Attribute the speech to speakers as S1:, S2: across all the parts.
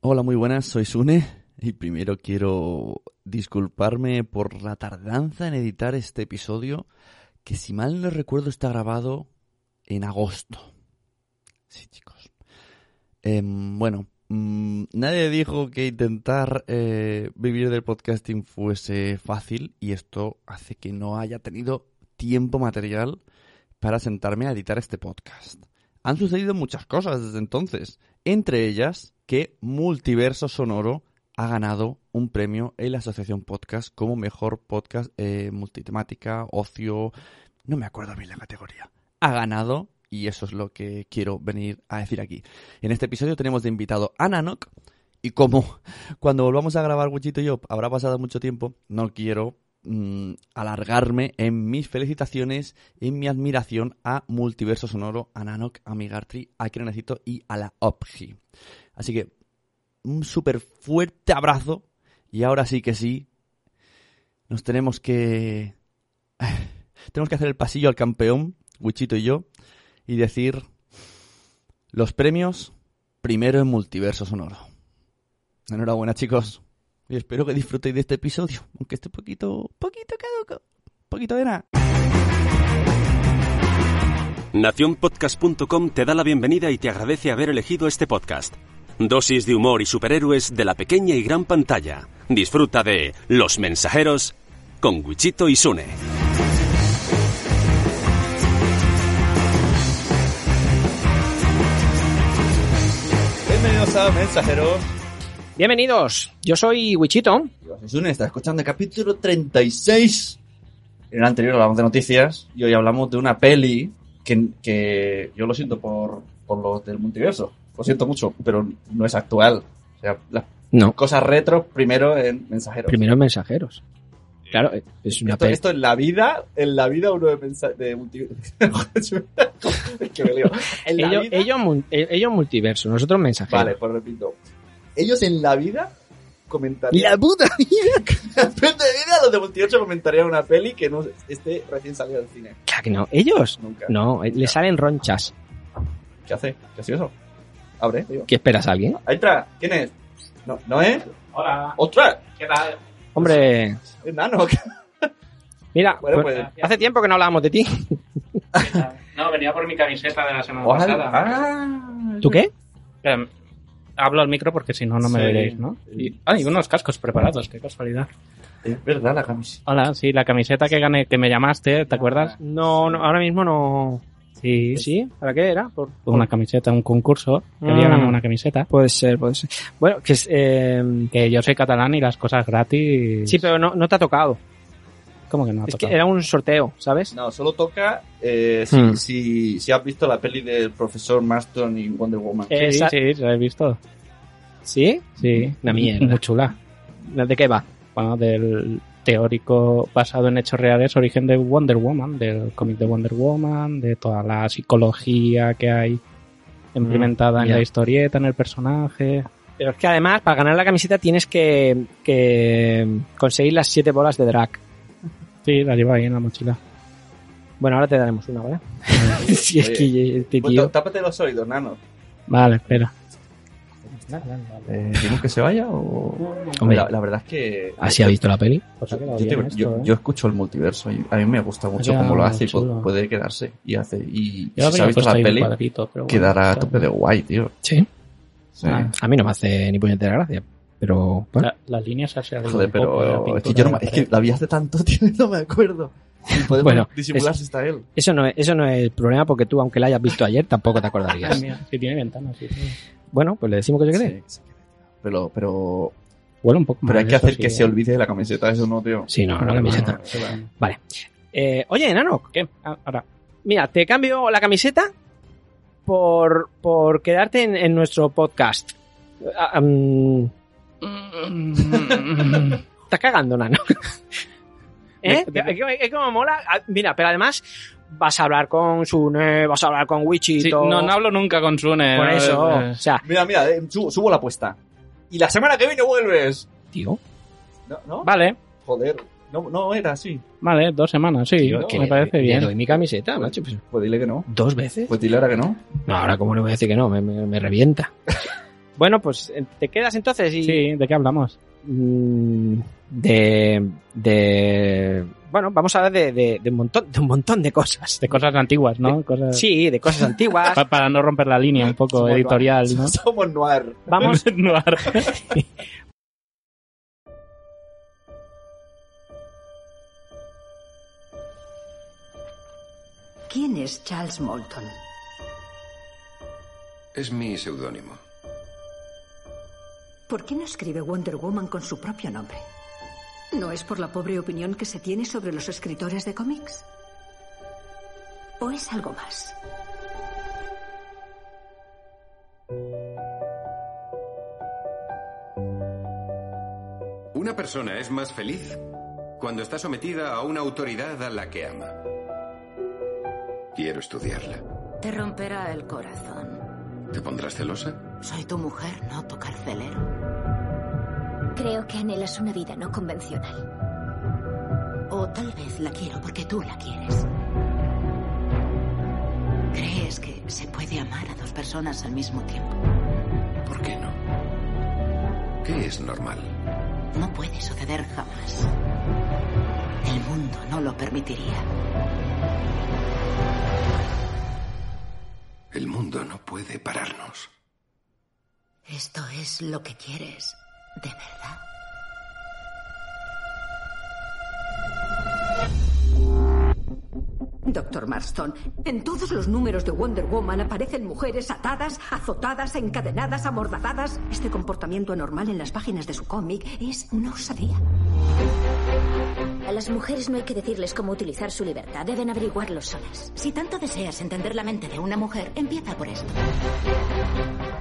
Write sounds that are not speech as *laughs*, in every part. S1: Hola, muy buenas, soy Sune y primero quiero disculparme por la tardanza en editar este episodio que si mal no recuerdo está grabado en agosto. Sí, chicos. Eh, bueno, mmm, nadie dijo que intentar eh, vivir del podcasting fuese fácil y esto hace que no haya tenido tiempo material para sentarme a editar este podcast. Han sucedido muchas cosas desde entonces, entre ellas que Multiverso Sonoro ha ganado un premio en la Asociación Podcast como mejor podcast eh, multitemática, ocio, no me acuerdo bien la categoría. Ha ganado y eso es lo que quiero venir a decir aquí. En este episodio tenemos de invitado a Nanok y como *laughs* cuando volvamos a grabar Wichito y yo habrá pasado mucho tiempo, no quiero mm, alargarme en mis felicitaciones, en mi admiración a Multiverso Sonoro, a Nanok, a Migartri, a Kirenecito y a la OPGI. Así que un súper fuerte abrazo y ahora sí que sí, nos tenemos que... *sighs* tenemos que hacer el pasillo al campeón, Wichito y yo, y decir los premios primero en Multiverso Sonoro. Enhorabuena chicos y espero que disfrutéis de este episodio, aunque esté poquito, poquito caduco, poquito de nada.
S2: Nacionpodcast.com te da la bienvenida y te agradece haber elegido este podcast. Dosis de humor y superhéroes de la pequeña y gran pantalla. Disfruta de Los Mensajeros con Wichito y Sune.
S1: Bienvenidos a Mensajeros.
S3: Bienvenidos, yo soy Wichito.
S1: Sune, está escuchando el capítulo 36. En el anterior hablamos de noticias y hoy hablamos de una peli que, que yo lo siento por, por los del multiverso. Lo siento mucho, pero no es actual. O sea, las
S3: No,
S1: cosas retro primero en mensajeros.
S3: primero mensajeros. Claro, es una
S1: Esto,
S3: peli.
S1: esto en la vida, en la vida uno de mensajeros. De multiverso. *laughs* es que me lío. En la
S3: Ellos,
S1: vida-
S3: ellos mun- eh, ellos multiverso, nosotros mensajeros.
S1: Vale, pues repito. Ellos en la vida comentarían. *laughs*
S3: La puta vida.
S1: Depende de vida, los de 28 comentarían una peli que no esté recién salida del cine.
S3: Claro que no, ellos.
S1: Nunca.
S3: No, eh, le salen ronchas.
S1: ¿Qué hace? ¿Qué hace eso? Abre, digo.
S3: ¿Qué esperas a alguien?
S1: Ahí entra. ¿Quién es? No, ¿no es? Hola. ¡Ostras! ¿Qué tal?
S3: Hombre,
S1: Es Nano.
S3: mira,
S1: Bueno,
S3: pues,
S1: pues.
S3: hace tiempo que no hablábamos de ti.
S4: No, venía por mi camiseta de la
S1: *laughs*
S4: semana
S1: Ojalá.
S4: pasada.
S1: Ah,
S3: ¿Tú qué?
S4: Eh, hablo al micro porque si no, no me
S1: Sí.
S4: veréis, ¿no? Y, ah, y unos cascos preparados, qué casualidad.
S1: Es verdad la camiseta.
S4: Hola, sí, la camiseta que gané, que me llamaste, ¿te acuerdas?
S3: No, no, ahora mismo no.
S4: Sí,
S3: ¿Y sí? ¿Para qué era? Por, por-
S4: Una camiseta, un concurso.
S3: Mm.
S4: Quería ganar una camiseta.
S3: Puede ser, puede ser. Bueno, que es, eh,
S4: Que yo soy catalán y las cosas gratis.
S3: sí, pero no, no te ha tocado.
S4: ¿Cómo que no? ha
S3: Es que
S4: tocado?
S3: era un sorteo, ¿sabes?
S1: No, solo toca eh, si,
S3: Hmm.
S1: si, si has visto la peli del profesor Marston y Wonder Woman.
S3: Eh,
S4: Sí,
S3: esa-
S4: sí, lo he visto.
S3: ¿Sí?
S4: Sí.
S3: Una mierda.
S4: Muy chula.
S3: ¿De qué va?
S4: Bueno, del teórico basado en hechos reales, origen de Wonder Woman, del cómic de Wonder Woman, de toda la psicología que hay implementada en
S3: ya.
S4: la historieta, en el personaje.
S3: Pero es que además, para ganar la camiseta tienes que, que conseguir las siete bolas de drag.
S4: Sí, la lleva ahí en la mochila.
S3: Bueno, ahora te daremos una, ¿vale? si es que este
S1: Pues
S3: tío...
S1: tó- tápate los oídos, Nano.
S4: Vale, espera.
S1: Eh, ¿Queremos que se vaya o...?
S3: Hombre.
S1: La, la verdad es que...
S3: ¿Así ha visto la peli?
S1: Pues Yo, yo te-
S4: ¿eh?
S1: yo- yo escucho el multiverso y a mí me gusta mucho
S4: quedado
S1: cómo lo hace y
S4: chulo.
S1: pu- puede quedarse y hace y
S4: Yo
S1: si se ha
S4: habría
S1: visto
S4: puesto
S1: la
S4: ahí un
S1: peli
S4: cuadrito, pero bueno,
S1: quedará a
S4: está
S1: tope de guay tío
S3: Sí.
S1: Sí.
S4: Ah.
S3: A mí no me hace ni puñetera gracia, pero...
S4: bien.
S3: Bueno.
S4: La- las líneas se hacen
S1: ¿eh? joder
S4: un poco de la
S1: pero
S4: pintura
S1: es que yo no
S4: de
S1: me,
S4: la
S1: es que
S4: pared.
S1: la vi hace tanto *laughs* tío y no me acuerdo Y podemos
S3: Bueno,
S1: disimular si está él
S3: Eso no, es, eso no es el problema porque tú, aunque la hayas visto ayer, tampoco te
S4: Ah,
S3: acordarías. *laughs*
S4: mira, sí, tiene ventanas. sí, sí.
S3: bueno, pues le decimos que se quede.
S1: Sí, sí. pero pero
S4: Huele un poco
S1: pero
S4: mal,
S1: hay que
S4: eso
S1: hacer
S4: sí,
S1: que
S4: eh.
S1: se olvide de la camiseta eso no tío
S3: Sí, no, no, la
S4: Vale,
S3: camiseta.
S4: vale, vale.
S3: Eh, oye, Nano,
S4: ¿Qué? Ah, Ahora.
S3: mira, te cambio la camiseta por, por quedarte en, en nuestro podcast. Ah, mm, estás cagando, nano. *laughs* ¿Eh?
S4: Me-
S3: Es que- es como mola. Ah, Mira, pero además vas a hablar con Sune, vas a hablar con Wichito.
S4: Sí, no, no hablo nunca con Sune.
S3: Por
S4: ¿no?
S3: eso. O
S4: Eh,
S3: sea,
S1: Mira, mira, eh, subo, subo la apuesta. Y la semana que viene vuelves.
S4: Tío.
S1: ¿No? ¿No?
S4: Vale,
S1: Joder. No, no era así.
S4: vale, dos semanas, sí,
S1: Tío,
S3: que
S4: me
S3: le-
S4: parece
S3: le
S4: bien.
S3: doy mi camiseta, macho. pues,
S1: Pues dile que no.
S3: ¿Dos veces?
S1: Pues dile ahora que no.
S3: No, ahora cómo le voy a decir que no, me, me- me revienta. *laughs* bueno, pues eh, te quedas entonces y...
S4: Sí, ¿de qué hablamos?
S3: mm, De, de... Bueno, vamos a hablar de, de, de un, montón, de un montón de cosas. *laughs*
S4: De cosas antiguas, ¿no? Cosas...
S3: Sí, de cosas antiguas.
S4: Pa- para no romper la línea un poco
S1: Somos *laughs*
S4: editorial,
S1: noir.
S4: ¿no?
S1: Somos noir.
S3: Vamos,
S4: *laughs* Noir.
S5: ¿Quién es Charles Moulton?
S6: Es mi seudónimo.
S5: ¿Por qué no escribe Wonder Woman con su propio nombre? ¿No es por la pobre opinión que se tiene sobre los escritores de cómics? ¿O es algo más?
S6: Una persona es más feliz cuando está sometida a una autoridad a la que ama. Quiero estudiarla.
S5: Te romperá el corazón.
S6: ¿Te pondrás celosa?
S5: Soy tu mujer, no tu carcelero.
S7: Creo que anhelas una vida no convencional.
S5: O tal vez la quiero porque tú la quieres. ¿Crees que se puede amar a dos personas al mismo tiempo?
S6: ¿Por qué no? ¿Qué es normal?
S5: No puede suceder jamás. El mundo no lo permitiría.
S6: El mundo no puede pararnos.
S5: Esto es lo que quieres, de verdad. Doctor Marston, en todos los números de Wonder Woman aparecen mujeres atadas, azotadas, encadenadas, amordazadas. Este comportamiento anormal en las páginas de su cómic es una osadía.
S7: A las mujeres no hay que decirles cómo utilizar su libertad, deben averiguarlo solas.
S5: Si tanto deseas entender la mente de una mujer, empieza por esto.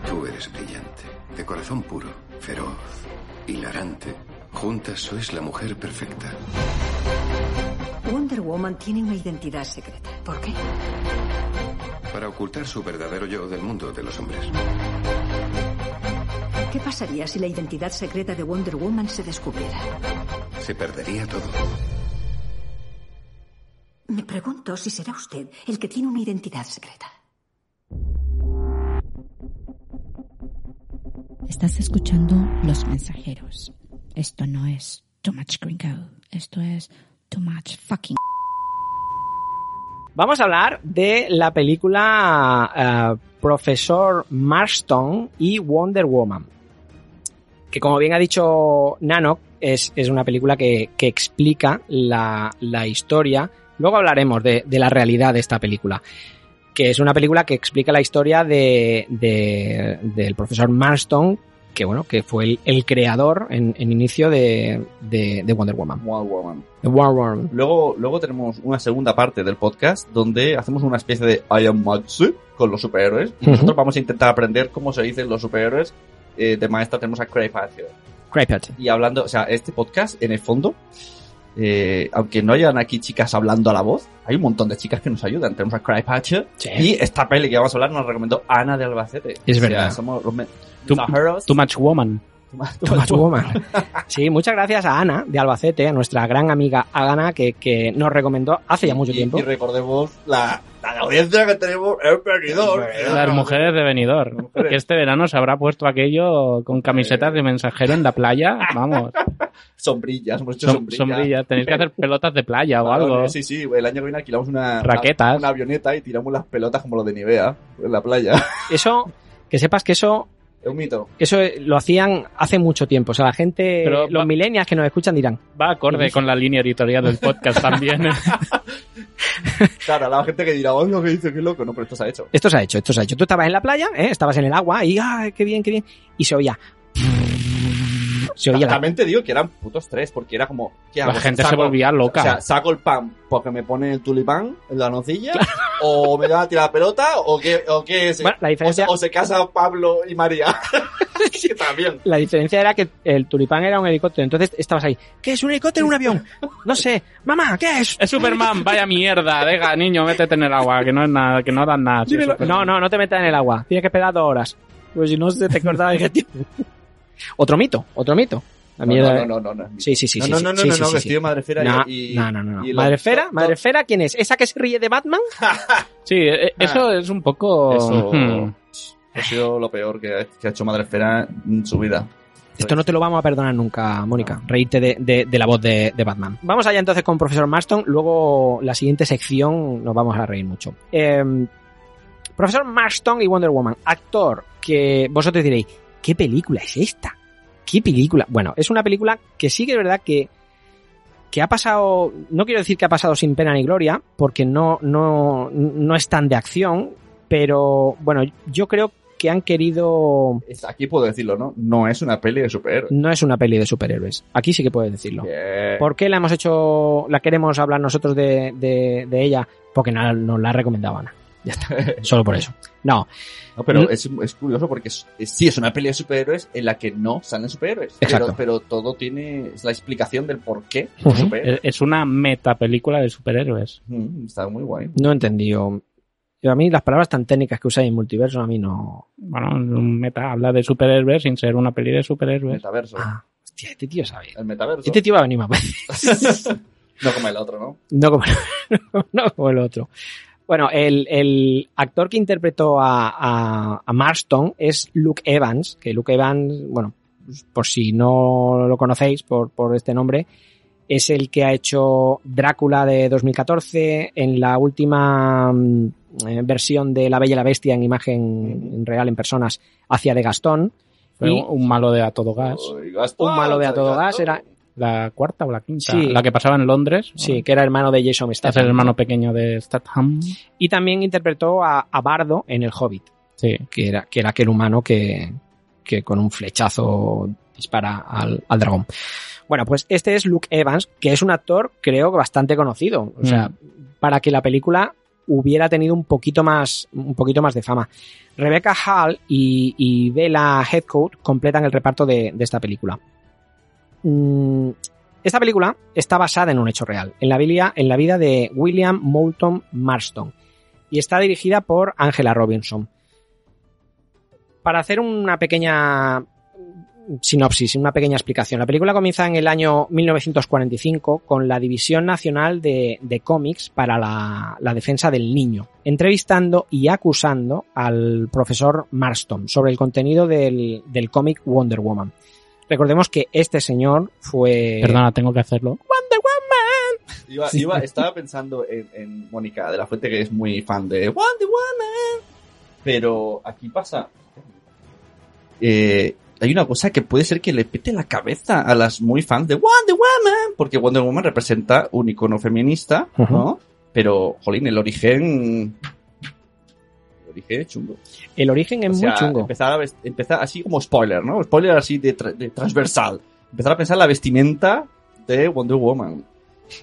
S6: Tú eres brillante, de corazón puro, feroz, hilarante. Juntas sois la mujer perfecta.
S5: Wonder Woman tiene una identidad secreta. ¿Por qué?
S6: Para ocultar su verdadero yo del mundo de los hombres.
S5: ¿Qué pasaría si la identidad secreta de Wonder Woman se descubriera?
S6: Se perdería todo.
S5: Me pregunto si será usted el que tiene una identidad secreta.
S8: Estás escuchando Los Mensajeros. Esto no es Too Much Gringo. Esto es Too Much Fucking.
S3: vamos a hablar de la película ah, Profesor Marston y Wonder Woman. Que como bien ha dicho Nano, es, es una película que, que explica la, la historia. Luego hablaremos de, de la realidad de esta película. Que es una película que explica la historia de, de- del profesor Marston, que bueno, que fue el, el creador en, en inicio de, de- de Wonder Woman.
S1: Wild Woman.
S3: De Wonder Woman.
S1: Luego, luego tenemos una segunda parte del podcast donde hacemos una especie de I am Max con los superhéroes. Y
S3: Ujú.
S1: nosotros vamos a intentar aprender cómo se dicen los superhéroes. Eh, de maestra tenemos a Craig Hatfield.
S3: Craighead.
S1: y hablando, o sea, este podcast, en el fondo, eh, aunque no hayan aquí chicas hablando a la voz, hay un montón de chicas que nos ayudan. Tenemos a Cry Patcher
S3: Sí.
S1: y esta peli que vamos a hablar nos recomendó Ana de Albacete.
S3: Es
S1: O sea,
S3: verdad.
S1: somos los men-
S4: Tú-
S1: mensajeros. *laughs*
S4: Too Much Woman.
S3: Too much woman. Pues *laughs* Sí, muchas gracias a Ana de Albacete, a nuestra gran amiga Ana, que, que nos recomendó hace ya mucho
S1: Y-
S3: tiempo.
S1: Y recordemos la, la audiencia que tenemos es perdidor.
S4: Las mujeres de Benidorm. Que este verano se habrá puesto aquello con camisetas de mensajero en la playa. Vamos,
S1: Sombrillas, hemos hecho
S4: som-
S1: sombrillas.
S4: sombrillas. Tenéis que hacer pelotas de playa o algo.
S1: Balones, Sí, sí, el año que viene alquilamos una,
S4: Raquetas.
S1: una avioneta y tiramos las pelotas como lo de Nivea en la playa. *laughs*
S3: Eso, que sepas que eso,
S1: Es un mito.
S3: eso lo hacían hace mucho tiempo. O sea, la gente,
S4: Pero
S3: los
S4: va-
S3: millennials que nos escuchan dirán,
S4: Va acorde con la línea editorial del podcast también.
S1: Claro, la gente que dirá, oh, lo que dice, qué loco. No, pero esto se ha hecho.
S3: esto se ha hecho, esto se ha hecho. Tú estabas en la playa, ¿eh? estabas en el agua y, ah, qué bien, qué bien. Y se oía.
S4: Se oye la-
S1: También te digo que eran putos tres, porque era como. ¿qué
S4: La
S1: hago?
S4: gente se volvía loca.
S1: pues, O sea, saco el pan porque me pone el tulipán en la nocilla, o me da a tirar la pelota, o qué, o qué es.
S3: Bueno, la diferencia-
S1: o, se, o se casa Pablo y
S3: *laughs*
S1: María. *laughs* que también.
S3: La diferencia era que el tulipán era un helicóptero, entonces estabas ahí. ¿Qué es un helicóptero? ¿Un avión? No sé. Mamá, ¿qué es?
S4: Es Superman, vaya mierda, deja, niño, métete en el agua, que no es nada, que no dan nada. sí, es
S3: Dímelo.
S4: Superman.
S3: No, no, no te metas en el agua. Tienes que esperar dos horas. Pues si no, se te corta el gestión. *laughs* Otro mito, otro mito. La
S1: No,
S3: mierda- eh.
S1: no, no, no, no.
S3: Sí, sí, sí.
S1: No,
S3: sí,
S1: no,
S3: sí,
S1: no, no,
S3: sí,
S1: no,
S3: sí,
S1: no,
S3: sí,
S1: que
S3: sí.
S1: estoy en Madrefera
S3: No,
S1: y-
S3: no, no, no, no.
S1: y los-
S3: Madrefera,
S1: to- to-
S3: Madrefera, ¿quién es? ¿Esa que se ríe de Batman?
S4: Sí, eh, eso es un poco.
S1: Ah. Eso
S4: Hmm.
S1: ha sido lo peor que, que ha hecho Madrefera en su vida.
S3: Esto no te lo vamos a perdonar nunca, Mónica. Reírte de, de- de la voz de, de Batman. Vamos allá entonces con Profesor Marston. Luego la siguiente sección nos vamos a reír mucho. Eh, Profesor Marston y Wonder Woman. Actor que vosotros diréis, ¿qué película es esta? ¿Qué película? Bueno, es una película que sí que es verdad que, que ha pasado, no quiero decir que ha pasado sin pena ni gloria, porque no, no, no es tan de acción, pero bueno, yo creo que han querido
S1: Es- Aquí puedo decirlo, ¿no? No es una peli de superhéroes.
S3: no es una peli de superhéroes. Aquí sí que puedes decirlo.
S1: Bien.
S3: ¿Por qué la hemos hecho, la queremos hablar nosotros de, de- de ella? Porque no- nos la ha recomendado Ana. Ya está. Solo por eso. No,
S1: No, pero
S3: Mm.
S1: es, es curioso porque es- es- sí es una peli de superhéroes en la que no salen superhéroes.
S3: Exacto.
S1: Pero, pero todo tiene es la explicación del por qué son
S3: Ujú.
S1: superhéroes.
S4: Es- Es una metapelícula de superhéroes.
S1: Mm, está muy guay.
S3: no he entendido. Yo a mí las palabras tan técnicas que usáis en multiverso, a mí no.
S4: Bueno, un meta habla de superhéroes sin ser una peli de superhéroes.
S1: Metaverso.
S3: Ah, hostia, este tío sabe.
S1: El metaverso.
S3: Este tío va a venir más
S1: *laughs*
S3: veces.
S1: no como el otro, ¿no?
S3: No como, no como el otro. *laughs* Bueno, el, el actor que interpretó a, a- a Marston es Luke Evans, que Luke Evans, bueno, pues por si no lo conocéis por, por este nombre, es el que ha hecho Drácula de 2014 en la última mm, eh, versión de La Bella y la Bestia en imagen en real, en personas, hacia de Gastón.
S4: Fue
S3: Y-
S4: un- un malo de a todo gas.
S1: Uy, Gastón,
S3: Un malo de a todo
S1: Gastón.
S3: gas era-
S4: La cuarta o la quinta.
S3: Sí.
S4: La que pasaba en Londres.
S3: Sí, que era hermano de Jason
S4: Es
S3: Statham.
S4: Ah. el hermano pequeño de Statham.
S3: Y también interpretó a- a Bardo en El Hobbit.
S4: Sí.
S3: que era, que era aquel humano que, que con un flechazo dispara al, al dragón. Bueno, pues este es Luke Evans, que es un actor creo que bastante conocido. O sea,
S4: Mm.
S3: para que la película hubiera tenido un poquito más, un poquito más de fama. Rebecca Hall y, y Bella Headcoat completan el reparto de, de esta película. Mm, Esta película está basada en un hecho real, en la, vida, en la vida de William Moulton Marston, y está dirigida por Angela Robinson para hacer una pequeña sinopsis, una pequeña explicación. La película comienza en el año 1945 con la División Nacional de, de Cómics para la, la Defensa del Niño, entrevistando y acusando al profesor Marston sobre el contenido del, del cómic Wonder Woman. Recordemos que este señor fue...
S4: Perdona, tengo que hacerlo.
S1: Iba- iba- estaba pensando en, en Mónica de la Fuente, que es muy fan de Wonder Woman. Pero aquí pasa. Eh, hay una cosa que puede ser que le pete la cabeza a las muy fans de Wonder Woman. Porque Wonder Woman representa un icono feminista, ¿no? Pero, jolín, el origen. El origen es chungo.
S3: El origen es
S1: O sea,
S3: muy chungo.
S1: Empezar, a vest- empezar así como spoiler, ¿no? Spoiler así de, tra- de transversal. Empezar a pensar la vestimenta de Wonder Woman.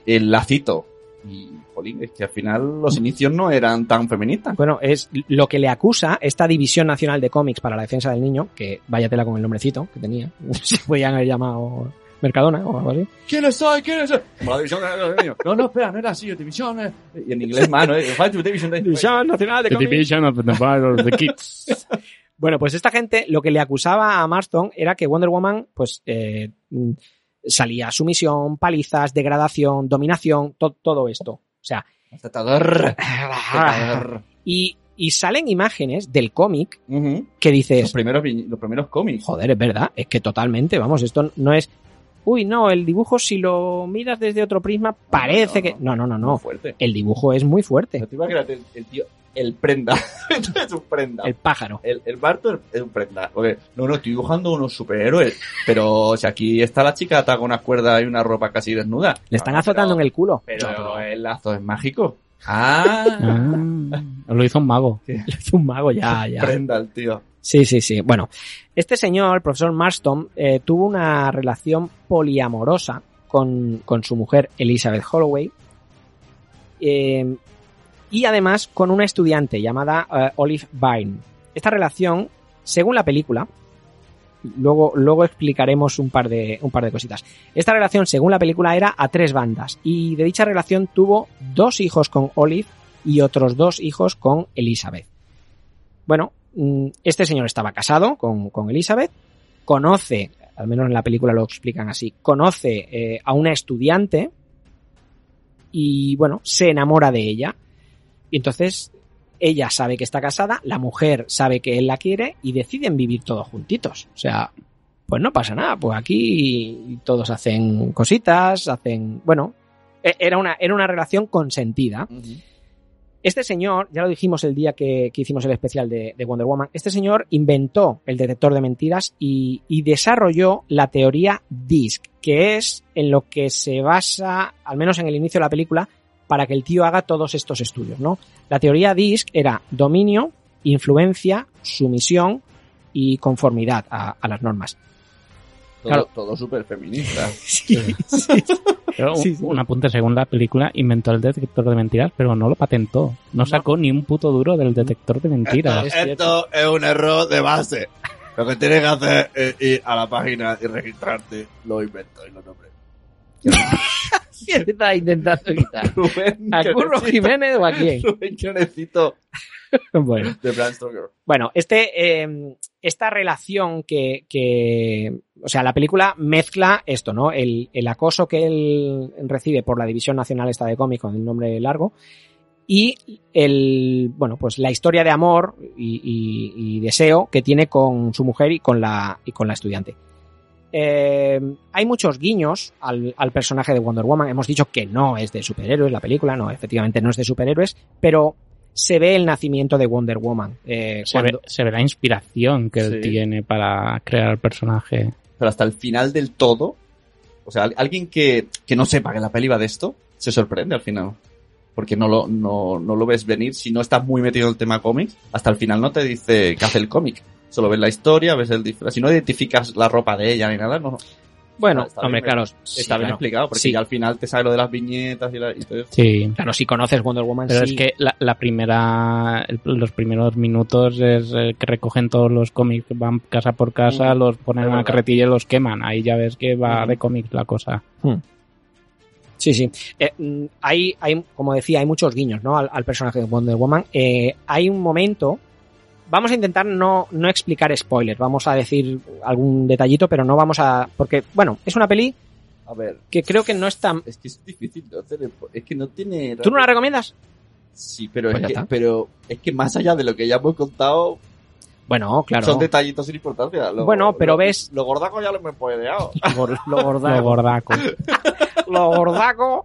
S1: El lacito. Y, jolín, es que al final los inicios no eran tan feministas.
S3: Bueno, es lo que le acusa esta División Nacional de Cómics para la Defensa del Niño, que váyatela con el nombrecito que tenía, *laughs* se podían haber llamado Mercadona o algo así.
S1: ¿Quién soy? ¿Quién soy? Como la división de los niños. No, no, espera, no era así, división. eh. Y en inglés, mano, ¿eh? División de-
S3: Nacional de
S4: of the Kids.
S3: Bueno, pues esta gente lo que le acusaba a Marston era que Wonder Woman, pues, eh, mm, salía sumisión, palizas, degradación, dominación, to- todo esto. O sea,
S1: Tratador.
S3: Ah.
S1: Tratador.
S3: y, y salen imágenes del cómic
S1: Ujú.
S3: que
S1: Los
S3: dices,
S1: primeros, vi- los primeros cómics.
S3: joder, es verdad, es que totalmente, vamos, esto no es, uy, no, el dibujo si lo miras desde otro prisma parece
S1: no,
S3: que, no, no, no, no,
S1: Fuerte.
S3: el dibujo es muy fuerte,
S1: No te imaginas el, el tío, el prenda. *laughs* Entonces es un prenda.
S3: el pájaro.
S1: El, el Barto es un prenda. Porque, no, no, estoy dibujando unos superhéroes. Pero si aquí está la chica atada con unas cuerdas y una ropa casi desnuda.
S3: Le están azotando en el culo.
S1: Pero el lazo es mágico. Ah,
S4: Ah. lo hizo un mago. *laughs*
S3: Es un mago, ya, ya.
S1: prenda el tío.
S3: Sí, sí, sí. Bueno, este señor, el profesor Marston, eh, tuvo una relación poliamorosa con, con su mujer Elizabeth Holloway eh, y además con una estudiante llamada eh, Olive Byrne. Esta relación, según la película, luego, luego explicaremos un par, de, un par de cositas. Esta relación, según la película, era a tres bandas y de dicha relación tuvo dos hijos con Olive y otros dos hijos con Elizabeth. Bueno, este señor estaba casado con, con, Elizabeth, conoce, al menos en la película lo explican así, conoce eh, a una estudiante y bueno, se enamora de ella. Y entonces ella sabe que está casada, la mujer sabe que él la quiere y deciden vivir todos juntitos. O sea, pues no pasa nada, pues aquí todos hacen cositas, hacen, bueno, e-, era una, era una relación consentida. Uh -huh. Este señor, ya lo dijimos el día que, que hicimos el especial de, de, Wonder Woman, este señor inventó el detector de mentiras y, y, desarrolló la teoría DISC, que es en lo que se basa, al menos en el inicio de la película, para que el tío haga todos estos estudios, ¿no? La teoría DISC era dominio, influencia, sumisión y conformidad a, a las normas.
S1: Todo, claro. todo súper feminista. *laughs*
S4: sí, sí. Pero sí, sí. un, apunte, según la película, inventó el detector de mentiras, pero no lo patentó. No sacó no. ni un puto duro del detector
S3: *laughs*
S4: de mentiras.
S1: Esto, esto es un error de base. Lo que tienes que hacer es ir a la página y registrarte los inventos y los nombres.
S3: ¿Quién sí, está intentando
S1: *laughs*
S3: quitar? Rubén, ¿A Curro Jiménez o a quién?
S1: Rubén, yo necesito.
S3: bueno.
S1: De
S3: *laughs* bueno, este, eh, esta relación que, que, O sea, la película mezcla esto, ¿no? El, el, acoso que él recibe por la División Nacional esta de Cómics con el nombre largo. Y el, bueno, pues la historia de amor y, y, y deseo que tiene con su mujer y con la, y con la estudiante. Eh, hay muchos guiños al, al, personaje de Wonder Woman. Hemos dicho que no es de superhéroes la película, no, efectivamente no es de superhéroes, pero se ve el nacimiento de Wonder Woman. Eh,
S4: se, cuando... ve, se, ve, la inspiración que sí. él tiene para crear el personaje.
S1: Pero hasta el final del todo, o sea, alguien que, que no sepa que la peli va de esto, se sorprende al final. Porque no lo, no, no lo ves venir, si no estás muy metido en el tema cómics, hasta el final no te dice qué hace el cómic solo ves la historia, ves el disfraz. Si no identificas la ropa de ella ni nada, no.
S3: Bueno, está hombre,
S1: bien,
S3: claro.
S1: Está
S3: sí,
S1: bien
S3: claro.
S1: explicado, porque sí. ya al final te sale lo de las viñetas y, la, y todo eso.
S4: Sí.
S3: Claro, si conoces Wonder Woman,
S4: Pero
S3: sí.
S4: es que la, la primera, el, los primeros minutos es eh, que recogen todos los cómics, van casa por casa, mm. los ponen en una carretilla y los queman. Ahí ya ves que va mm. de cómics la cosa.
S3: Mm. Sí, sí. Eh, hay, hay, como decía, hay muchos guiños, ¿no? Al, al personaje de Wonder Woman. Eh, hay un momento vamos a intentar no, no explicar spoilers, vamos a decir algún detallito, pero no vamos a. Porque, bueno, es una peli
S1: a ver,
S3: que creo que no es tan.
S1: Es que es difícil de hacer, es que no tiene.
S3: ¿Tú no la recomiendas?
S1: Sí, pero, pues es que, pero es que más allá de lo que ya hemos contado.
S3: Bueno, claro.
S1: Son detallitos sin importancia. Lo,
S3: bueno, pero
S1: lo,
S3: ves.
S1: Lo gordaco ya lo hemos spoileado. *laughs*
S3: lo gordaco.
S4: Lo gordaco.
S3: lo gordaco.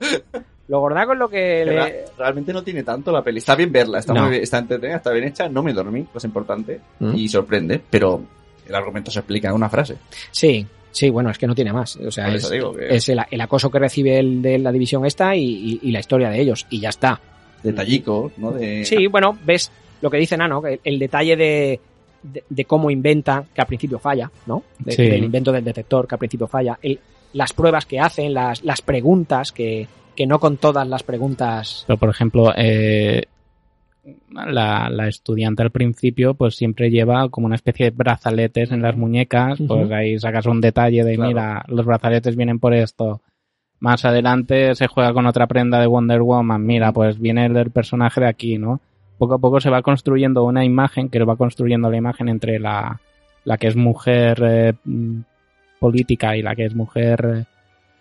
S3: Lo gordaco es lo que,
S1: que le... Realmente no tiene tanto la peli. Está bien verla, está, no. muy bien, está entretenida, está bien hecha. No me dormí, pues importante. Mm. Y sorprende, pero el argumento se explica en una frase.
S3: Sí, sí, bueno, es que no tiene más. O sea,
S1: Por
S3: es,
S1: digo que...
S3: es el, el, acoso que recibe el de la división esta y, y, y la historia de ellos. Y ya está.
S1: Detallico, ¿no? De...
S3: Sí, bueno, ves lo que dice Nano, el, el detalle de, de, de, cómo inventa, que al principio falla, ¿no? De,
S4: sí.
S3: Del invento del detector, que al principio falla. El, las pruebas que hacen, las, las preguntas que, que no con todas las preguntas.
S4: Pero, por ejemplo, eh, la, la, estudiante al principio, pues siempre lleva como una especie de brazaletes en las muñecas. Uh -huh. Pues ahí sacas un detalle de, claro. mira, los brazaletes vienen por esto. Más adelante se juega con otra prenda de Wonder Woman. Mira, pues viene el del personaje de aquí, ¿no? Poco a poco se va construyendo una imagen, que va construyendo la imagen entre la, la que es mujer eh, política y la que es mujer. Eh,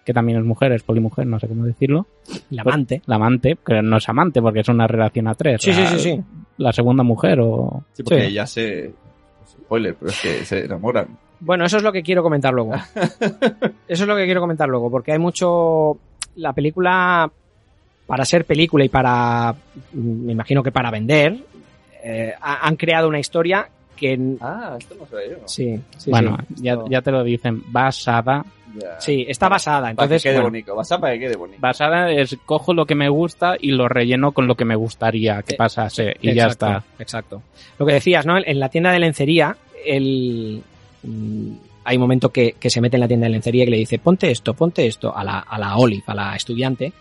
S4: que también es mujer, es polimujer, no sé cómo decirlo.
S3: La amante.
S4: la amante, que no es amante porque es una relación a tres.
S3: Pues, Sí,
S4: la,
S3: sí, sí, sí.
S4: La segunda mujer o...
S1: Sí, porque sí. ya se... Spoiler, pero es que se enamoran.
S3: Bueno, eso es lo que quiero comentar *laughs* luego. eso es lo que quiero comentar luego, porque hay mucho... La película, para ser película y para... mm, Me imagino que para vender, eh, han creado una historia que...
S1: Ah, esto no se ve yo. ¿no?
S3: Sí, sí,
S4: Bueno,
S3: sí.
S4: Ya, ya te lo dicen, basada
S1: Yeah.
S3: Sí, está basada. Entonces,
S1: para que quede bueno, bonito. Basada para que quede bonito.
S4: Basada es cojo lo que me gusta y lo relleno con lo que me gustaría que pasase. Eh, y
S3: exacto,
S4: ya está.
S3: Exacto. Lo que decías, ¿no? En la tienda de lencería, el, mm, hay un momento que, que se mete en la tienda de lencería y le dice, ponte esto, ponte esto a la, a la Olive, a la estudiante.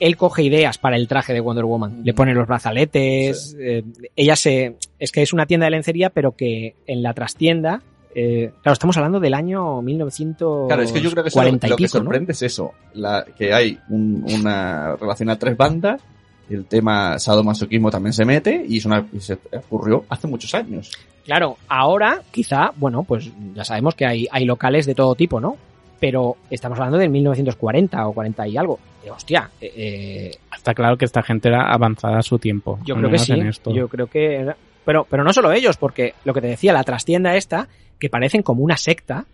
S3: Él coge ideas para el traje de Wonder Woman.
S1: Mm.
S3: Le pone los brazaletes. eh, ella se. Es que es una tienda de lencería, pero que en la trastienda. eh, claro, estamos hablando del año 1940
S1: Claro, es que yo creo que eso,
S3: y
S1: lo que
S3: pico, ¿no?
S1: sorprende es eso, la, que hay un- una relación a tres bandas, el tema sadomasoquismo también se mete y, es una, y se ocurrió hace muchos años.
S3: Claro, ahora quizá, bueno, pues ya sabemos que hay, hay locales de todo tipo, ¿no? Pero estamos hablando del 1940 o 40 y algo. Eh, hostia, eh, eh,
S4: Está claro que esta gente era avanzada a su tiempo.
S3: yo
S4: al
S3: creo que
S4: menos
S3: sí.
S4: en esto.
S3: Yo creo que... era- Pero, pero no solo ellos, porque lo que te decía, la trastienda esta, que parecen como una secta,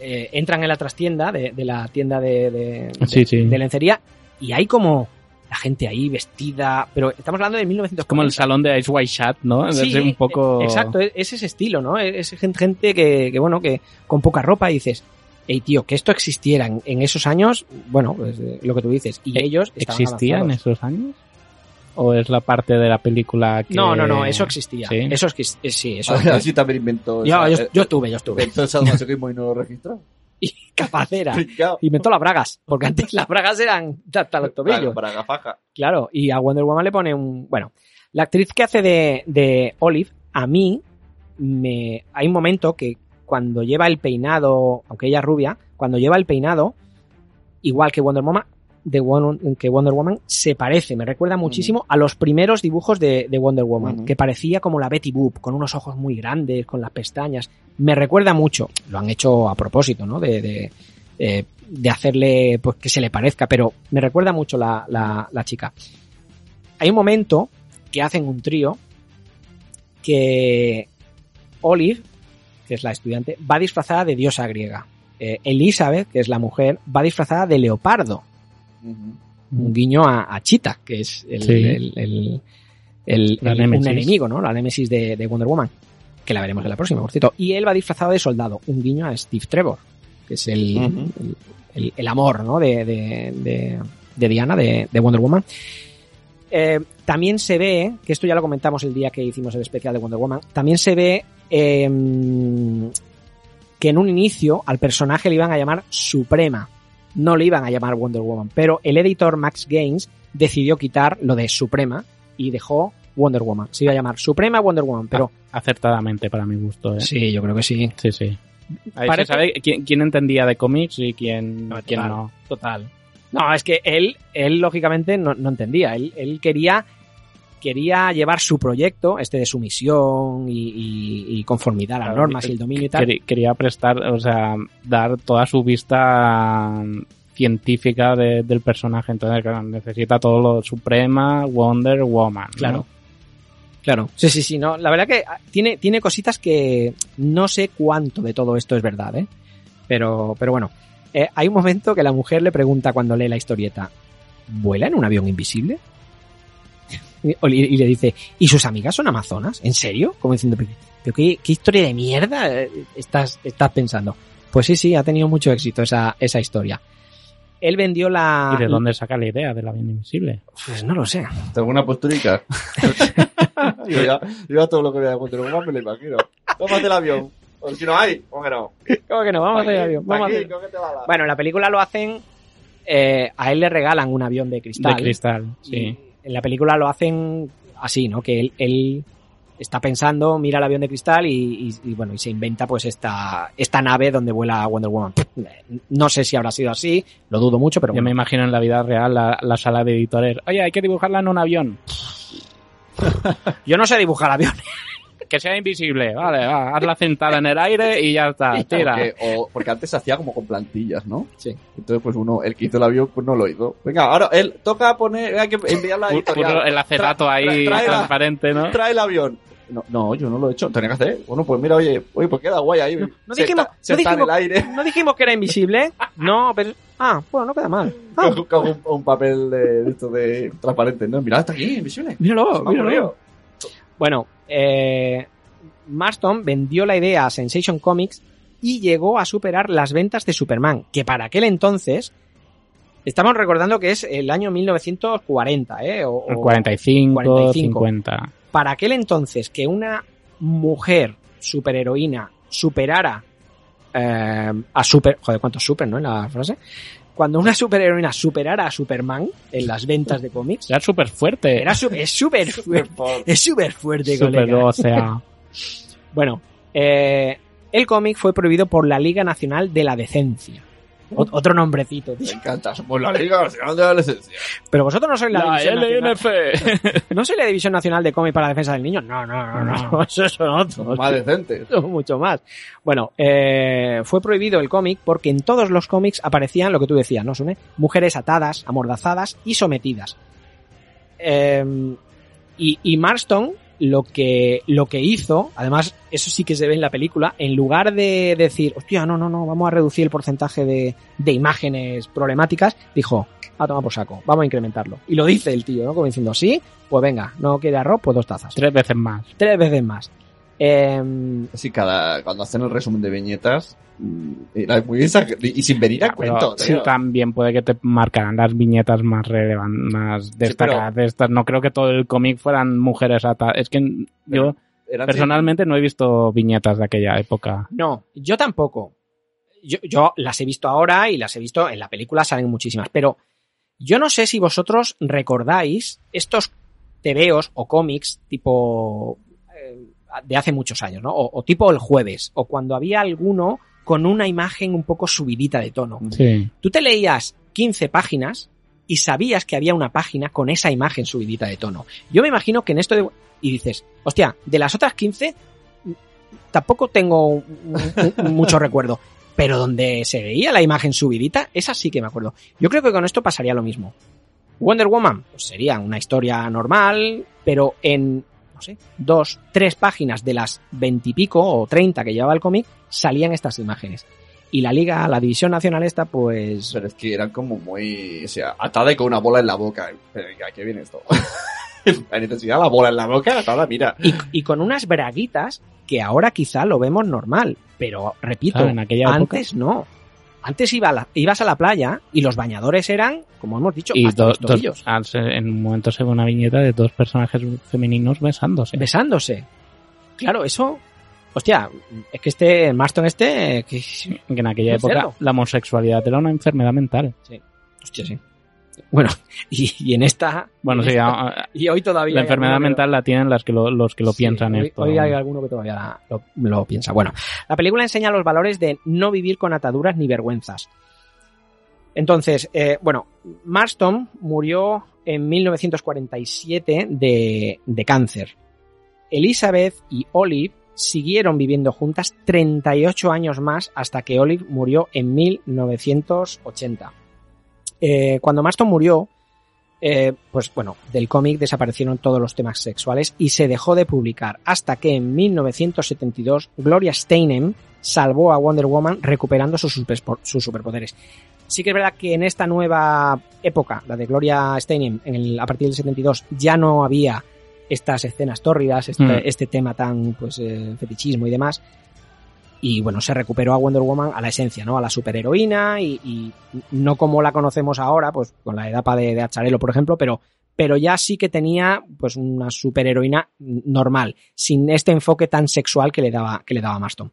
S3: eh, entran en la trastienda de, de la tienda de, de- de-
S4: *laughs* Sí, sí.
S3: de lencería y hay como la gente ahí vestida, pero estamos hablando de 1940.
S4: Como el salón de Ice White Chat, *laughs* ¿no? Es
S3: Sí,
S4: un poco...
S3: eh, Exacto, es, es ese estilo, ¿no? E-, Es, es gen- gente que, que, bueno, que con poca ropa dices, hey, tío, que esto existiera en, en esos años, bueno, pues, eh, lo que tú dices, y
S4: Eh,
S3: ellos estaban
S4: ¿Existía en
S3: avanzados.
S4: esos años? ¿O es la parte de la película que...
S3: No, no, no, eso existía.
S4: Sí.
S3: Eso es que eh,
S1: *laughs*
S3: sí, eso.
S1: Así también inventó
S3: yo, yo,
S1: esa- eh,
S3: yo estuve,
S1: *laughs*
S3: yo estuve.
S1: inventó el sadomasoquismo y no lo registró.
S3: Y
S1: *laughs*
S3: capacera.
S1: Pringao.
S3: Inventó las bragas, porque antes las bragas eran hasta los tobillos.
S1: Claro, Para gafaja.
S3: Claro, y a Wonder Woman le pone un. Bueno, la actriz que hace de, de Olive, a mí, me, hay un momento que cuando lleva el peinado, aunque ella es rubia, cuando lleva el peinado, igual que Wonder Woman, de Won- que Wonder Woman se parece, me recuerda muchísimo a los primeros dibujos de, de Wonder Woman,
S1: Ujú.
S3: que parecía como la Betty Boop, con unos ojos muy grandes, con las pestañas. Me recuerda mucho, lo han hecho a propósito, ¿no? De, de, eh, de hacerle pues, que se le parezca, pero me recuerda mucho la, la- la chica. Hay un momento que hacen un trío que Olive, que es la estudiante, va disfrazada de diosa griega. Eh, Elizabeth, que es la mujer, va disfrazada de leopardo. Un guiño a, a Cheetah, que es el,
S4: Mm. Sí.
S3: el- el- el-
S4: La
S3: el-
S4: némesis.
S3: un enemigo, ¿no? La némesis de, de Wonder Woman, que la veremos en la próxima, por cierto. Y él va disfrazado de soldado. Un guiño a Steve Trevor, que es el,
S1: Ujú.
S3: el- el- el amor, ¿no? De, de- de- de Diana, de, de Wonder Woman. Eh, también se ve, que esto ya lo comentamos el día que hicimos el especial de Wonder Woman, también se ve eh, que en un inicio al personaje le iban a llamar Suprema, no le iban a llamar Wonder Woman, pero el editor Max Gaines decidió quitar lo de Suprema y dejó Wonder Woman. Se iba a llamar Suprema Wonder Woman, pero
S4: Acertadamente para mi gusto, ¿eh?
S3: sí, yo creo que sí.
S4: Sí, sí. Ahí
S3: Parece-
S4: se sabe quién, quién entendía de cómics y quién
S3: No,
S4: no.
S3: total.
S4: Quién no.
S3: Total. No, es que él, él lógicamente no, no entendía. Él, él quería, quería llevar su proyecto, este de sumisión y, y- y conformidad a las
S4: Claro,
S3: normas
S4: eh,
S3: y el dominio y tal.
S4: Queri- Quería prestar, o sea, dar toda su vista mm, científica de- del personaje. Entonces, claro, necesita todo lo Suprema, Wonder Woman. ¿no?
S3: Claro. Claro. Sí, sí, sí. No, la verdad que ah, tiene, tiene cositas que no sé cuánto de todo esto es verdad, ¿eh? Pero, pero bueno. Eh, hay un momento que la mujer le pregunta cuando lee la historieta: ¿vuela en un avión invisible? *laughs* Y, y le dice: ¿Y sus amigas son amazonas? ¿En serio? Como diciendo, pero pero qué, qué historia de mierda eh, estás, estás pensando. Pues sí, sí, ha tenido mucho éxito esa, esa historia. Él vendió la.
S4: ¿Y de dónde saca la idea del avión invisible?
S3: Pues no lo sé.
S1: Tengo una posturica. *laughs* yo, ya, yo ya todo lo que voy a encontrar Woman me lo imagino. Tómate el avión. O si no hay, ¿cómo que no?
S3: ¿Cómo que no? Vamos a hacer el
S1: Aquí,
S3: avión. Vamos
S1: aquí,
S3: a hacer-
S1: cógete la ala.
S3: Bueno, en la película lo hacen. eh, a él le regalan un avión de cristal.
S4: De cristal, sí.
S3: Y En la película lo hacen así, ¿no? Que él, él está pensando, mira el avión de cristal y, y- y, bueno, y se inventa pues esta, esta nave donde vuela Wonder Woman. No sé si habrá sido así, lo dudo mucho, pero
S4: Yo me
S3: bueno.
S4: imagino en la vida real la, la sala de editores. Oye, hay que dibujarla en un avión.
S3: Yo no sé dibujar aviones. *laughs*
S4: Que sea invisible. Vale, va, hazla sentada en el aire y
S3: *laughs*
S4: ya está. Tira.
S1: Porque, Ah, o- porque antes se hacía como con plantillas, ¿no?
S3: Sí.
S1: Entonces, pues uno, el que hizo el avión, pues no lo hizo. Venga, ahora él toca poner, hay que enviar la
S4: Pu-
S1: editorial.
S4: puso el acetato
S1: Tra-
S4: ahí
S1: tra- trae la-
S4: transparente, Este, ¿no?
S1: Trae el avión. No, no, yo no lo he hecho. Tenía que hacer. Bueno, pues mira, oye, oye, pues queda guay ahí. No,
S3: no dijimos-
S1: se
S3: no
S1: está
S3: dijimos-
S1: en el aire.
S3: ¿No dijimos que era invisible? No, pero... Ah, bueno, no queda mal. *laughs* Ah,
S1: Coge- coge un, un papel de, de esto de transparente, ¿no? Mira, está aquí, invisible.
S3: míralo,
S1: Se me ha
S3: míralo.
S1: ocurrido. *laughs*
S3: Bueno, eh, Marston vendió la idea a Sensation Comics y llegó a superar las ventas de Superman, que para aquel entonces, estamos recordando que es el año 1940, ¿eh? O, o-
S4: 45,
S3: 45.
S4: 50.
S3: Para aquel entonces que una mujer superheroína superara eh, a super, joder, cuántos super, ¿no? En la frase. Cuando una superheroína superara a Superman en las ventas de cómics,
S4: Era súper fuerte.
S3: era su- es súper
S1: Pues,
S3: fuerte, es súper fuerte,
S4: súper,
S3: colega.
S4: o sea,
S3: Bueno, eh, el cómic fue prohibido por la Liga Nacional de la Decencia. Ot- otro nombrecito,
S1: Me
S3: tío.
S1: encanta, somos la Liga Nacional de la Adolescencia.
S3: Pero vosotros no sois *laughs* la,
S4: la
S3: División Nacional.
S4: LNF.
S3: No sois la División Nacional de Cómic para la Defensa del Niño. No, no, no, no. *laughs* Eso son otros.
S1: Más decentes.
S3: mucho, *laughs* mucho más. Bueno, eh, fue prohibido el cómic porque en todos los cómics aparecían lo que tú decías, ¿no, Sune? Mujeres atadas, amordazadas y sometidas. Eh, y, y Marston lo que, lo que hizo, además, eso sí que se ve en la película, en lugar de decir, hostia, no, no, no, vamos a reducir el porcentaje de, de imágenes problemáticas, dijo, a tomar por saco, vamos a incrementarlo. Y lo dice el tío, ¿no? Como diciendo, sí, pues venga, no quiere arroz, pues dos tazas.
S4: Tres veces más.
S3: Tres veces más. Eh,
S1: Así cada, cuando hacen el resumen de viñetas, mm, era muy exager- y sin venir a
S4: Ah, Pero
S1: cuento.
S4: sí,
S1: tío.
S4: también puede que te marcaran las viñetas más relevantes, más destacadas de estas. No creo que todo el cómic fueran mujeres atadas. Es que yo
S1: Eran
S4: personalmente no he visto viñetas de aquella época.
S3: No, yo tampoco. Yo, yo las he visto ahora y las he visto en la película, salen muchísimas. Pero yo no sé si vosotros recordáis estos tebeos o cómics tipo eh, de hace muchos años, ¿no? O, o tipo el jueves, o cuando había alguno con una imagen un poco subidita de tono.
S4: Sí.
S3: Tú te leías 15 páginas y sabías que había una página con esa imagen subidita de tono. Yo me imagino que en esto de... Y dices, hostia, de las otras 15 mm, tampoco tengo un- un- un- mucho recuerdo. Pero donde se veía la imagen subidita, esa sí que me acuerdo. Yo creo que con esto pasaría lo mismo. Wonder Woman pues sería una historia normal, pero en, no sé, dos, tres páginas de las veintipico o treinta que llevaba el cómic, salían estas imágenes. Y la liga, la división nacional esta, pues...
S1: Pero es que eran como muy. O sea, atada y con una bola en la boca. Pero, ¿A qué viene esto? *laughs* la necesidad de la bola en la boca, atada, mira.
S3: Y, y con unas braguitas que ahora quizá lo vemos normal, pero repito,
S4: Claro, en aquella época.
S3: antes no. Antes iba a la- ibas a la playa y los bañadores eran, como hemos dicho,
S4: Y
S3: hasta
S4: do-
S3: los
S4: dos-
S3: tobillos.
S4: al ser- en un momento se ve una viñeta de dos personajes femeninos besándose.
S3: besándose. Claro, eso. Hostia, es que este Marston este. eh, Que,
S4: Que en aquella
S3: Un
S4: época
S3: cerdo.
S4: la homosexualidad era una enfermedad mental.
S3: hostia, sí. Bueno, *laughs* y, y en esta.
S4: Bueno,
S3: en
S4: sí,
S3: esta-
S4: a- a-
S3: Y hoy todavía.
S4: la
S3: hay
S4: enfermedad
S3: alguno que
S4: mental la tienen las que lo- los que lo
S3: Sí,
S4: piensan
S3: hoy,
S4: esto.
S3: hoy hay alguno que todavía la- lo, lo piensa. Bueno, la película enseña los valores de no vivir con ataduras ni vergüenzas. Entonces, eh, bueno, Marston murió en 1947 de, de cáncer. Elizabeth y Olive siguieron viviendo juntas 38 años más hasta que Olive murió en 1980. Eh, cuando Marston murió, eh, pues bueno, del cómic desaparecieron todos los temas sexuales y se dejó de publicar hasta que en 1972 Gloria Steinem salvó a Wonder Woman recuperando sus, superpo- sus superpoderes. Sí que es verdad que en esta nueva época, la de Gloria Steinem, en el- a partir del 72, ya no había estas escenas tórridas, este,
S4: Mm.
S3: este tema tan pues eh, fetichismo y demás. Y bueno, se recuperó a Wonder Woman a la esencia, ¿no? A la superheroína y, y no como la conocemos ahora, pues con la etapa de, de Acharelo, por ejemplo, pero, pero ya sí que tenía pues una superheroína normal, sin este enfoque tan sexual que le daba, que le daba Marston.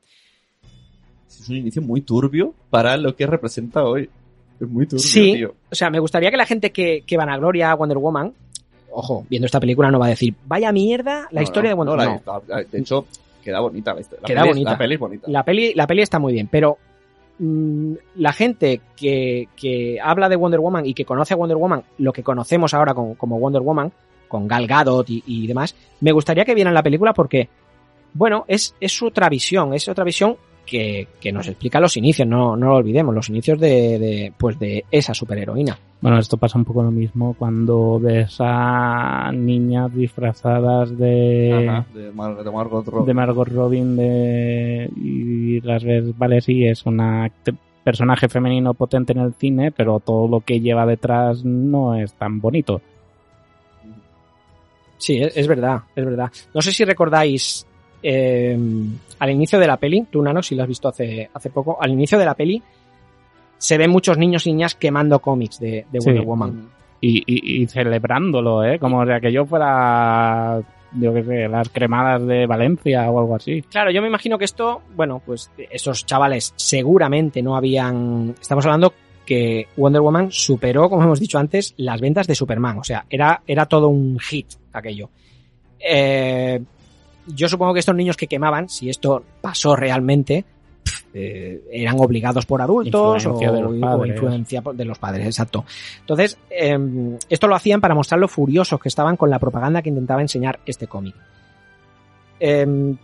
S1: Es un inicio muy turbio para lo que representa hoy. Es muy turbio,
S3: Sí.
S1: tío.
S3: O sea, me gustaría que la gente que, que vanagloria a Wonder Woman, ojo, viendo esta película no va a decir, vaya mierda la
S1: No,
S3: historia
S1: no,
S3: de Wonder
S1: no,
S3: Woman.
S1: la- la- de hecho, queda bonita la historia. La
S3: Queda
S1: peli es-
S3: bonita.
S1: La peli es bonita.
S3: la peli, la peli está muy bien, pero mm, la gente que, que habla de Wonder Woman y que conoce a Wonder Woman, lo que conocemos ahora con- como Wonder Woman, con Gal Gadot y, y demás, me gustaría que vieran la película porque, bueno, es, es otra visión, es otra visión que, que nos explica los inicios, no, no lo olvidemos, los inicios de, de, pues de esa superheroína.
S4: Bueno, esto pasa un poco lo mismo cuando ves a niñas disfrazadas de,
S1: Ajá, de, Mar- de Margot Robbie.
S4: de Margot Robin de, y las ves, vale, sí, es una act- personaje femenino potente en el cine, pero todo lo que lleva detrás no es tan bonito.
S3: Sí, es, es verdad, es verdad. No sé si recordáis eh, al inicio de la peli, tú Nano, si lo has visto hace, hace poco, al inicio de la peli se ven muchos niños y niñas quemando cómics de, de Wonder
S1: Mm,
S4: Sí.
S3: Woman.
S4: Y, y- y celebrándolo, ¿eh? Como o sea, que yo fuera yo qué sé, las cremadas de Valencia o algo así.
S3: Claro, yo me imagino que esto, bueno, pues esos chavales seguramente no habían. Estamos hablando que Wonder Woman superó, como hemos dicho antes, las ventas de Superman. O sea, era, era todo un hit aquello. Eh, yo supongo que estos niños que quemaban, si esto pasó realmente, eh, eran obligados por adultos
S4: Influencia
S3: o,
S4: de los padres.
S3: o influencia por- de los padres, exacto. Entonces, eh, esto lo hacían para mostrar lo furiosos que estaban con la propaganda que intentaba enseñar este cómic. Eh,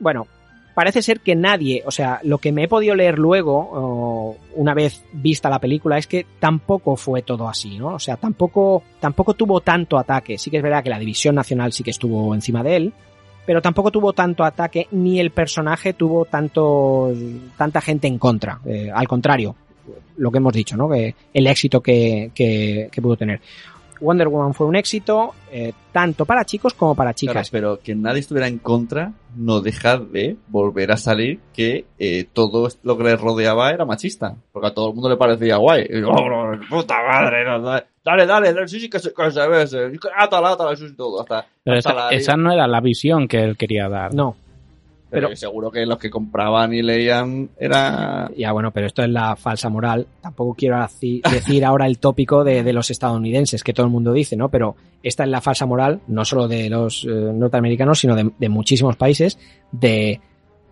S3: bueno, parece ser que nadie, o sea, lo que me he podido leer luego, o una vez vista la película, es que tampoco fue todo así, ¿no? O sea, tampoco, tampoco tuvo tanto ataque. Sí que es verdad que la División Nacional sí que estuvo encima de él, pero tampoco tuvo tanto ataque ni el personaje tuvo tanto tanta gente en contra. Eh, al contrario, lo que hemos dicho, ¿no? Que el éxito que, que- que pudo tener. Wonder Woman fue un éxito eh, tanto para chicos como para
S1: Claro,
S3: chicas.
S1: pero que nadie estuviera en contra no deja de volver a salir que eh, todo lo que le rodeaba era machista. Porque a todo el mundo le parecía guay. Y, "Oh, puta madre, no, dale, dale, dale, sí, sí, que se, que se bese. Átala, átala, sí, sí, todo. Hasta,
S4: Pero
S1: hasta
S4: esa,
S1: la-
S4: esa no era la visión que él quería dar.
S3: No,
S1: Pero
S3: pero-
S1: seguro que los que compraban y leían era...
S3: ya bueno, pero esto es la falsa moral. Tampoco quiero así- decir ahora el tópico de, de los estadounidenses, que todo el mundo dice, ¿no? Pero esta es la falsa moral, no solo de los eh, norteamericanos, sino de, de muchísimos países, de,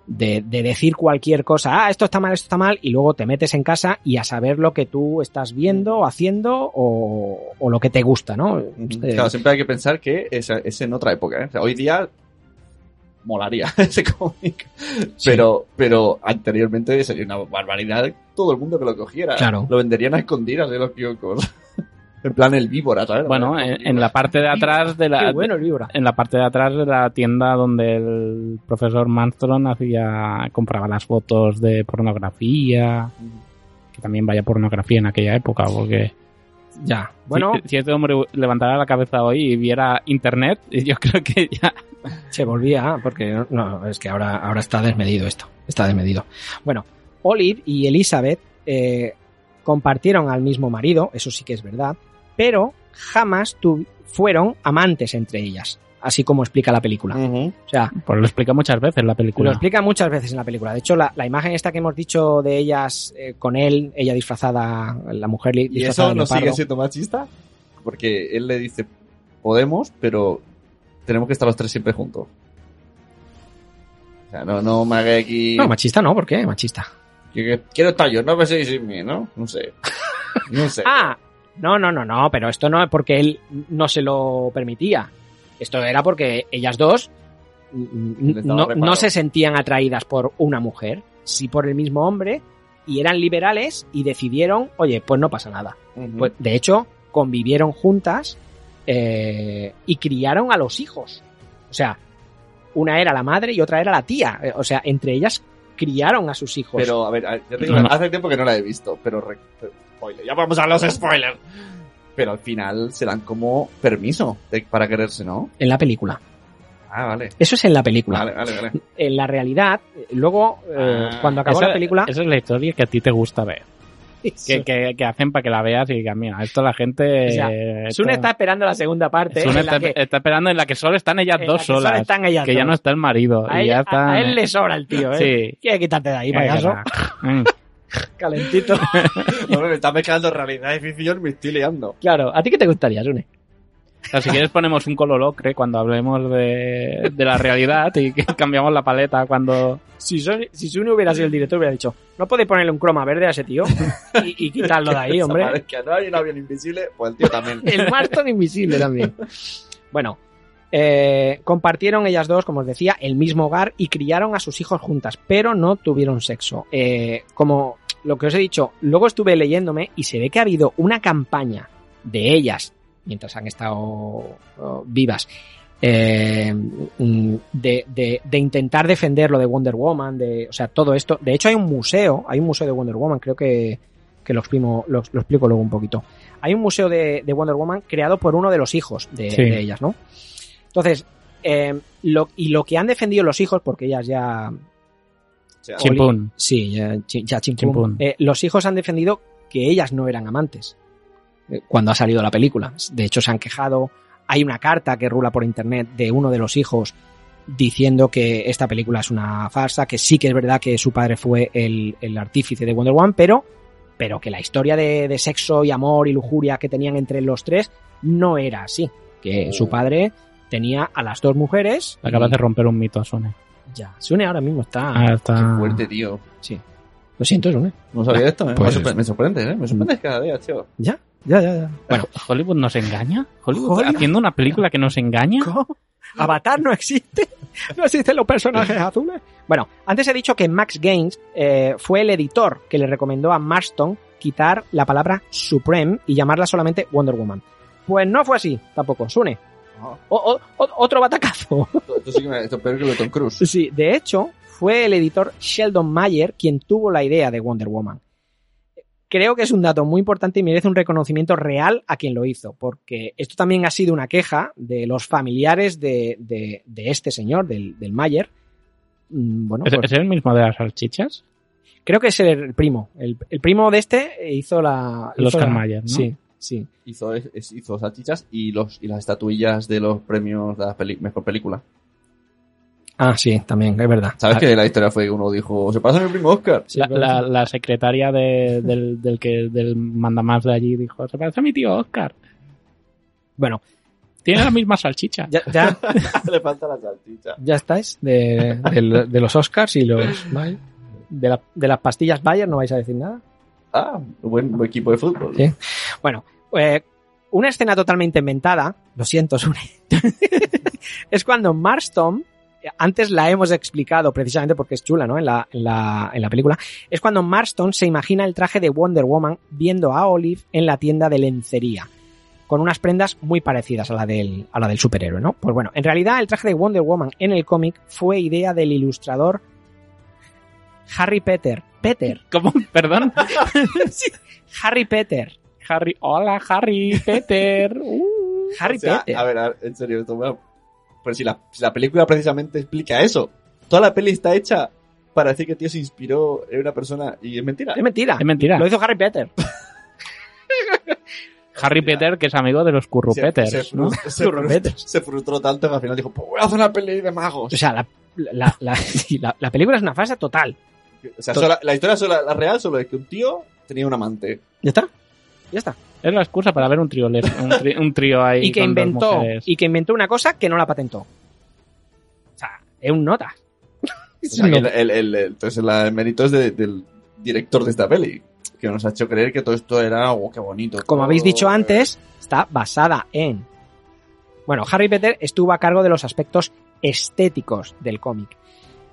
S3: de, de decir cualquier cosa, ah, esto está mal, esto está mal, y luego te metes en casa y a saber lo que tú estás viendo, haciendo o, o lo que te gusta, ¿no? Eh,
S1: Claro, siempre hay que pensar que es, es en otra época. ¿eh? O sea, hoy día molaría *laughs* ese cómic. Pero, pero anteriormente sería una barbaridad todo el mundo que lo cogiera.
S3: Claro.
S1: Lo venderían a escondidas de los kioscos. *laughs* en plan el víbora, ¿sabes?
S4: Bueno, en, en la parte de atrás de la
S3: Eh, qué bueno el Vibra.
S4: en la parte de atrás de la tienda donde el profesor Manstron hacía compraba las fotos de pornografía, que también vaya pornografía en aquella época, porque
S3: Ya. Bueno,
S4: si, si este hombre levantara la cabeza hoy y viera internet, *laughs* yo creo que ya
S3: se volvía, porque no, no, es que ahora, ahora está desmedido esto, está desmedido. Bueno, Olive y Elizabeth eh, compartieron al mismo marido, eso sí que es verdad, pero jamás tu- fueron amantes entre ellas, así como explica la película.
S1: Mm.
S3: O sea,
S4: pues lo explica muchas veces la
S3: lo
S4: película.
S3: explica muchas veces en la película. De hecho, la, la imagen esta que hemos dicho de ellas eh, con él, ella disfrazada, la mujer li-
S1: ¿Y
S3: disfrazada
S1: eso
S3: de
S1: no sigue
S3: leopardo.
S1: siendo machista? Porque él le dice, podemos, pero tenemos que estar los tres siempre juntos. O sea, no, no me haga aquí...
S3: No, machista no, ¿por qué? Machista.
S1: Yo que- quiero estar yo, no Pues me seguís sin mí, ¿no? No sé. No *laughs* sé.
S3: Ah, no, no, no, no, pero esto no es porque él no se lo permitía. Esto era porque ellas dos mm,
S1: Les daba
S3: no,
S1: reparo.
S3: no se sentían atraídas por una mujer, sí por el mismo hombre, y eran liberales y decidieron, oye, pues no pasa nada.
S1: Ujú.
S3: Pues, de hecho, convivieron juntas eh, y criaron a los hijos. O sea, una era la madre y otra era la tía. Eh, O sea, entre ellas criaron a sus hijos.
S1: Pero, a ver, a- ya te digo,
S4: No.
S1: hace tiempo que Pues no la he visto, pero... re- spoiler, ya vamos a los spoilers. Pero al final se dan como permiso de- para quererse, ¿no?
S3: en la película.
S1: Ah, vale.
S3: Eso es en la película.
S1: Vale, vale, vale.
S3: en la realidad, eh, luego, eh,
S1: Ah,
S3: cuando acabó
S4: Esa-
S3: la película,
S4: Esa es la historia que a ti te gusta ver. Que,
S3: *laughs* Sune
S4: que- que hacen para que la veas y digas, mira, esto la gente...
S3: O sea,
S4: eh,
S3: está esperando la segunda parte.
S4: Sune
S3: en la
S4: está-
S3: que-
S4: está esperando en la que solo están ellas
S3: en la
S4: dos
S3: que solo
S4: solas.
S3: están ellas
S4: que ya
S3: dos.
S4: no está el marido.
S3: a,
S4: y
S3: él,
S4: ya
S3: a-
S4: están...
S3: a él le sobra el tío, ¿eh?
S4: Sí.
S3: Quiere quitarte de ahí, payaso.
S4: Mm. *laughs*
S3: Calentito.
S1: Hombre, me está mezclando realidad y ficción, me estoy liando.
S3: claro, ¿a ti qué te gustaría, Sune?
S4: O sea, si quieres ponemos un cololocre cuando hablemos de, de la realidad y que *laughs* cambiamos la paleta cuando...
S3: Si, Sune- si Sune hubiera sido el director, hubiera dicho: No podéis ponerle un croma verde a ese tío y, y quitarlo de
S4: *laughs*
S3: ahí, hombre.
S1: Que no hay un avión invisible, pues el tío también.
S3: *laughs* El Marston invisible también. Bueno, eh, compartieron ellas dos, como os decía, el mismo hogar y criaron a sus hijos juntas, pero no tuvieron sexo. Eh, como lo que os he dicho, luego estuve leyéndome y se ve que ha habido una campaña de ellas, mientras han estado oh, vivas, eh, mm, de, de- de intentar defender lo de Wonder Woman, de, o sea, todo esto. De hecho, hay un museo, hay un museo de Wonder Woman, creo que, que lo, exprimo- lo- lo explico luego un poquito. Hay un museo de, de Wonder Woman creado por uno de los hijos de,
S4: Sí.
S3: de ellas, ¿no? Entonces, eh, lo- y lo que han defendido los hijos, porque ellas ya
S1: O sea,
S3: Chim-
S4: Chimpún.
S3: Sí, ya, chi- ya chimpún.
S4: Chimpún.
S3: Eh, los hijos han defendido que ellas no eran amantes eh, cuando ha salido la película. De hecho, se han quejado, Hay una carta que rula por internet de uno de los hijos diciendo que esta película es una farsa, que sí que es verdad que su padre fue el, el artífice de Wonder Woman, pero, pero que la historia de, de sexo y amor y lujuria que tenían entre los tres no era así. Que su padre tenía a las dos mujeres.
S4: Acabas de romper un mito a Sune.
S3: Ya, Sune ahora mismo está...
S4: Ah, está...
S1: Qué fuerte, tío.
S3: Sí. Lo siento, Sune.
S1: No sabía esto, ¿eh?
S9: Pues-
S1: me, sorpre- me sorprende, ¿eh? Me sorprende cada día, tío.
S3: Ya, ya, ya. ya.
S4: Bueno, Hollywood nos engaña. Hollywood,
S3: Hollywood.
S4: haciendo una película que nos engaña.
S3: ¿Cómo? ¿Avatar no existe? *laughs* ¿No existen los personajes azules? Bueno, antes he dicho que Max Gaines eh, fue el editor que le recomendó a Marston quitar la palabra Supreme y llamarla solamente Wonder Woman. Pues no fue así, tampoco. Sune.
S1: Ah.
S3: O- o- o- otro batacazo.
S1: Esto, esto sí que me- esto es peor que lo de Tom Cruise.
S3: Sí, de hecho, fue el editor Sheldon Mayer quien tuvo la idea de Wonder Woman. Creo que es un dato muy importante y merece un reconocimiento real a quien lo hizo, porque esto también ha sido una queja de los familiares de, de- de este señor, del, del Mayer. Mm, Bueno,
S4: ¿Es,
S3: pues,
S4: es el mismo de las salchichas?
S3: creo que es el primo. El, el primo de este hizo la.
S4: El
S3: hizo
S4: Oscar
S3: la-
S4: Mayer, ¿no?
S3: Sí, sí.
S1: Hizo, es- hizo salchichas y, los, y las estatuillas de los premios de la peli- mejor película.
S3: Ah, sí, también, es verdad. Ah,
S1: ¿Sabes Ah, que la historia fue que uno dijo, se pasa mi primo Oscar?
S3: Sí,
S4: la,
S3: es verdad.
S4: la- la secretaria de- del, del que del mandamás de allí dijo, se parece a mi tío Oscar.
S3: Bueno,
S4: Tiene la misma salchicha.
S3: *laughs* ya, ya,
S1: *laughs* Le falta la salchicha.
S3: ya estáis de, del- de los Oscars y los ¿vale? de, la- de las pastillas Bayer no vais a decir nada
S1: Ah, buen, buen equipo de fútbol.
S3: Sí. bueno eh, una escena totalmente inventada lo siento Sune *laughs* es cuando Marston eh, antes la hemos explicado precisamente porque es chula ¿no? en, la, en, la, en la película es cuando Marston se imagina el traje de Wonder Woman viendo a Olive en la tienda de lencería con unas prendas muy parecidas a la, del, a la del superhéroe, ¿no? Pues bueno, en realidad el traje de Wonder Woman en el cómic fue idea del ilustrador Harry Peter. Peter.
S4: ¿Cómo? *laughs* Perdón.
S3: Harry Peter.
S4: Harry, hola Harry,
S3: *laughs*
S4: Peter. Uh.
S3: Harry
S1: O sea,
S3: Peter.
S1: a ver, a ver, en serio, esto me- pero si la, si la película precisamente explica eso. Toda la peli está hecha para decir que el tío se inspiró en una persona y es mentira.
S3: Es mentira.
S4: Es mentira.
S3: Lo hizo Harry Peter.
S4: Harry Peter, que es amigo de los
S1: Se-
S4: currupeters.
S1: se,
S4: ¿no?
S1: fru- *laughs* se frustró, se frustró tanto que al final dijo, pues voy a hacer una peli de *laughs* magos.
S3: O sea, la, la- la- *laughs* sí, la- la película es una farsa total.
S1: O sea, solo- la historia solo, la real solo es que un tío tenía un amante.
S3: ¿Ya está? Ya está.
S4: Es la excusa para ver un trío, les- un tri- un trío ahí.
S3: Y que,
S4: con dos
S3: inventó,
S4: mujeres.
S3: y que inventó una cosa que no la patentó. O sea, es un nota.
S1: O sea, que el, el- el- el- entonces la- el mérito es de- del director de esta peli, que nos ha hecho creer que todo esto era, oh, qué bonito.
S3: Como
S1: todo,
S3: habéis dicho
S1: eh,
S3: antes, está basada en... Bueno, Harry Potter estuvo a cargo de los aspectos estéticos del cómic.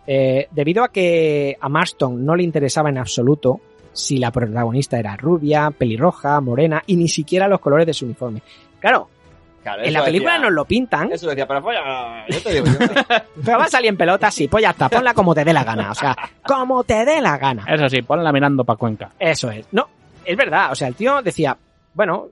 S3: Eh, debido a que a Marston no le interesaba en absoluto si la protagonista era rubia, pelirroja, morena y ni siquiera los colores de su uniforme. Claro,
S1: Claro,
S3: en
S1: eso
S3: la película
S1: decía-
S3: nos lo pintan,
S1: Eso decía, para follar, yo te digo
S3: *laughs*
S1: yo.
S3: pero va a salir en pelotas y pues ya está, ponla como te dé la gana, o sea, como te dé la gana.
S4: Eso sí, ponla mirando pa' Cuenca.
S3: Eso es. No, es verdad. O sea, el tío decía, bueno,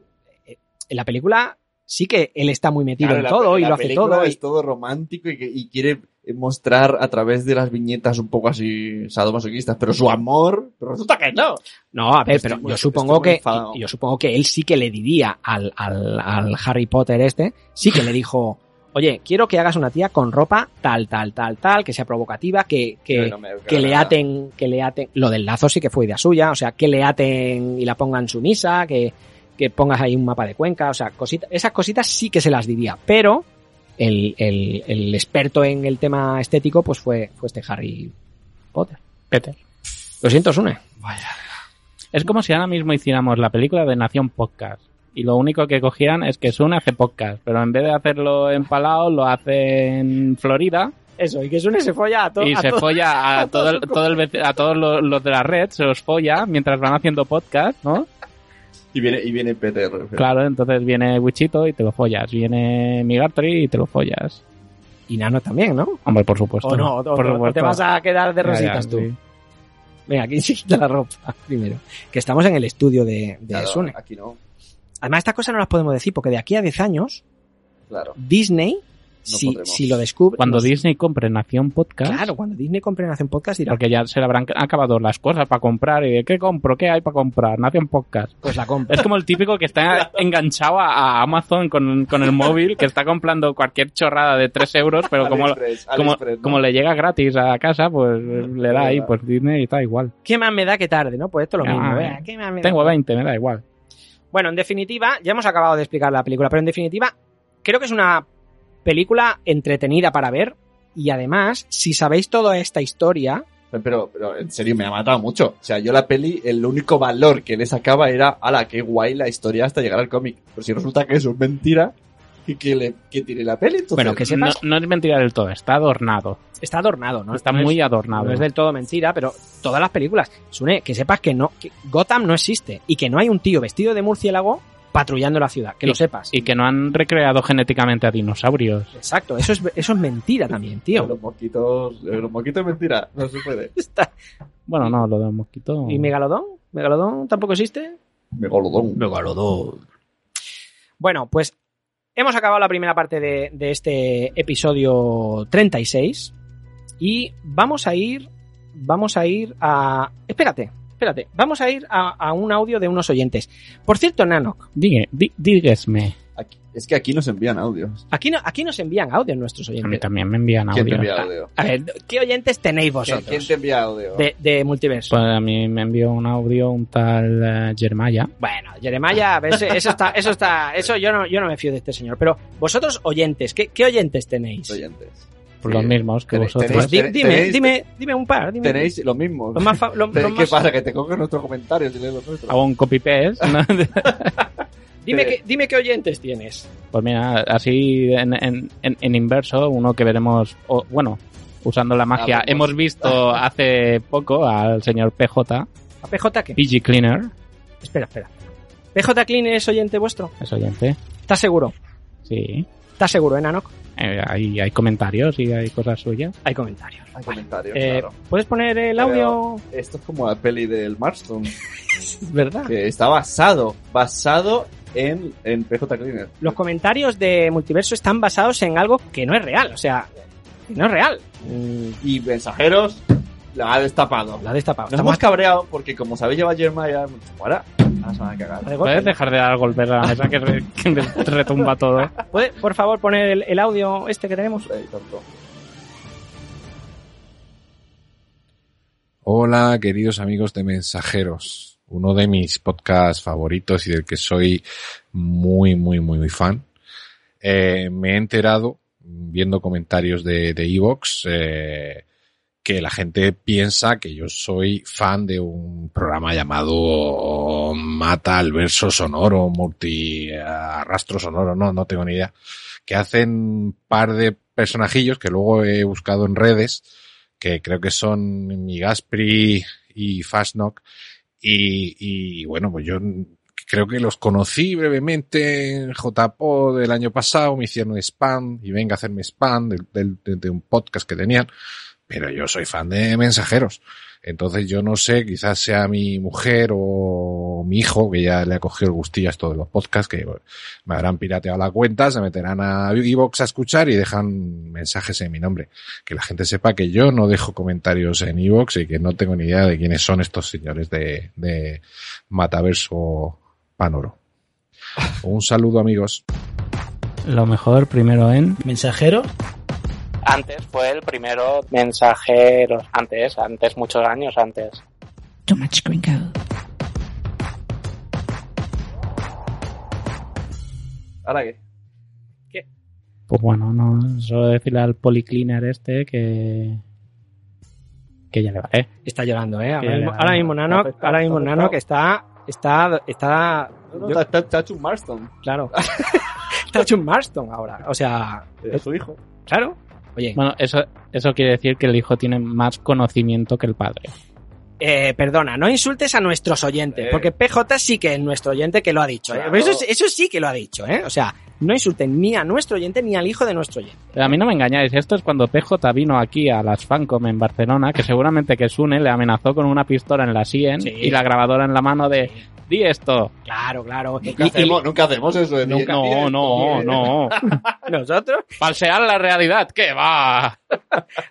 S3: eh, en la película sí que él está muy metido
S1: Claro,
S3: en
S1: la-
S3: todo y
S1: la
S3: lo hace
S1: película
S3: todo. y-
S1: Es todo romántico y, que- y quiere mostrar a través de las viñetas un poco así sadomasoquistas, pero su amor, pero resulta que no.
S3: No, a ver,
S1: Estoy
S3: pero
S1: muy-
S3: yo
S1: estoy
S3: supongo
S1: muy
S3: que
S1: enfadado.
S3: yo supongo que él sí que le diría al, al- al Harry Potter este, sí que le dijo, oye, quiero que hagas una tía con ropa tal, tal, tal, tal, que sea provocativa, que, que,
S1: Pero no me-
S3: que le
S1: nada.
S3: aten, que le aten, lo del lazo sí que fue idea suya, o sea, que le aten y la pongan sumisa, que, que pongas ahí un mapa de Cuenca, o sea, cositas, esas cositas sí que se las diría, pero el, el- el experto en el tema estético pues fue, fue este Harry Potter.
S4: Peter.
S3: Lo siento, Sune.
S4: Es como si ahora mismo hiciéramos la película de Nación Podcast. Y lo único que cogieran es que Sune hace podcast, pero en vez de hacerlo en Palau, lo hace en Florida
S3: Eso, y que Sune se folla *laughs* a,
S4: y se folla a, todo el- todo el vece- a todos los, los de la red, se los folla mientras van haciendo podcast, ¿no?
S1: Y viene, y viene Peter. Claro.
S4: Claro, entonces viene Wichito y te lo follas, viene Migartri y te lo follas.
S3: Y Nano también, ¿no?
S4: Hombre, por supuesto.
S3: O no, o-
S4: Pues por
S3: o- o
S4: supuesto.
S3: te vas a quedar de
S4: Ya, ya,
S3: rositas tú.
S4: sí.
S3: Venga, aquí se quita la ropa primero. Que estamos en el estudio de, de Sune.
S1: aquí no,
S3: Además, estas cosas no las podemos decir porque de aquí a 10 años
S1: claro.
S3: Disney si,
S1: podremos.
S3: si lo descubre.
S4: Cuando
S3: nos-
S4: Disney compre Nación Podcast,
S3: Claro, cuando Disney compre Nación Podcast dirá,
S4: porque ya se le habrán acabado las cosas para comprar y de qué compro, qué hay para comprar, Nación Podcast.
S3: pues la compra.
S4: Es como el típico que está enganchado a, a Amazon con, con el móvil, que está comprando cualquier chorrada de 3 euros, pero como,
S1: AliExpress,
S4: como,
S1: AliExpress, ¿no?
S4: como le llega gratis a casa, pues le da ahí, pues Disney está igual.
S3: ¿Qué más me da que tarde, no? Pues esto es lo
S4: Ah,
S3: mismo. ¿eh? ¿Qué más me da?
S4: Tengo 20, me da igual.
S3: Bueno, en definitiva, ya hemos acabado de explicar la película, pero en definitiva, creo que es una película entretenida para ver. Y además, si sabéis toda esta historia,
S1: Pero, pero en serio, me ha matado mucho. O sea, yo la peli, el único valor que le sacaba era, ala, qué guay la historia hasta llegar al cómic. Pero si resulta que eso es mentira, ¿y que, le, que tiene la peli? Entonces,
S3: Bueno, que se- sepas-
S4: no, no es mentira del todo, está adornado.
S3: está adornado, ¿no?
S4: está
S3: No es-
S4: muy adornado.
S3: No es del todo mentira, pero todas las películas. Sune, que sepas que no, que Gotham no existe y que no hay un tío vestido de murciélago patrullando la ciudad, que lo sepas.
S4: Y que no han recreado genéticamente a dinosaurios.
S3: Exacto, eso es, eso es mentira también, tío.
S1: Los moquitos, los moquitos es mentira, no se puede.
S3: *laughs* Está-
S4: Bueno, no, lo de un mosquito.
S3: ¿Y Megalodón? ¿Megalodón tampoco existe?
S1: Megalodón.
S3: Bueno, pues hemos acabado la primera parte de, de este episodio 36 y vamos a ir, vamos a ir a... Espérate, espérate, vamos a ir a, a un audio de unos oyentes. Por cierto, Nanok,
S4: Digue, di- díguesme.
S1: Aquí- es que aquí nos envían audios.
S3: aquí, no, aquí nos envían audios nuestros
S4: A mí
S3: oyentes.
S4: también me
S3: Ah,
S4: envían audio.
S1: ¿Quién te envía audio?
S3: A ver, ¿qué oyentes tenéis
S1: ¿Quién, quién
S3: vosotros
S1: te envía audio?
S3: de, de Multiverso?
S4: Pues a mí me envió un audio un tal eh, Jeremiah.
S3: Bueno, Jeremiah, ves, eso está, eso está, eso yo no, yo no me fío de este señor. Pero vosotros oyentes, ¿qué, qué oyentes tenéis?
S1: Pues Oyentes.
S4: Por los
S1: Sí.
S4: mismos que
S1: Tenéis-
S4: vosotros.
S3: Pues di-
S1: Tenéis-
S3: dime,
S1: tenéis-
S3: dime, dime un par, dime.
S1: Tenéis lo mismo.
S3: Los más fa- los-
S1: *laughs* ¿Qué
S3: los más- Ah,
S1: pasa? Que te cogen nuestros comentarios y lees los nuestros.
S4: Hago un copy paste.
S3: Dime,
S1: Sí.
S3: que, dime qué oyentes tienes.
S4: *laughs* Pues mira, así en, en- en- en inverso, uno que veremos, o, bueno, usando la magia,
S1: Ah, vamos.
S4: hemos visto hace poco al señor PJ,
S3: ¿A PJ qué?
S4: PG Cleaner,
S3: Espera, espera. ¿PJ Clean es oyente vuestro?
S4: es oyente,
S3: ¿Estás seguro?
S4: sí.
S3: ¿Estás seguro, eh, Nanok?
S4: Eh, hay, hay comentarios y hay cosas suyas.
S3: Hay comentarios.
S1: Hay comentarios,
S3: Eh,
S1: claro.
S3: ¿Puedes poner el audio?
S1: Esto es como la peli del Marston,
S3: Es ¿Verdad?
S1: que está basado, basado en, en PJ Cleaner.
S3: Los comentarios de Multiverso están basados en algo que no es real. O sea, que no es real. Mm,
S1: Y mensajeros la ha destapado.
S3: La ha destapado.
S1: Nos
S3: Estamos
S1: hemos cabreado porque, como sabéis, lleva Jeremiah. Ahora, ahora se van a cagar.
S3: de
S4: ¿Puedes
S3: golpe.
S4: dejar de dar golpes a la mesa que, re- que me
S10: *laughs*
S4: retumba todo?
S3: ¿Puede, por favor, poner el, el audio este que tenemos?
S1: Ey, tonto.
S6: Hola, queridos amigos de Mensajeros, uno de mis podcasts favoritos y del que soy muy, muy, muy, muy fan. Eh, me he enterado, viendo comentarios de Evox, eh, que la gente piensa que yo soy fan de un programa llamado Mata al verso sonoro, multi eh, arrastro sonoro, no, no tengo ni idea, que hacen un par de personajillos que luego he buscado en redes, que creo que son mi Gaspri y Fastnock. Y, y bueno, pues yo creo que los conocí brevemente en JPO del año pasado, me hicieron spam y venga a hacerme spam del- del- de, de un podcast que tenían, pero yo soy fan de mensajeros. Entonces yo no sé, quizás sea mi mujer o mi hijo, que ya le ha cogido el gustillo a esto de los podcasts, que me habrán pirateado la cuenta, se meterán a Evox a escuchar y dejan mensajes en mi nombre que la gente sepa que yo no dejo comentarios en iVoox y que no tengo ni idea de quiénes son estos señores de, de Mataverso Panoro. Un saludo amigos.
S4: Lo mejor primero en...
S5: Mensajero,
S10: Antes fue el primero mensajero. Antes, antes, muchos años antes.
S8: Too much gringo.
S1: ¿Ahora qué?
S4: Pues bueno, no, solo decirle al policleaner este que... Que ya le vale.
S3: Está llorando, ¿eh?
S4: Sí,
S3: Ahora mismo,
S4: le-
S3: ahora mismo
S1: Está
S3: Nano,
S1: afectado,
S3: ahora mismo
S1: está
S3: Nano que está, está, está,
S1: No, no,
S3: yo-
S1: está- está- está Chum Marston,
S3: claro, *laughs* está hecho un Marston ahora, o sea,
S1: es eh, su hijo.
S3: claro, oye,
S4: Bueno, eso, eso quiere decir que el hijo tiene más conocimiento que el padre.
S3: eh, perdona, no insultes a nuestros oyentes,
S1: Eh.
S3: porque PJ sí que es nuestro oyente que lo ha dicho, ¿eh?
S1: Claro.
S3: eso, sí- eso sí que lo ha dicho, ¿eh? o sea, no insulten ni a nuestro oyente ni al hijo de nuestro oyente,
S4: Pero a mí no me engañáis, esto es cuando PJ vino aquí a las Fancom en Barcelona, que seguramente que Sune le amenazó con una pistola en la sien
S3: Sí.
S4: y la grabadora en la mano de di esto.
S3: Claro, claro.
S1: Nunca, hacemos, nunca hacemos eso. de
S4: Nunca-
S1: "Mira, mira".
S4: no, no, no.
S3: Nosotros,
S4: Falsear la realidad, que va.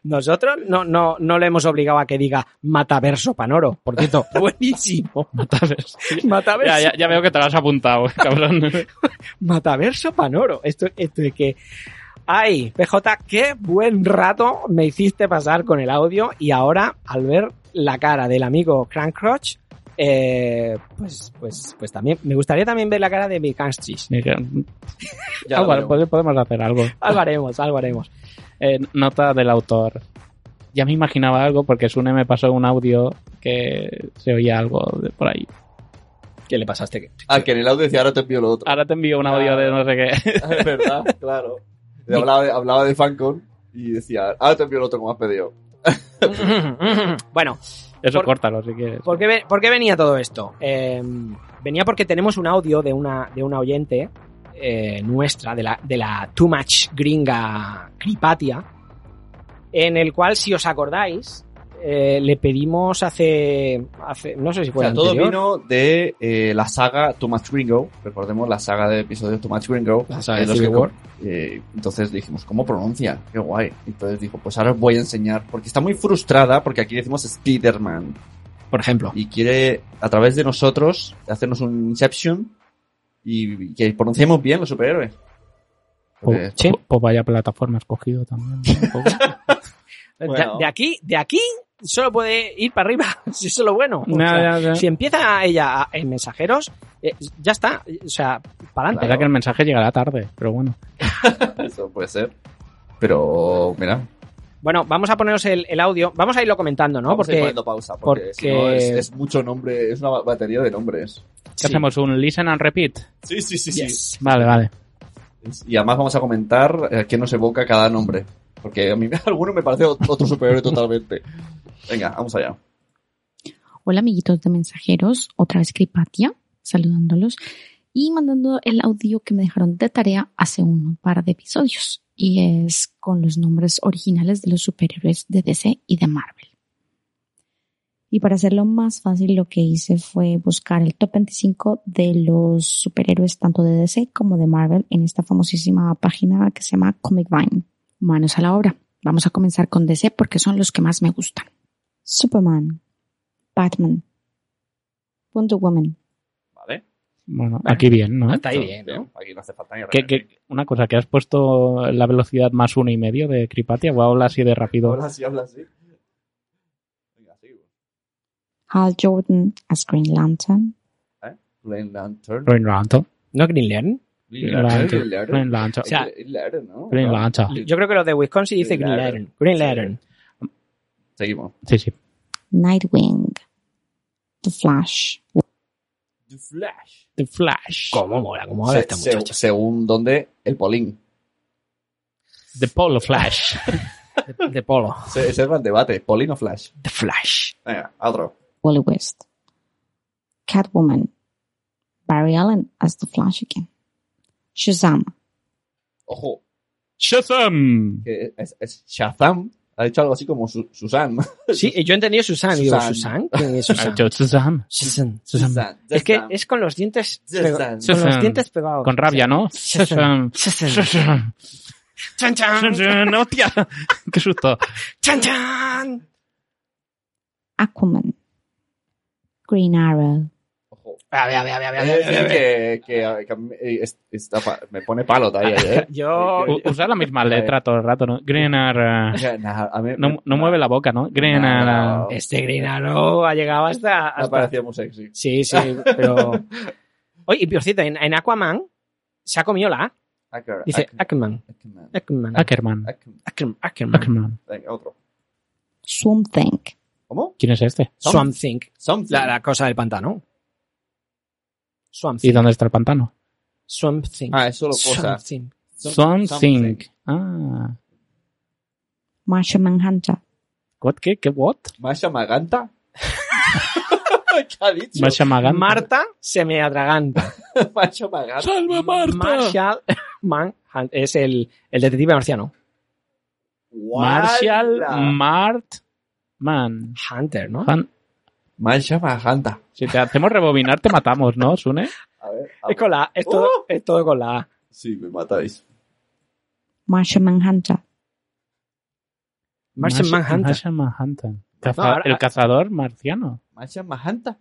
S3: nosotros no, no, no le hemos obligado a que diga mataverso panoro. Por
S4: *laughs*
S3: cierto, buenísimo.
S4: Mataverso. Ya,
S3: Mataverso.
S4: ya, ya veo que te lo has apuntado, *laughs* cabrón.
S3: Mataverso Panoro. Esto, esto de que. Ay, PJ, qué buen rato me hiciste pasar con el audio y ahora al ver la cara del amigo Crank Crotch, eh, pues, pues, pues también me gustaría también ver la cara de mi Canstris.
S1: Ya
S4: Ah,
S1: lo
S4: vale,
S1: veremos.
S4: pues podemos hacer algo.
S3: Algo haremos, algo haremos.
S4: Eh, nota del autor. Ya me imaginaba algo porque Sune me pasó un audio que se oía algo de por ahí.
S3: ¿Qué le pasaste?
S1: Ah, que en el audio decía, ahora te envío lo otro.
S4: Ahora te envío un audio de no sé qué.
S1: Ah,
S4: *laughs*
S1: Es verdad, claro. *laughs* Le Hablaba de, hablaba de Fancon y decía, ahora te envío lo otro como has pedido.
S3: *laughs* bueno,
S4: Eso
S3: Por-
S4: córtalo si quieres.
S3: ¿Por qué, ve- por qué venía todo esto? Eh, venía porque tenemos un audio de una, de una oyente eh, nuestra, de la, de la Too Much Gringa Cripatia, en el cual, si os acordáis, eh, le pedimos hace, hace. No sé si
S1: O
S3: fue
S1: sea,
S3: el
S1: todo
S3: anterior.
S1: vino de eh, la saga Too Much Gringo. Recordemos la saga de episodios Too Much Gringo.
S3: La saga
S1: en
S3: de
S1: los
S3: Civil
S1: que-
S3: War.
S1: eh, entonces dijimos, ¿cómo pronuncia? Qué guay. Entonces dijo, pues ahora os voy a enseñar. Porque está muy frustrada porque aquí decimos Spider-Man.
S3: Por ejemplo.
S1: Y quiere, a través de nosotros, hacernos un Inception y que pronunciemos bien los superhéroes. Porque-
S3: Oh.
S4: Pues, pues- pues vaya plataforma escogido también. un
S3: *laughs*
S4: poco. *laughs*
S3: De-
S1: Bueno.
S3: De, aquí, de aquí solo puede ir para arriba, *laughs* si eso es lo bueno. O
S4: No,
S3: sea,
S4: no, no.
S3: Si empieza ella a- en mensajeros, eh, ya está. O sea, para adelante.
S4: Será que el mensaje llegará tarde, pero bueno.
S1: Eso puede ser. Pero, mira.
S3: Bueno, vamos a poneros el, el audio. Vamos a irlo comentando, ¿no?
S1: vamos a ir
S3: Porque
S1: poniendo pausa. Porque, si no
S3: porque-
S1: es, es mucho nombre, es una batería de nombres.
S4: ¿Qué hacemos? ¿Un listen and repeat?
S1: Sí, sí, sí,
S3: Yes.
S4: Vale, vale.
S1: Pues, Y además vamos a comentar eh, qué nos evoca cada nombre. Porque a mí *laughs* alguno me parece ot- otro
S3: *laughs*
S1: superhéroe totalmente. Venga, vamos allá.
S8: Hola amiguitos de mensajeros, otra vez Cripatia, saludándolos y mandando el audio que me dejaron de tarea hace un par de episodios y es con los nombres originales de los superhéroes de DC y de Marvel. Y para hacerlo más fácil lo que hice fue buscar el top 25 de los superhéroes tanto de DC como de Marvel en esta famosísima página que se llama Comic Vine. Manos a la obra. Vamos a comenzar con DC porque son los que más me gustan. Superman, Batman, Wonder Woman,
S1: Vale.
S4: Bueno, aquí bien, ¿no?
S3: Ah, Está ahí bien, ¿no?
S1: Aquí no hace falta ni
S4: ¿Qué- qué- una cosa, que has puesto la velocidad más uno y medio de Cripatia o habla así de rápido.
S1: Habla así, habla así. Venga, sí.
S8: Hal Jordan as Green Lantern,
S1: Green Lantern.
S4: Green Lantern.
S3: ¿No Green Lantern?
S1: Green
S4: Green
S1: Lantern.
S4: Lantern.
S1: Green Lantern.
S4: Green Lantern.
S3: sea,
S1: Green Lantern, ¿no?
S4: Green Lantern.
S3: Yo creo que los de Wisconsin dice
S1: Green
S3: Green
S1: Lantern.
S3: Lantern. Green Lantern.
S1: Seguimos.
S4: Sí, sí.
S8: Nightwing, The Flash,
S1: The Flash.
S4: The Flash.
S3: ¿Cómo mola? ¿Cómo mola esta
S1: Se- se-
S3: muchacha?
S1: según donde el Polín.
S4: The Polo Flash.
S3: De, de polo.
S1: Se- Ese era el debate. Polín o Flash. *laughs*
S3: The Flash.
S1: Venga, otro.
S8: Wally West, Catwoman, Barry Allen as The Flash again, Shazam,
S1: Ojo,
S4: *laughs* Shazam.
S1: que es, es Shazam. Ha dicho algo así como Su- Susan.
S3: Sí, yo he entendido Susan. Y digo,
S1: Susan.
S3: ¿Susan? ¿Quién es Susan?
S4: *laughs* Yo, Shazam.
S3: Susan.
S1: *laughs* Susan.
S3: Es que
S1: Shazam.
S3: es con los dientes,
S1: Susan.
S3: pega- con
S4: Susan.
S3: los dientes pegados.
S4: Con rabia, ¿no?
S3: Shazam.
S4: Shazam.
S3: Susan.
S4: Shazam.
S3: Chan, chan,
S4: Shazam. ¡Hostia! *laughs* ¡Qué susto!
S3: chan, chan.
S8: Aquaman, Green Arrow,
S1: Ojo.
S3: A ver, a ver, a ver, a ver, a ver, a ver, a ver.
S1: Eh, que, que, que a mí, eh, es- está pa- me pone palo todavía.
S4: *laughs*
S1: ¿eh?
S3: Yo...
S4: U- Usa la misma letra todo el rato, ¿no? Green Arrow.
S1: Nah, a mí-
S4: No, no mueve la boca, ¿no? uh, Green
S1: Nah, no,
S4: Arrow.
S3: Este Green Arrow ha llegado hasta...
S1: me
S3: hasta
S1: parecía muy sexy.
S3: sí, sí,
S1: *laughs*
S3: pero... Oye, y por cierto, en, en Aquaman se ha comido la A.
S1: Acker-
S3: Dice
S1: Acker-
S3: Aquaman.
S1: Ackerman.
S3: Aquaman.
S4: Ackerman.
S1: Ackerman.
S3: Ackerman. Ackerman.
S4: Ackerman.
S1: Venga, otro.
S8: Swamp Thing,
S1: ¿Cómo?
S4: ¿Quién es este?
S3: Swamp Thing.
S1: Something.
S3: La, la cosa del pantano. Swamp
S4: ¿Y
S3: Thing.
S4: dónde está el pantano?
S3: Swamp Thing.
S1: Ah, es solo cosa.
S3: Swamp Thing.
S1: Som-
S4: Something. Ah.
S8: Martian Manhunter,
S4: What, ¿Qué? ¿Qué? ¿What?
S1: Masha Maganta. *laughs* ¿Qué ha dicho?
S4: Masha Magan.
S3: Marta se
S1: *laughs*
S3: me atraganta.
S1: Masha Maganta.
S4: ¡Salva Marta!
S3: Marshall *laughs* Manhunt es el, el detective marciano.
S4: Marshall mm.
S1: Guala.
S4: Mart Man.
S1: Ah.
S3: Hunter, ¿no?
S4: Han-
S1: Mancha Maganda.
S4: Si te hacemos rebobinar, te matamos, ¿no, Sune?
S1: A ver, a
S3: Es con la A, es todo,
S1: Oh.
S3: es todo con la A.
S1: Sí, me matáis.
S8: Martian Manhunter.
S3: Martian Manhunter.
S4: Martian Manhunter. Caza-
S1: No, ahora-
S4: el cazador marciano.
S1: Mancha Maganda.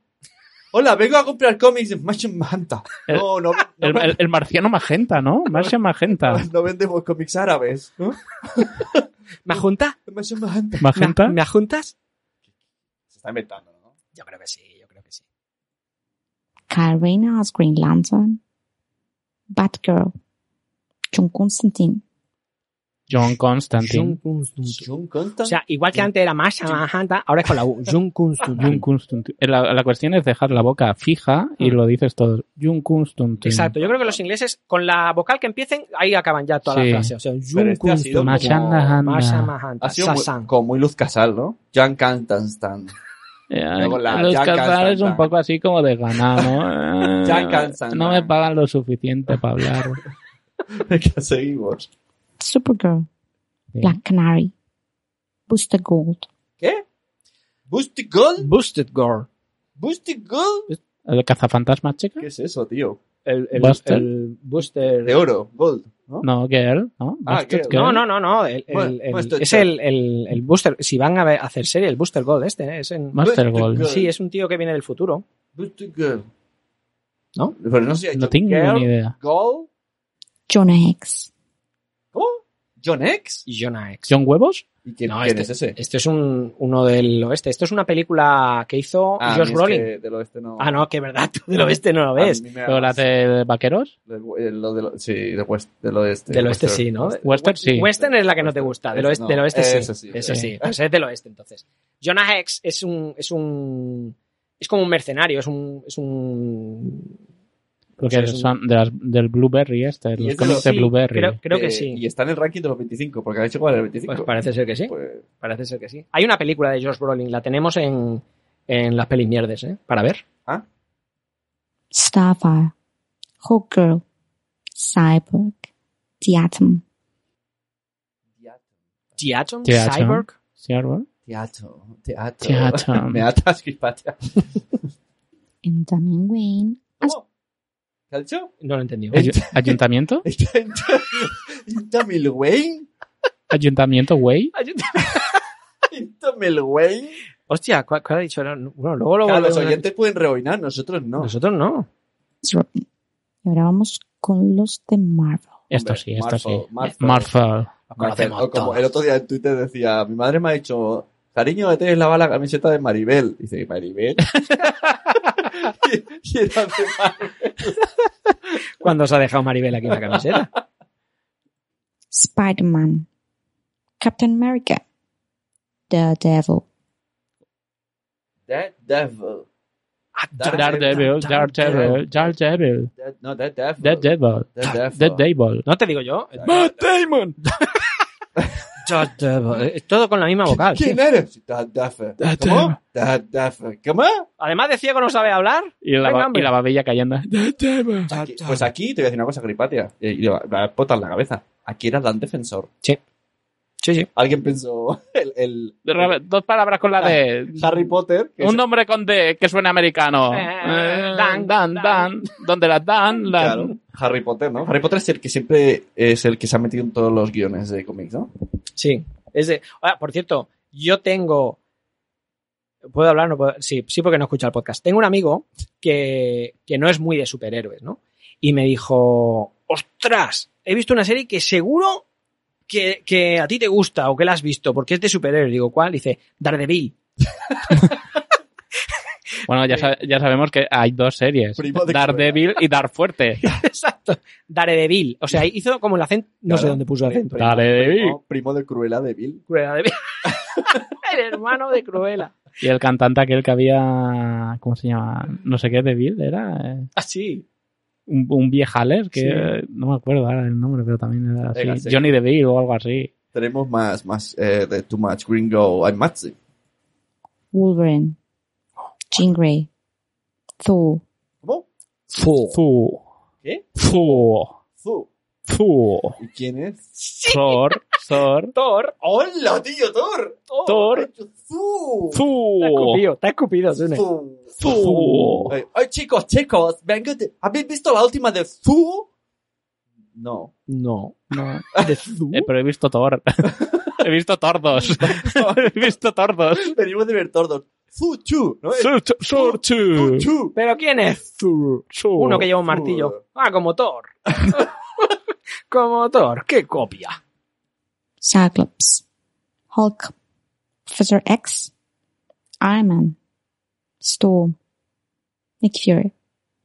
S1: Hola, vengo a comprar cómics de Mancha Maganda.
S4: El-
S1: No, no, no,
S4: El, el- el marciano
S1: *laughs*
S4: magenta, ¿no? Martian magenta.
S1: no vendemos cómics árabes, ¿no?
S3: ¿Me juntas?
S1: Mancha Maganda.
S4: ¿Magenta?
S3: ¿Me, me juntas?
S1: Se está inventando, ¿no?
S3: Yo creo que sí, yo creo que sí.
S8: Kyle Reynolds, Green Lantern. Batgirl. John Constantine.
S4: John Constantine.
S1: John Conta.
S3: O sea, igual que antes era Masha Manhunter, ahora es con la U. Jung
S4: John
S3: Constantine.
S4: Constantine. La, la cuestión es dejar la boca fija
S1: Hmm.
S4: y lo dices todo. John Constantine.
S3: Exacto, yo creo que los ingleses con la vocal que empiecen, ahí acaban ya toda
S4: Sí.
S3: la frase. O sea,
S1: Pero este ha sido
S3: Jung
S4: Machan
S1: como-
S4: Nahana.
S3: Masha Manhunter,
S1: Ha sido muy-
S3: Sasan.
S1: como muy Luz Casal, ¿no? John *laughs* Constantine.
S4: Eh,
S1: Luego la-
S4: los
S1: ya cansan,
S4: cazadores es un
S1: ya.
S4: poco así como de
S1: *laughs*
S4: ganar, ¿no? Eh,
S1: Ya cansan,
S4: no
S1: ya.
S4: me pagan lo suficiente para hablar.
S1: que seguimos.
S8: Supergirl.
S4: Sí.
S8: Black Canary. Booster Gold.
S1: ¿Qué? ¿Boosted Gold?
S3: Boosted Girl.
S1: ¿Boosted Gold?
S4: ¿El cazafantasmas, chica?
S1: ¿Qué es eso, tío?
S3: El, el,
S4: Buster.
S3: el Booster.
S1: De oro, Gold, ¿no?
S4: No, Girl, ¿no?
S1: Ah,
S4: Busted
S1: Girl.
S3: No, no, no, no. el- el-
S1: Bueno, pues
S3: el-
S1: Buster
S3: es
S1: Gold.
S3: el, el, el Booster. Si van a ver- a hacer serie, el Booster Gold este, ¿eh? es en-
S4: Master
S1: Busted
S4: Gold.
S1: Gold.
S3: Sí, es un tío que viene del futuro.
S1: Boosted Gold.
S3: ¿No?
S1: Pero no sé,
S4: No tengo
S1: Girl,
S4: ni idea.
S1: Gold,
S8: Jonah Hex.
S1: ¿cómo? ¿John X?
S3: Y Jonah X.
S4: ¿John Huevos?
S1: ¿Y quién,
S3: No,
S1: quién
S3: este-
S1: es ese?
S3: Este es un, uno del oeste. Esto es una película que hizo
S1: Ah, a
S3: Josh
S1: mí es
S3: Brolin.
S1: que del oeste no.
S3: Ah, no, que verdad, *laughs* tú del oeste no lo ves.
S1: A mí me da
S4: ¿Pero la
S1: más-
S4: de vaqueros?
S1: de- lo del o- sí, de west- del oeste.
S3: Del oeste
S1: Western.
S3: sí, ¿no?
S4: Western sí.
S3: Western es la que no te gusta, del oeste,
S1: No,
S3: del oeste sí.
S1: ese sí.
S3: Ese
S4: Sí.
S3: sí. Pues es del oeste entonces. Jonah Hex es un es un es como un mercenario, es un es un
S4: Porque
S3: Sí, es un-
S4: son de las- del Blueberry este, los
S1: es de
S4: cómics
S1: lo-
S4: de
S3: sí,
S4: Blueberry.
S3: Creo, creo que
S1: Eh,
S3: sí.
S1: Y está en el ranking de los 25, porque ha hecho igual el 25.
S3: Pues parece ser que sí.
S1: Pues,
S3: Parece ser que sí. Hay una película de Josh Brolin, la tenemos en, en las pelis mierdes, ¿eh? Para ver.
S1: ah,
S8: Starfire. Hawk Girl. Cyborg. The Atom.
S3: The Atom,
S4: The Atom.
S3: Cyborg.
S4: ¿Sí, Árbol?
S1: teatro, teatro.
S4: Teatro.
S1: *laughs* Me atas, Crispatia.
S8: And Damian Wayne.
S1: ¿Cómo? ¿Qué ha dicho?
S3: No lo entendí.
S4: Ayu- ¿Ayuntamiento?
S1: ¿Está en *laughs* ¿Está Mil Wayne?
S4: ¿Ayuntamiento, güey?
S3: Ah,
S1: ¿Está Mil Wayne?
S3: Hostia, ¿cuál, cuál ha dicho? Era- Bueno, luego lo
S1: Claro, los
S3: volvemos a-
S1: oyentes pueden reoinar, nosotros no.
S3: Nosotros no.
S8: Robin. Y ahora vamos con los de Marvel.
S4: Esto
S1: Hombre,
S4: sí, esto
S1: Marvel,
S4: sí.
S1: Marvel.
S4: Marvel.
S1: Marcel,
S3: conocemos
S1: o como
S3: todos.
S1: el otro día en Twitter decía, mi madre me ha dicho, cariño, te tienes lavado la camiseta de Maribel. dice,
S3: *laughs*
S1: ¿Maribel? *laughs* y, y era de Maribel.
S3: ¿Cuándo se ha dejado Maribel aquí en
S1: *laughs*
S3: la camiseta?
S8: Spider-Man. Captain America. Daredevil.
S1: That devil.
S4: Daredevil, Daredevil, Daredevil,
S1: That- no, that devil.
S4: Daredevil,
S1: That devil.
S4: Daredevil.
S3: No te digo yo. *laughs* Damon. eh, Todo con la misma vocal.
S1: ¿Quién
S3: tío.
S1: eres? That devil.
S4: That
S1: ¿Cómo? That devil. ¿Cómo?
S3: Además de ciego no sabe hablar.
S4: Y la,
S3: Venga,
S4: ba- y
S3: hombre.
S4: la babilla *laughs* cayendo. Daredevil.
S1: Aquí- pues aquí te voy a decir una cosa, Gripatia. Y y le va- le va a botar en la cabeza. Aquí era Dan Defensor.
S3: Sí, sí.
S1: Alguien pensó *laughs* el, el-
S4: Ra- Dos palabras con la de...
S1: Harry Potter. que
S4: Un
S1: es-
S4: nombre con D que suena americano.
S3: Eh,
S4: Eh,
S3: Dan,
S4: Dan,
S3: Dan.
S4: Dan. Donde la Dan, la...
S1: Claro, Harry Potter, ¿no? Harry Potter es el que siempre es el que se ha metido en todos los guiones de cómics, ¿no?
S3: Sí. Es de- Ahora, por cierto, yo tengo. ¿Puedo hablar? No puedo- Sí, sí, porque no escucha el podcast. Tengo un amigo que, que no es muy de superhéroes, ¿no? Y me dijo: ¡Ostras! He visto una serie que seguro que, que a ti te gusta o que la has visto porque es de superhéroes. Digo, ¿cuál? Dice: Daredevil.
S4: Bueno, ya, sa- ya sabemos que hay dos series.
S1: Primo de
S4: Daredevil y Dar Fuerte.
S3: *laughs* Exacto. Daredevil. O sea, hizo como el acento. No sé
S1: Claro.
S3: dónde puso el acento.
S4: Dale, David.
S1: Primo, primo de Cruella de Vil.
S3: Cruella de *laughs* El hermano de Cruella.
S4: Y el cantante aquel que había... ¿Cómo se llama? No sé qué, Devil, era... eh,
S1: Ah,
S3: Así.
S4: Un, un viejales que...
S3: Sí.
S4: eh, No me acuerdo ahora el nombre, pero también era así.
S1: Venga, sí.
S4: Johnny Devil o algo así.
S1: Tenemos más, más eh, de Too Much Gringo I'm Maxi.
S8: Wolverine. Jean Grey. Thor.
S1: ¿Cómo?
S4: Fu.
S1: ¿Qué?
S4: Fu.
S1: Zu.
S4: Fu.
S1: ¿Y quién es?
S4: Thor. Thor.
S3: Thor.
S1: ¡Hola, tío Thor!
S4: Thor.
S1: ¡Zu! ¡Zu!
S4: ¡Zu!
S3: Oh, Te ha escupido, te ha escupido, Sune.
S1: ¡Zu! Eh, ¡Ay, chicos, chicos! Vengo de- ¿Habéis visto la última de Zu? No.
S4: No, *laughs* no. Eh, pero he visto Thor. he visto Tordos. *laughs* he visto Tordos.
S1: *laughs* Venimos de ver Tordos. ¡Zu, chu! ¿no?
S4: Sorchu.
S1: ¡Chu!
S3: ¿Pero quién es Thor? Uno que lleva un martillo. Ah, como
S1: *laughs*
S3: Thor. como Thor, qué copia.
S8: Cyclops, Hulk, Professor X, Iron Man, Storm, Nick Fury,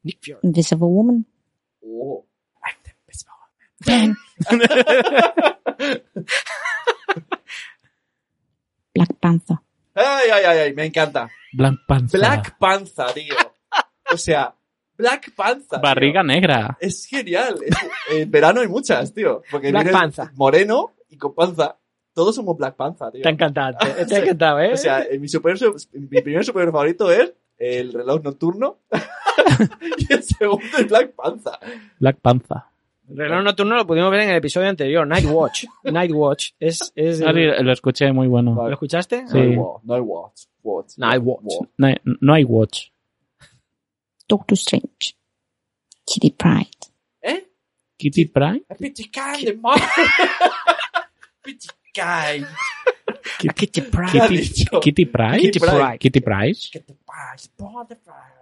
S3: Nick Fury.
S8: Invisible Woman,
S1: Oh.
S8: Black Panther.
S1: ¡Ay, ay, ay, ay! Me encanta.
S4: Black Panther.
S1: Black Panza, tío. O sea, Black Panza. tío.
S4: Barriga negra.
S1: Es genial. Es- eh, en verano hay muchas, tío. Porque
S3: Black
S1: viene
S3: Panza.
S1: moreno y con panza. Todos somos Black Panza, tío.
S3: Te ha encantado, *laughs* te, te ha encantado, ¿eh?
S1: O sea, eh, mi, super, mi primer superhéroe favorito es el reloj nocturno. *laughs* y el segundo es Black Panza.
S4: Black Panther.
S3: Reloj nocturno lo pudimos ver en el episodio anterior,
S1: *laughs*
S3: Night Watch. Night Watch es, es el-
S4: Ah, sí, lo escuché muy bueno.
S3: ¿Lo escuchaste?
S4: Sí.
S1: No hay wa- no hay watch. watch,
S3: No hay watch.
S4: No hay, no hay Watch.
S8: Doctor Strange, Kitty Pride,
S1: ¿Eh?
S4: Kitty Pryde.
S1: Pichikai de *laughs* mar. Pichikai.
S3: Aquí te pra-
S1: ¿Qué ha
S4: Kitty,
S1: dicho?
S4: Kitty Pryde.
S1: Ah, Kitty Pryde.
S4: Kitty Pryde.
S1: Que te pases, ponte pa-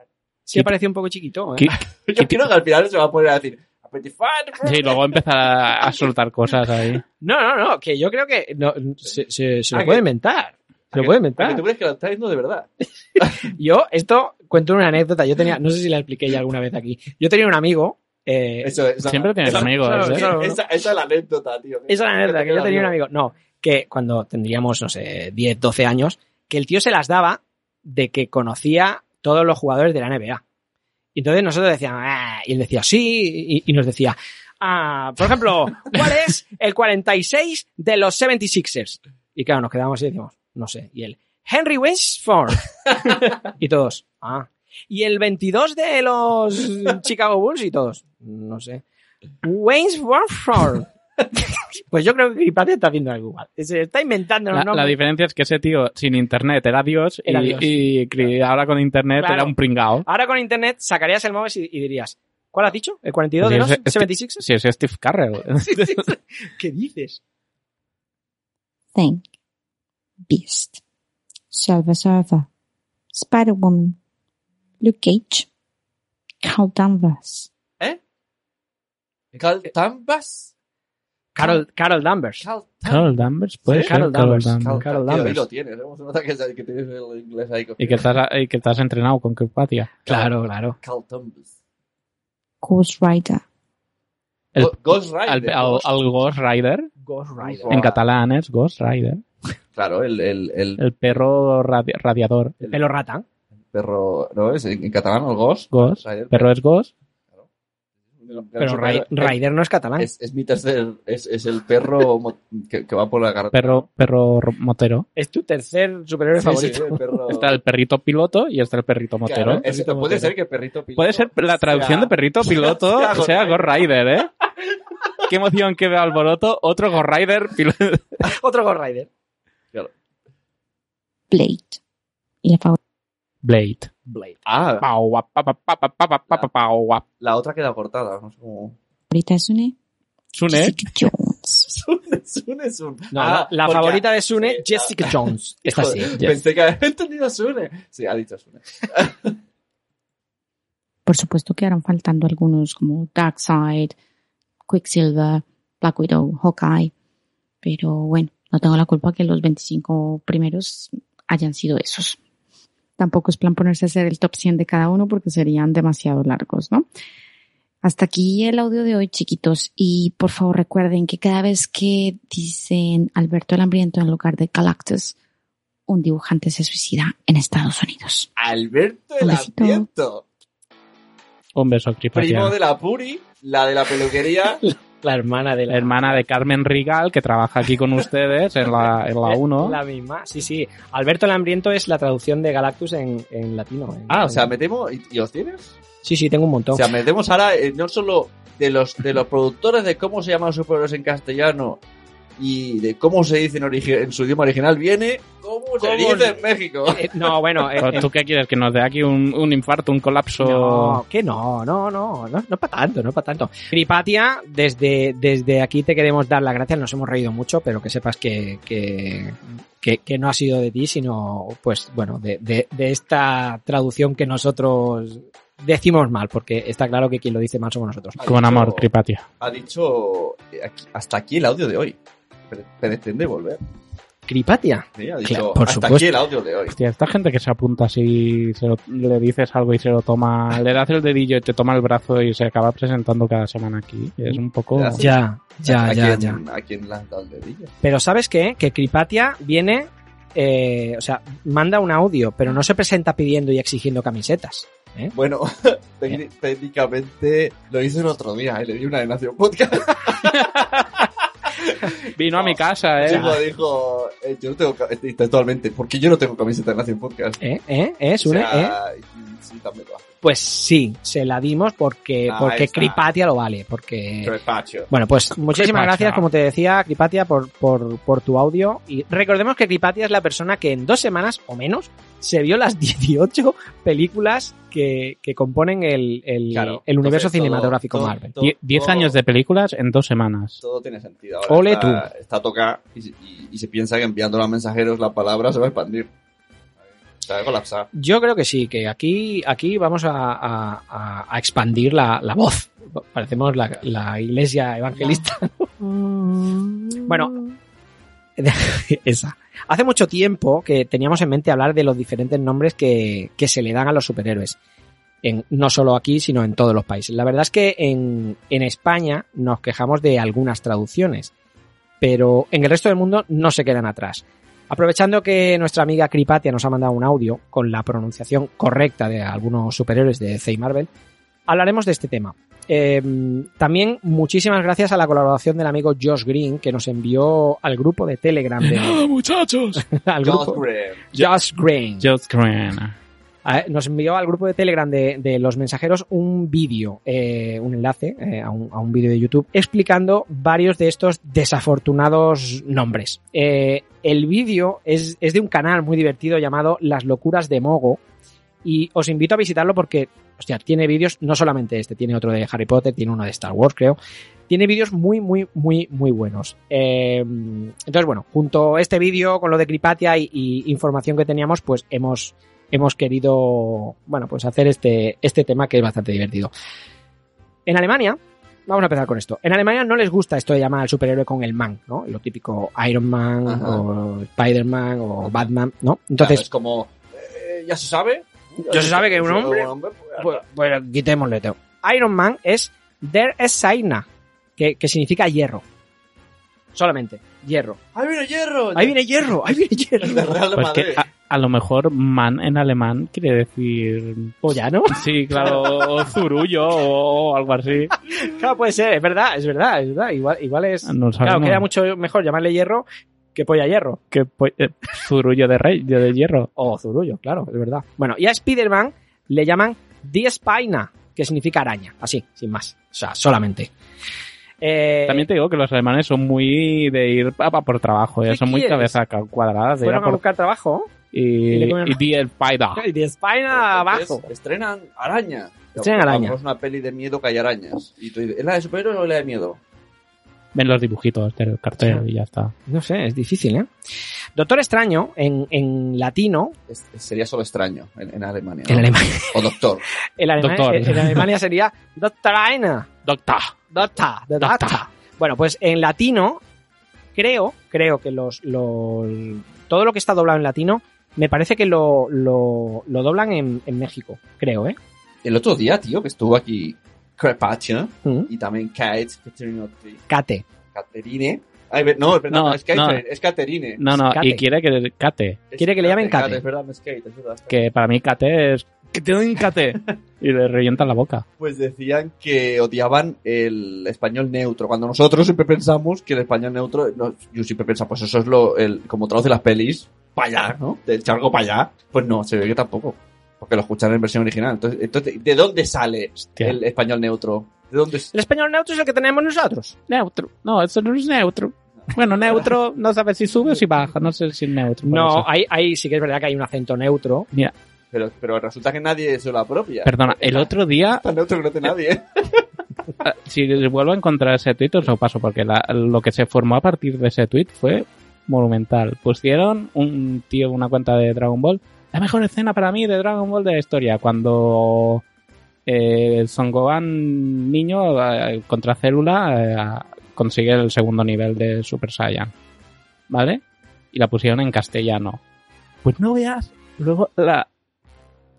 S3: Sí, ha parecido un poco chiquito, ¿eh?
S4: Ki-
S1: Yo quiero que al final se va a poner a decir. "Apetified, bro".
S4: Sí, y luego empezar a, a soltar cosas ahí.
S3: No, no, no, que yo creo que no, se, se- se
S1: ¿A
S3: lo
S1: que-
S3: puede inventar. Se
S1: ¿A
S3: lo
S1: que-
S3: puede
S1: a que
S3: inventar.
S1: ¿Tú crees que lo está diciendo de verdad?
S3: Yo, esto, cuento una anécdota. Yo tenía, no sé si la expliqué ya alguna vez aquí. Yo tenía un amigo. eh,
S1: Eso, esa-
S4: Siempre tienes
S1: *laughs* esa-
S4: amigos,
S3: claro,
S4: ¿eh?
S3: claro.
S1: Esa, esa es la anécdota, tío.
S3: Esa es la anécdota, que yo tenía un amigo. No, que cuando tendríamos, no sé, 10, 12 años, que el tío se las daba de que conocía todos los jugadores de la NBA. Y entonces nosotros decíamos, "Ah", y él decía, sí, y, y nos decía, ah, por ejemplo, ¿cuál es el 46 de los 76ers? Y claro, nos quedábamos y decíamos, no sé. Y él, Henry Winsford. y todos, ah. Y el 22 de los Chicago Bulls y todos, no sé. Wayne's Warford. Pues yo creo que Gripatia está haciendo algo igual. Se está inventando
S4: La,
S3: los
S4: la
S3: nombres.
S4: diferencia es que ese tío sin internet era Dios y,
S3: Era Dios.
S4: y cri- ahora con internet
S3: Claro.
S4: era un pringao.
S3: Ahora con internet sacarías el móvil y, y dirías, ¿cuál has dicho? ¿El 42 de
S4: Sí,
S3: los
S4: ese- este-
S3: 76?
S4: *laughs* Si es Steve Carrell.
S3: ¿Qué dices?
S8: Thing, Beast, Silver Surfer, Spider Woman, Luke Cage, Carl Danvers,
S1: Carl Tambas.
S3: Carol, Carol Danvers.
S1: Carl
S4: *laughs* Carol Danvers, puede
S1: Sí,
S4: ser,
S3: Carol
S4: Carol
S3: Danvers,
S4: Danvers.
S3: Carol- Carl
S1: Tío, ahí
S3: Danvers.
S1: lo tienes. ¿eh? Se nota que, que tienes el inglés ahí.
S4: Y que, estás, y que estás entrenado con Kirkpatia.
S3: Claro, claro.
S1: Carl Tambas.
S8: Ghost Rider,
S4: El-
S1: Go- Ghost Rider.
S4: Al, al- al Ghost Rider,
S3: Ghost Rider.
S4: en catalán es Ghost Rider.
S1: Claro, el, el, el
S4: El perro radi- radiador.
S3: El pelo rata.
S1: perro. ¿No es? En en catalán, el Ghost.
S4: Ghost.
S1: Rider.
S4: Perro es Ghost.
S3: Pero
S1: Super-
S3: Ra- Rider no es catalán.
S1: Es, es mi tercer. Es, es el perro mo- que, que va por la carretera.
S4: Perro, perro ro- motero.
S3: Es tu tercer superhéroe
S1: Sí, sí,
S3: favorito.
S1: el perro.
S4: Está el perrito piloto y está el perrito motero.
S1: Claro, es-
S3: Perrito
S1: puede
S3: motero.
S1: ser que perrito piloto
S4: Puede ser la
S1: sea-
S4: traducción de
S1: *laughs*
S4: perrito piloto
S1: sea
S4: sea, Ghost Rider, ¿eh? Qué emoción que veo alboroto. Otro Ghost Rider *laughs* piloto.
S3: Otro Ghost Rider.
S8: Blade, y la favorita
S4: Blade.
S3: Blade.
S1: Ah,
S4: Pau, guap, pa, pa, pa, pa, pa, pa, pa, pa, pau, guap.
S1: la otra queda cortada. No sé *laughs* cómo.
S8: es una
S4: Sune.
S8: Jessica Jones,
S1: Sune, Sune, Sune.
S3: No,
S1: Ah,
S3: la la
S1: porque-
S3: favorita de Sune,
S1: sí,
S3: Jessica
S1: *laughs*
S3: Jones. Esta sí.
S1: Joder, Pensé que había entendido Sune. Sí, ha dicho Sune.
S8: por supuesto quedaron faltando algunos como Darkseid, Quicksilver, Black Widow, Hawkeye, pero bueno, no tengo la culpa que los 25 primeros hayan sido esos. Tampoco es plan ponerse a hacer el top 100 de cada uno porque serían demasiado largos, ¿no? Hasta aquí el audio de hoy, chiquitos. Y por favor recuerden que cada vez que dicen Alberto el Hambriento en lugar de Galactus, un dibujante se suicida en Estados Unidos.
S1: Alberto el
S8: Un besito.
S1: Hambriento.
S4: Un beso, Cripatia.
S1: Pues, Primo de la Puri, la de la
S4: *laughs*
S1: peluquería.
S3: La hermana de
S4: La hermana de Carmen Rigal, que trabaja aquí con ustedes en la, en
S1: *laughs*
S4: la
S3: Es
S4: 1.
S3: La misma, sí, sí. Alberto el Hambriento es la traducción de Galactus en, en latino. en-
S1: Ah, o sea,
S3: en-
S1: metemos. ¿Y, y os tienes?
S3: Sí, sí, tengo un montón.
S1: O sea, metemos ahora eh, no solo de los, de los productores de cómo se llaman los superhéroes en castellano y de cómo se dice en, origi- en su idioma original, viene cómo se dice en México?
S3: *laughs* no, bueno. eh,
S4: ¿Tú qué quieres? ¿Que nos dé aquí un, un infarto, un colapso?
S3: No, que no, no, no, no, no para tanto, no para tanto. Gripatia, desde, desde aquí te queremos dar las gracias, nos hemos reído mucho, pero que sepas que, que, que- que no ha sido de ti, sino, pues bueno, de, de- de esta traducción que nosotros decimos mal, porque está claro que quien lo dice mal somos nosotros.
S4: Con amor, Cripatia.
S1: Ha dicho eh, aquí- hasta aquí el audio de hoy. Pre- Pretende volver.
S3: Cripatia.
S1: Sí, ha dicho,
S4: Claro, por
S1: hasta
S4: supuesto.
S1: aquí el audio de hoy.
S4: Hostia, esta gente que se apunta así, se lo- le dices algo y se lo toma, le das el dedillo y te toma el brazo y se acaba presentando cada semana aquí. Es un poco...
S1: Gracias.
S3: Ya, ya,
S1: ¿A
S3: Ah, ya,
S1: quién- ¿A quién le has dado el dedillo?
S3: Pero ¿sabes qué? Que Cripatia viene, eh, o sea, manda un audio, pero no se presenta pidiendo y exigiendo camisetas. ¿eh?
S1: Bueno, *laughs* técnic- técnicamente lo hice el otro día, ¿eh? le di una de Nación Podcast.
S4: Vino a mi
S1: El
S4: casa,
S1: *laughs*
S4: eh.
S1: chico dijo, eh, yo no tengo ca- eh, totalmente, porque yo no tengo camiseta de Nación Podcast.
S3: ¿Eh? ¿Eh? ¿Eh?
S1: O
S3: Sune, ¿eh?
S1: sea, y- sí, también lo hace.
S3: Pues sí, se la dimos porque,
S1: Ahí
S3: porque
S1: está.
S3: Cripatia lo vale, porque...
S1: Pero es Pacho.
S3: Bueno, pues muchísimas
S4: Cripatia.
S3: gracias, como te decía, Cripatia, por, por, por tu audio. Y recordemos que Cripatia es la persona que en dos semanas o menos se vio las *laughs* 18 películas que, que componen el, el,
S1: Claro.
S3: el universo
S1: Entonces, todo-
S3: cinematográfico
S1: todo-
S3: Marvel.
S1: todo-
S4: Die- diez
S1: todo-
S4: años de películas en dos semanas.
S1: Todo tiene sentido.
S3: Ole
S1: está, está toca y, se- y- y se piensa que enviando a mensajeros la palabra se va a expandir. Se va a colapsar.
S3: Yo creo que sí, que aquí, aquí vamos a, a- a- a expandir la, la voz. Parecemos la, la iglesia evangelista. Bueno, *laughs* esa. Hace mucho tiempo que teníamos en mente hablar de los diferentes nombres que, que se le dan a los superhéroes. En, no solo aquí, sino en todos los países. La verdad es que en, en España nos quejamos de algunas traducciones, pero en el resto del mundo no se quedan atrás. Aprovechando que nuestra amiga Cripatia nos ha mandado un audio con la pronunciación correcta de algunos superhéroes de DC y Marvel, hablaremos de este tema. Eh, también muchísimas gracias a la colaboración del amigo Josh Green que nos envió al grupo de Telegram de,
S4: muchachos!
S3: *laughs*
S4: *laughs*
S3: al
S1: Josh
S3: grupo
S1: Graham.
S3: Josh Green
S4: Just Green.
S3: A- nos envió al grupo de Telegram de, de los mensajeros un vídeo, eh, un enlace eh, a un, a un vídeo de YouTube explicando varios de estos desafortunados nombres. Eh, el vídeo es, es de un canal muy divertido llamado Las locuras de Mogo y os invito a visitarlo porque, hostia, tiene vídeos, no solamente este, tiene otro de Harry Potter, tiene uno de Star Wars, creo. Tiene vídeos muy, muy, muy, muy buenos. Eh, entonces, bueno, junto a este vídeo con lo de Cripatia y, y información que teníamos, pues hemos, hemos querido, bueno, pues hacer este, este tema que es bastante divertido. En Alemania, vamos a empezar con esto. En Alemania no les gusta esto de llamar al superhéroe con el man, ¿no? Lo típico Iron Man
S1: Ajá.
S3: o Spider-Man o Batman, ¿no?
S1: Claro,
S3: Entonces,
S1: es como, eh, ya se sabe. Pues,
S3: Ya se sabe que es un hombre. pues, Bueno, bueno, quitémosle. todo. Iron Man es Der Esaina, que, que significa hierro. Solamente, hierro.
S1: ¡Ahí viene hierro!
S3: Ahí viene hierro, ahí viene
S1: De
S3: hierro.
S1: Real
S4: Pues que
S1: Madrid.
S4: a, a lo mejor man en alemán quiere decir...
S3: ¿Pollano?
S4: *laughs* Sí, claro, o zurullo o, o algo así.
S3: Claro, puede ser, es verdad, es verdad, es verdad. Igual, igual es.
S4: No sabemos.
S3: Claro, queda mucho mejor llamarle hierro que polla hierro.
S4: Que po- eh, zurullo de rey, de, de hierro.
S3: O zurullo, claro, es verdad. Bueno, y a Spider-Man le llaman Die Spina, que significa araña, así, sin más. O sea, solamente. Eh,
S4: También te digo que los alemanes son muy de ir a, a por trabajo, eh,
S3: ¿Qué
S4: son muy
S3: quieres?
S4: cabeza ca- cuadrada. De ir a
S3: fueron a
S4: por- Ah.
S3: buscar trabajo
S4: y,
S3: y le comieron-
S4: y di el paida.
S3: y Die Spina
S1: Entonces,
S3: abajo.
S1: Estrenan araña.
S3: Estrenan araña.
S1: Es una peli de miedo que hay arañas. Y tú dices, ¿es la de superhéroes o la de miedo?
S4: Ven los dibujitos del cartel y ya está.
S3: No sé, es difícil, ¿eh? Doctor Extraño, en, en latino,
S1: Es- sería solo extraño en, en Alemania.
S3: en,
S1: ¿no?
S3: Alemania,
S1: O doctor.
S3: en, Alemania-
S4: Doctor.
S3: en- en Alemania *laughs* sería Doctor Aina,
S4: Doctor.
S3: Doctor, de Doctor. Bueno, pues en latino, creo, creo que los, los- todo lo que está doblado en latino, me parece que lo, lo, lo doblan en, en México, creo, ¿eh?
S1: El otro día, tío, que estuvo aquí Crepatia
S3: Mm.
S1: y también Kate, Catherine O'Tree-
S3: Cate.
S1: Caterine. Ay, ve- no, perdón,
S4: No,
S1: no, es Catherine,
S4: no.
S1: es Caterine.
S4: No, no,
S3: Cate.
S4: y quiere que Cate.
S1: Es
S3: quiere que le llamen
S1: Kate,
S3: Kate.
S1: Es verdad, es Kate, es verdad.
S4: Que para mí Cate es. ¡Que te doy un Cate! *laughs* y le revienta la boca.
S1: Pues decían que odiaban el español neutro. Cuando nosotros siempre pensamos que el español neutro, no, yo siempre pensaba, pues eso es lo, el, como traduce las pelis, para allá, ¿no? Del charco para allá. Pues no, se ve que tampoco. Porque lo escucharon en versión original. Entonces, entonces ¿de dónde sale
S4: Hostia.
S1: el español neutro? ¿De dónde? s-
S3: El español neutro es el que tenemos nosotros.
S4: Neutro. No, eso no es neutro. Bueno, neutro, no sabes si sube o si baja, no sé si es neutro. por
S3: No,
S4: eso.
S3: ahí, ahí sí que es verdad que hay un acento neutro.
S4: Mira,
S1: Pero, pero resulta que nadie se lo apropia.
S4: perdona, el otro día,
S1: Tan neutro que no hace nadie. ¿eh?
S4: ah, si vuelvo a encontrar ese tweet, os lo paso, porque la- lo que se formó a partir de ese tweet fue monumental. Pusieron un tío, una cuenta de Dragon Ball, la mejor escena para mí de Dragon Ball de la historia, cuando eh, Son Gohan niño eh, contra célula eh, consigue el segundo nivel de Super Saiyan. ¿Vale? Y la pusieron en castellano. Pues no veas, luego la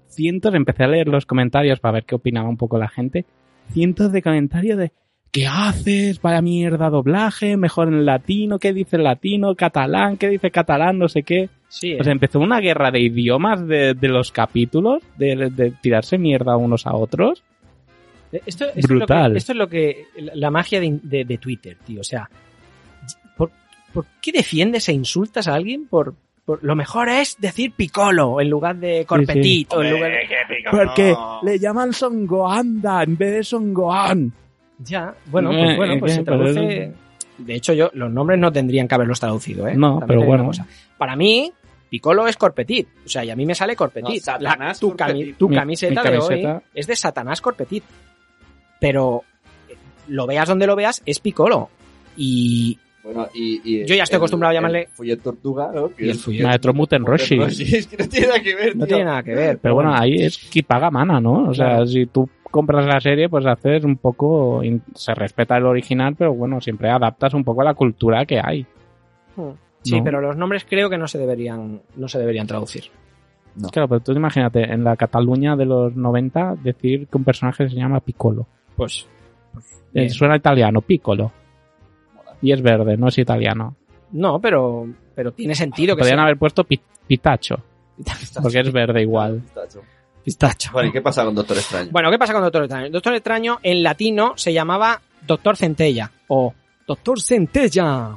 S4: cientos, empecé a leer los comentarios para ver qué opinaba un poco la gente. Cientos de comentarios de ¿qué haces? Vaya mierda doblaje, mejor en latino, ¿qué dice latino? Catalán, ¿qué dice catalán? No sé qué.
S3: Sí,
S4: O sea, empezó una guerra de idiomas de, de los capítulos, de, de tirarse mierda unos a otros.
S3: Eh, Esto, esto
S4: Brutal.
S3: Es lo que, esto es lo que. La magia de, de- de Twitter, tío. O sea, ¿por, por qué defiendes e insultas a alguien por, por- Lo mejor es decir picolo en lugar de corpetito. en lugar de-
S4: Porque le llaman Songoanda en vez de Songoan.
S3: Ya, bueno, pues,
S4: Eh,
S3: bueno, pues
S4: eh,
S3: se
S4: pero
S3: traduce. De hecho, yo, los nombres no tendrían que haberlos traducido, ¿eh?
S4: No,
S3: También
S4: pero
S3: te digo una
S4: bueno.
S3: cosa. Para mí, picolo es corpetit. O sea, y a mí me sale corpetit.
S1: No, Satanás
S3: tu,
S1: Corpetit.
S3: cami- tu
S4: Mi-
S3: camiseta,
S4: mi
S3: de hoy
S4: camiseta.
S3: es de Satanás corpetit. Pero eh, lo veas donde lo veas, es picolo. Y,
S1: Bueno, y, y
S3: Yo ya estoy acostumbrado a llamarle-
S1: el Follet Tortuga, ¿no? Que
S3: Y el
S1: es-
S3: follet-
S4: Maestro Muten Roshi.
S1: Roshi, *laughs* Es que no tiene nada que ver,
S3: no
S1: tío.
S3: tiene nada que ver.
S4: Pero bueno, ahí es que paga mana, ¿no? O sea,
S3: Claro.
S4: si tú compras la serie, pues haces un poco. in- Se respeta el original, pero bueno, siempre adaptas un poco a la cultura que hay.
S3: Sí,
S4: ¿no?
S3: pero los nombres creo que no se deberían, no se deberían traducir.
S4: Claro, pero tú imagínate, en la Cataluña de los 90, decir que un personaje se llama Piccolo.
S3: Pues.
S4: Eh,
S3: bien.
S4: Suena italiano, Piccolo. Y es verde, no es italiano.
S3: No, pero, pero tiene sentido que
S4: Podrían
S3: sea-
S4: haber puesto Pi- Pitacho,
S3: *laughs*
S1: Pistacho,
S4: porque es verde igual.
S1: pistacho.
S3: Pistacho.
S1: Bueno, ¿y qué pasa con Doctor Extraño?
S3: Bueno, ¿qué pasa con Doctor Extraño? Doctor Extraño en latino se llamaba Doctor Centella o Doctor Centella.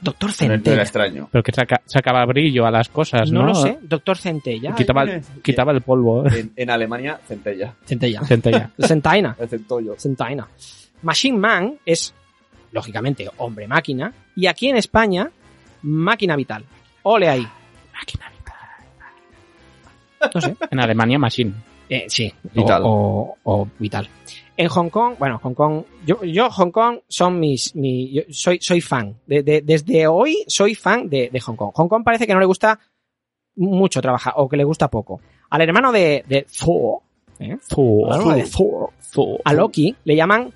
S3: Doctor
S1: Doctor
S3: Centella.
S1: Extraño.
S4: Pero que saca- sacaba brillo a las cosas, ¿no?
S3: No lo sé, Doctor Centella.
S4: Quitaba, el- quitaba el polvo, *laughs*
S1: En, en Alemania, centella.
S3: Centella.
S4: centella. *laughs*
S3: Centaina.
S1: El centollo.
S3: Centaina. Machine Man es, lógicamente, hombre máquina. Y aquí en España, máquina vital. Ole ahí. No sé.
S4: En Alemania, Machine.
S3: Eh, sí.
S1: Vital.
S3: O, o- o vital. En Hong Kong, bueno, Hong Kong, yo, yo Hong Kong son mis, mi, yo soy, soy fan. De- de- desde hoy soy fan de, de Hong Kong. Hong Kong parece que no le gusta mucho trabajar o que le gusta poco. Al hermano de, de Thor, ¿eh? Al hermano de Thor, a Loki le llaman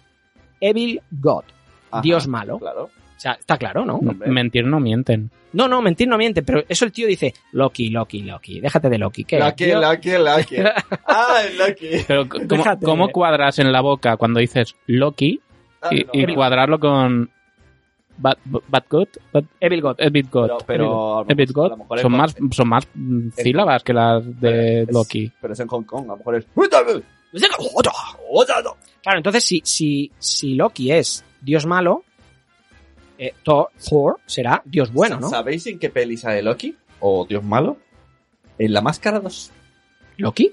S3: Evil God,
S1: Ajá,
S3: Dios malo.
S1: Claro.
S3: O sea, está claro, ¿no?
S4: No, mentir no mienten.
S3: No, no, mentir no miente, pero eso el tío dice, Loki, Loki, Loki, déjate de Loki. ¿qué?
S1: Lucky,
S3: Dios-
S1: Lucky, Lucky. *laughs* ah, el Lucky.
S4: Pero ¿cómo,
S3: Déjate.
S4: cómo cuadras en la boca cuando dices Loki
S1: Ah,
S4: y,
S1: no,
S4: y
S1: pero-
S4: cuadrarlo con Bad, Bad God? Bad-
S3: Evil God.
S4: Evil God.
S1: pero, pero a lo
S4: Evil
S1: mejor- a
S4: God.
S1: lo mejor es
S4: Son
S1: con-
S4: más, son más mm, sílabas que las de
S1: es-
S4: Loki.
S1: Pero es en Hong Kong, a lo mejor es. Claro,
S3: Claro, entonces si, si, si Loki es Dios malo, eh, Thor, Thor será Dios bueno, ¿no?
S1: ¿Sabéis en qué peli sale Loki? ¿O oh, Dios malo? En La Máscara 2.
S3: ¿Loki?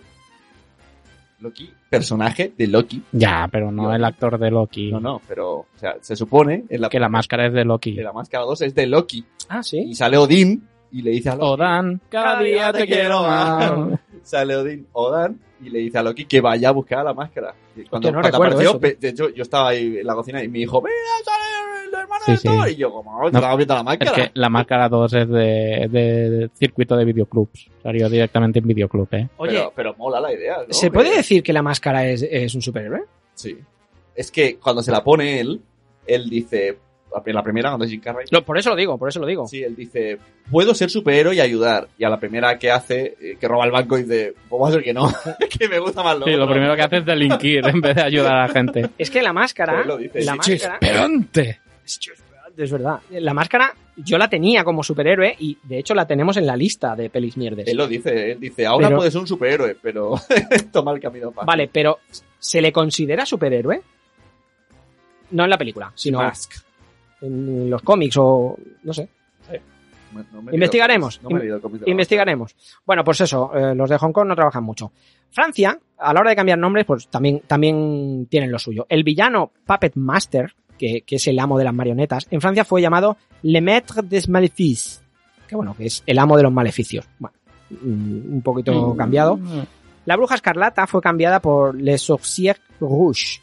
S1: Loki, personaje de Loki.
S4: Ya, pero no
S1: Loki.
S4: el actor de Loki.
S1: No, no, pero, o sea, se supone en la,
S4: Que la máscara es de Loki.
S1: en la Máscara 2 es de Loki.
S3: Ah,
S1: Y
S3: sí.
S1: sale Odín y le dice a Loki.
S4: Odan, Oh, cada día te quiero más.
S1: Sale Odín, Odán y le dice a Loki que vaya a buscar la máscara. Y Cuando,
S3: Hostia,
S1: cuando
S3: no recuerdo
S1: apareció,
S3: eso.
S1: pe- de hecho, yo estaba ahí en la cocina y me dijo, mira, sale el hermano
S4: Sí,
S1: de Thor".
S4: sí.
S1: Y yo, como, te
S4: No,
S1: estaba viendo la
S4: *laughs* Es
S1: máscara.
S4: que la máscara 2 es de, de circuito de videoclubs. Salió directamente en videoclub, ¿eh?
S3: Oye,
S1: pero, pero mola la idea. ¿no? Eh,
S3: ¿se
S1: Que-
S3: puede decir que la máscara es, es un superhéroe?
S1: Sí. Es que cuando se la pone él, él dice, en la primera, cuando es Jim Carrey,
S3: No, por eso lo digo, por eso lo digo.
S1: sí, él dice, puedo ser superhéroe y ayudar. Y a la primera que hace, eh, que roba el banco, dice, ¿cómo va a ser que no? *laughs* que me gusta más lo
S4: Sí, lo
S1: otro".
S4: primero que hace es delinquir en vez de ayudar a la *laughs* gente.
S3: Es que la máscara...
S1: Pero Pues lo dice,
S3: la
S1: sí.
S3: máscara
S4: ¡Esperante!
S3: es verdad. La máscara yo la tenía como superhéroe y de hecho la tenemos en la lista de pelis mierdes.
S1: Él lo dice, él dice, ahora
S3: Pero-
S1: puedes ser un superhéroe, pero *laughs* toma el camino fácil.
S3: Vale, pero ¿se le considera superhéroe? No en la película, sino
S1: Mask.
S3: en los cómics o no sé.
S1: No me he leído
S3: Investigaremos.
S1: cómics, No me he leído cómics de
S3: Investigaremos. Bueno, pues eso, eh, los de Hong Kong no trabajan mucho. Francia, a la hora de cambiar nombres, pues también, también tienen lo suyo. El villano Puppet Master que, que es el amo de las marionetas, en Francia fue llamado Le Maître des Maléfices, que bueno, que es el amo de los maleficios. Bueno, mm, un poquito cambiado. La bruja escarlata fue cambiada por Le Sorcier Rouge.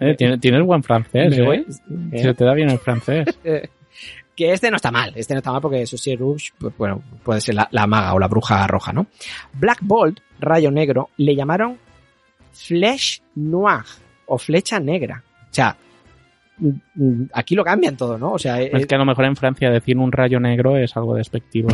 S4: Eh, tiene- tienes buen francés,
S3: Me voy.
S4: ¿eh? Se te da bien el francés.
S3: Eh, que este no está mal, este no está mal porque Susie Rouge, pues, bueno, puede ser la, la maga o la bruja roja, ¿no? Black Bolt, rayo negro, le llamaron Flesh Noir o flecha negra. O sea, mm, mm, aquí lo cambian todo, ¿no? O sea, eh,
S4: *laughs* Es que a lo mejor en Francia decir un rayo negro es algo despectivo.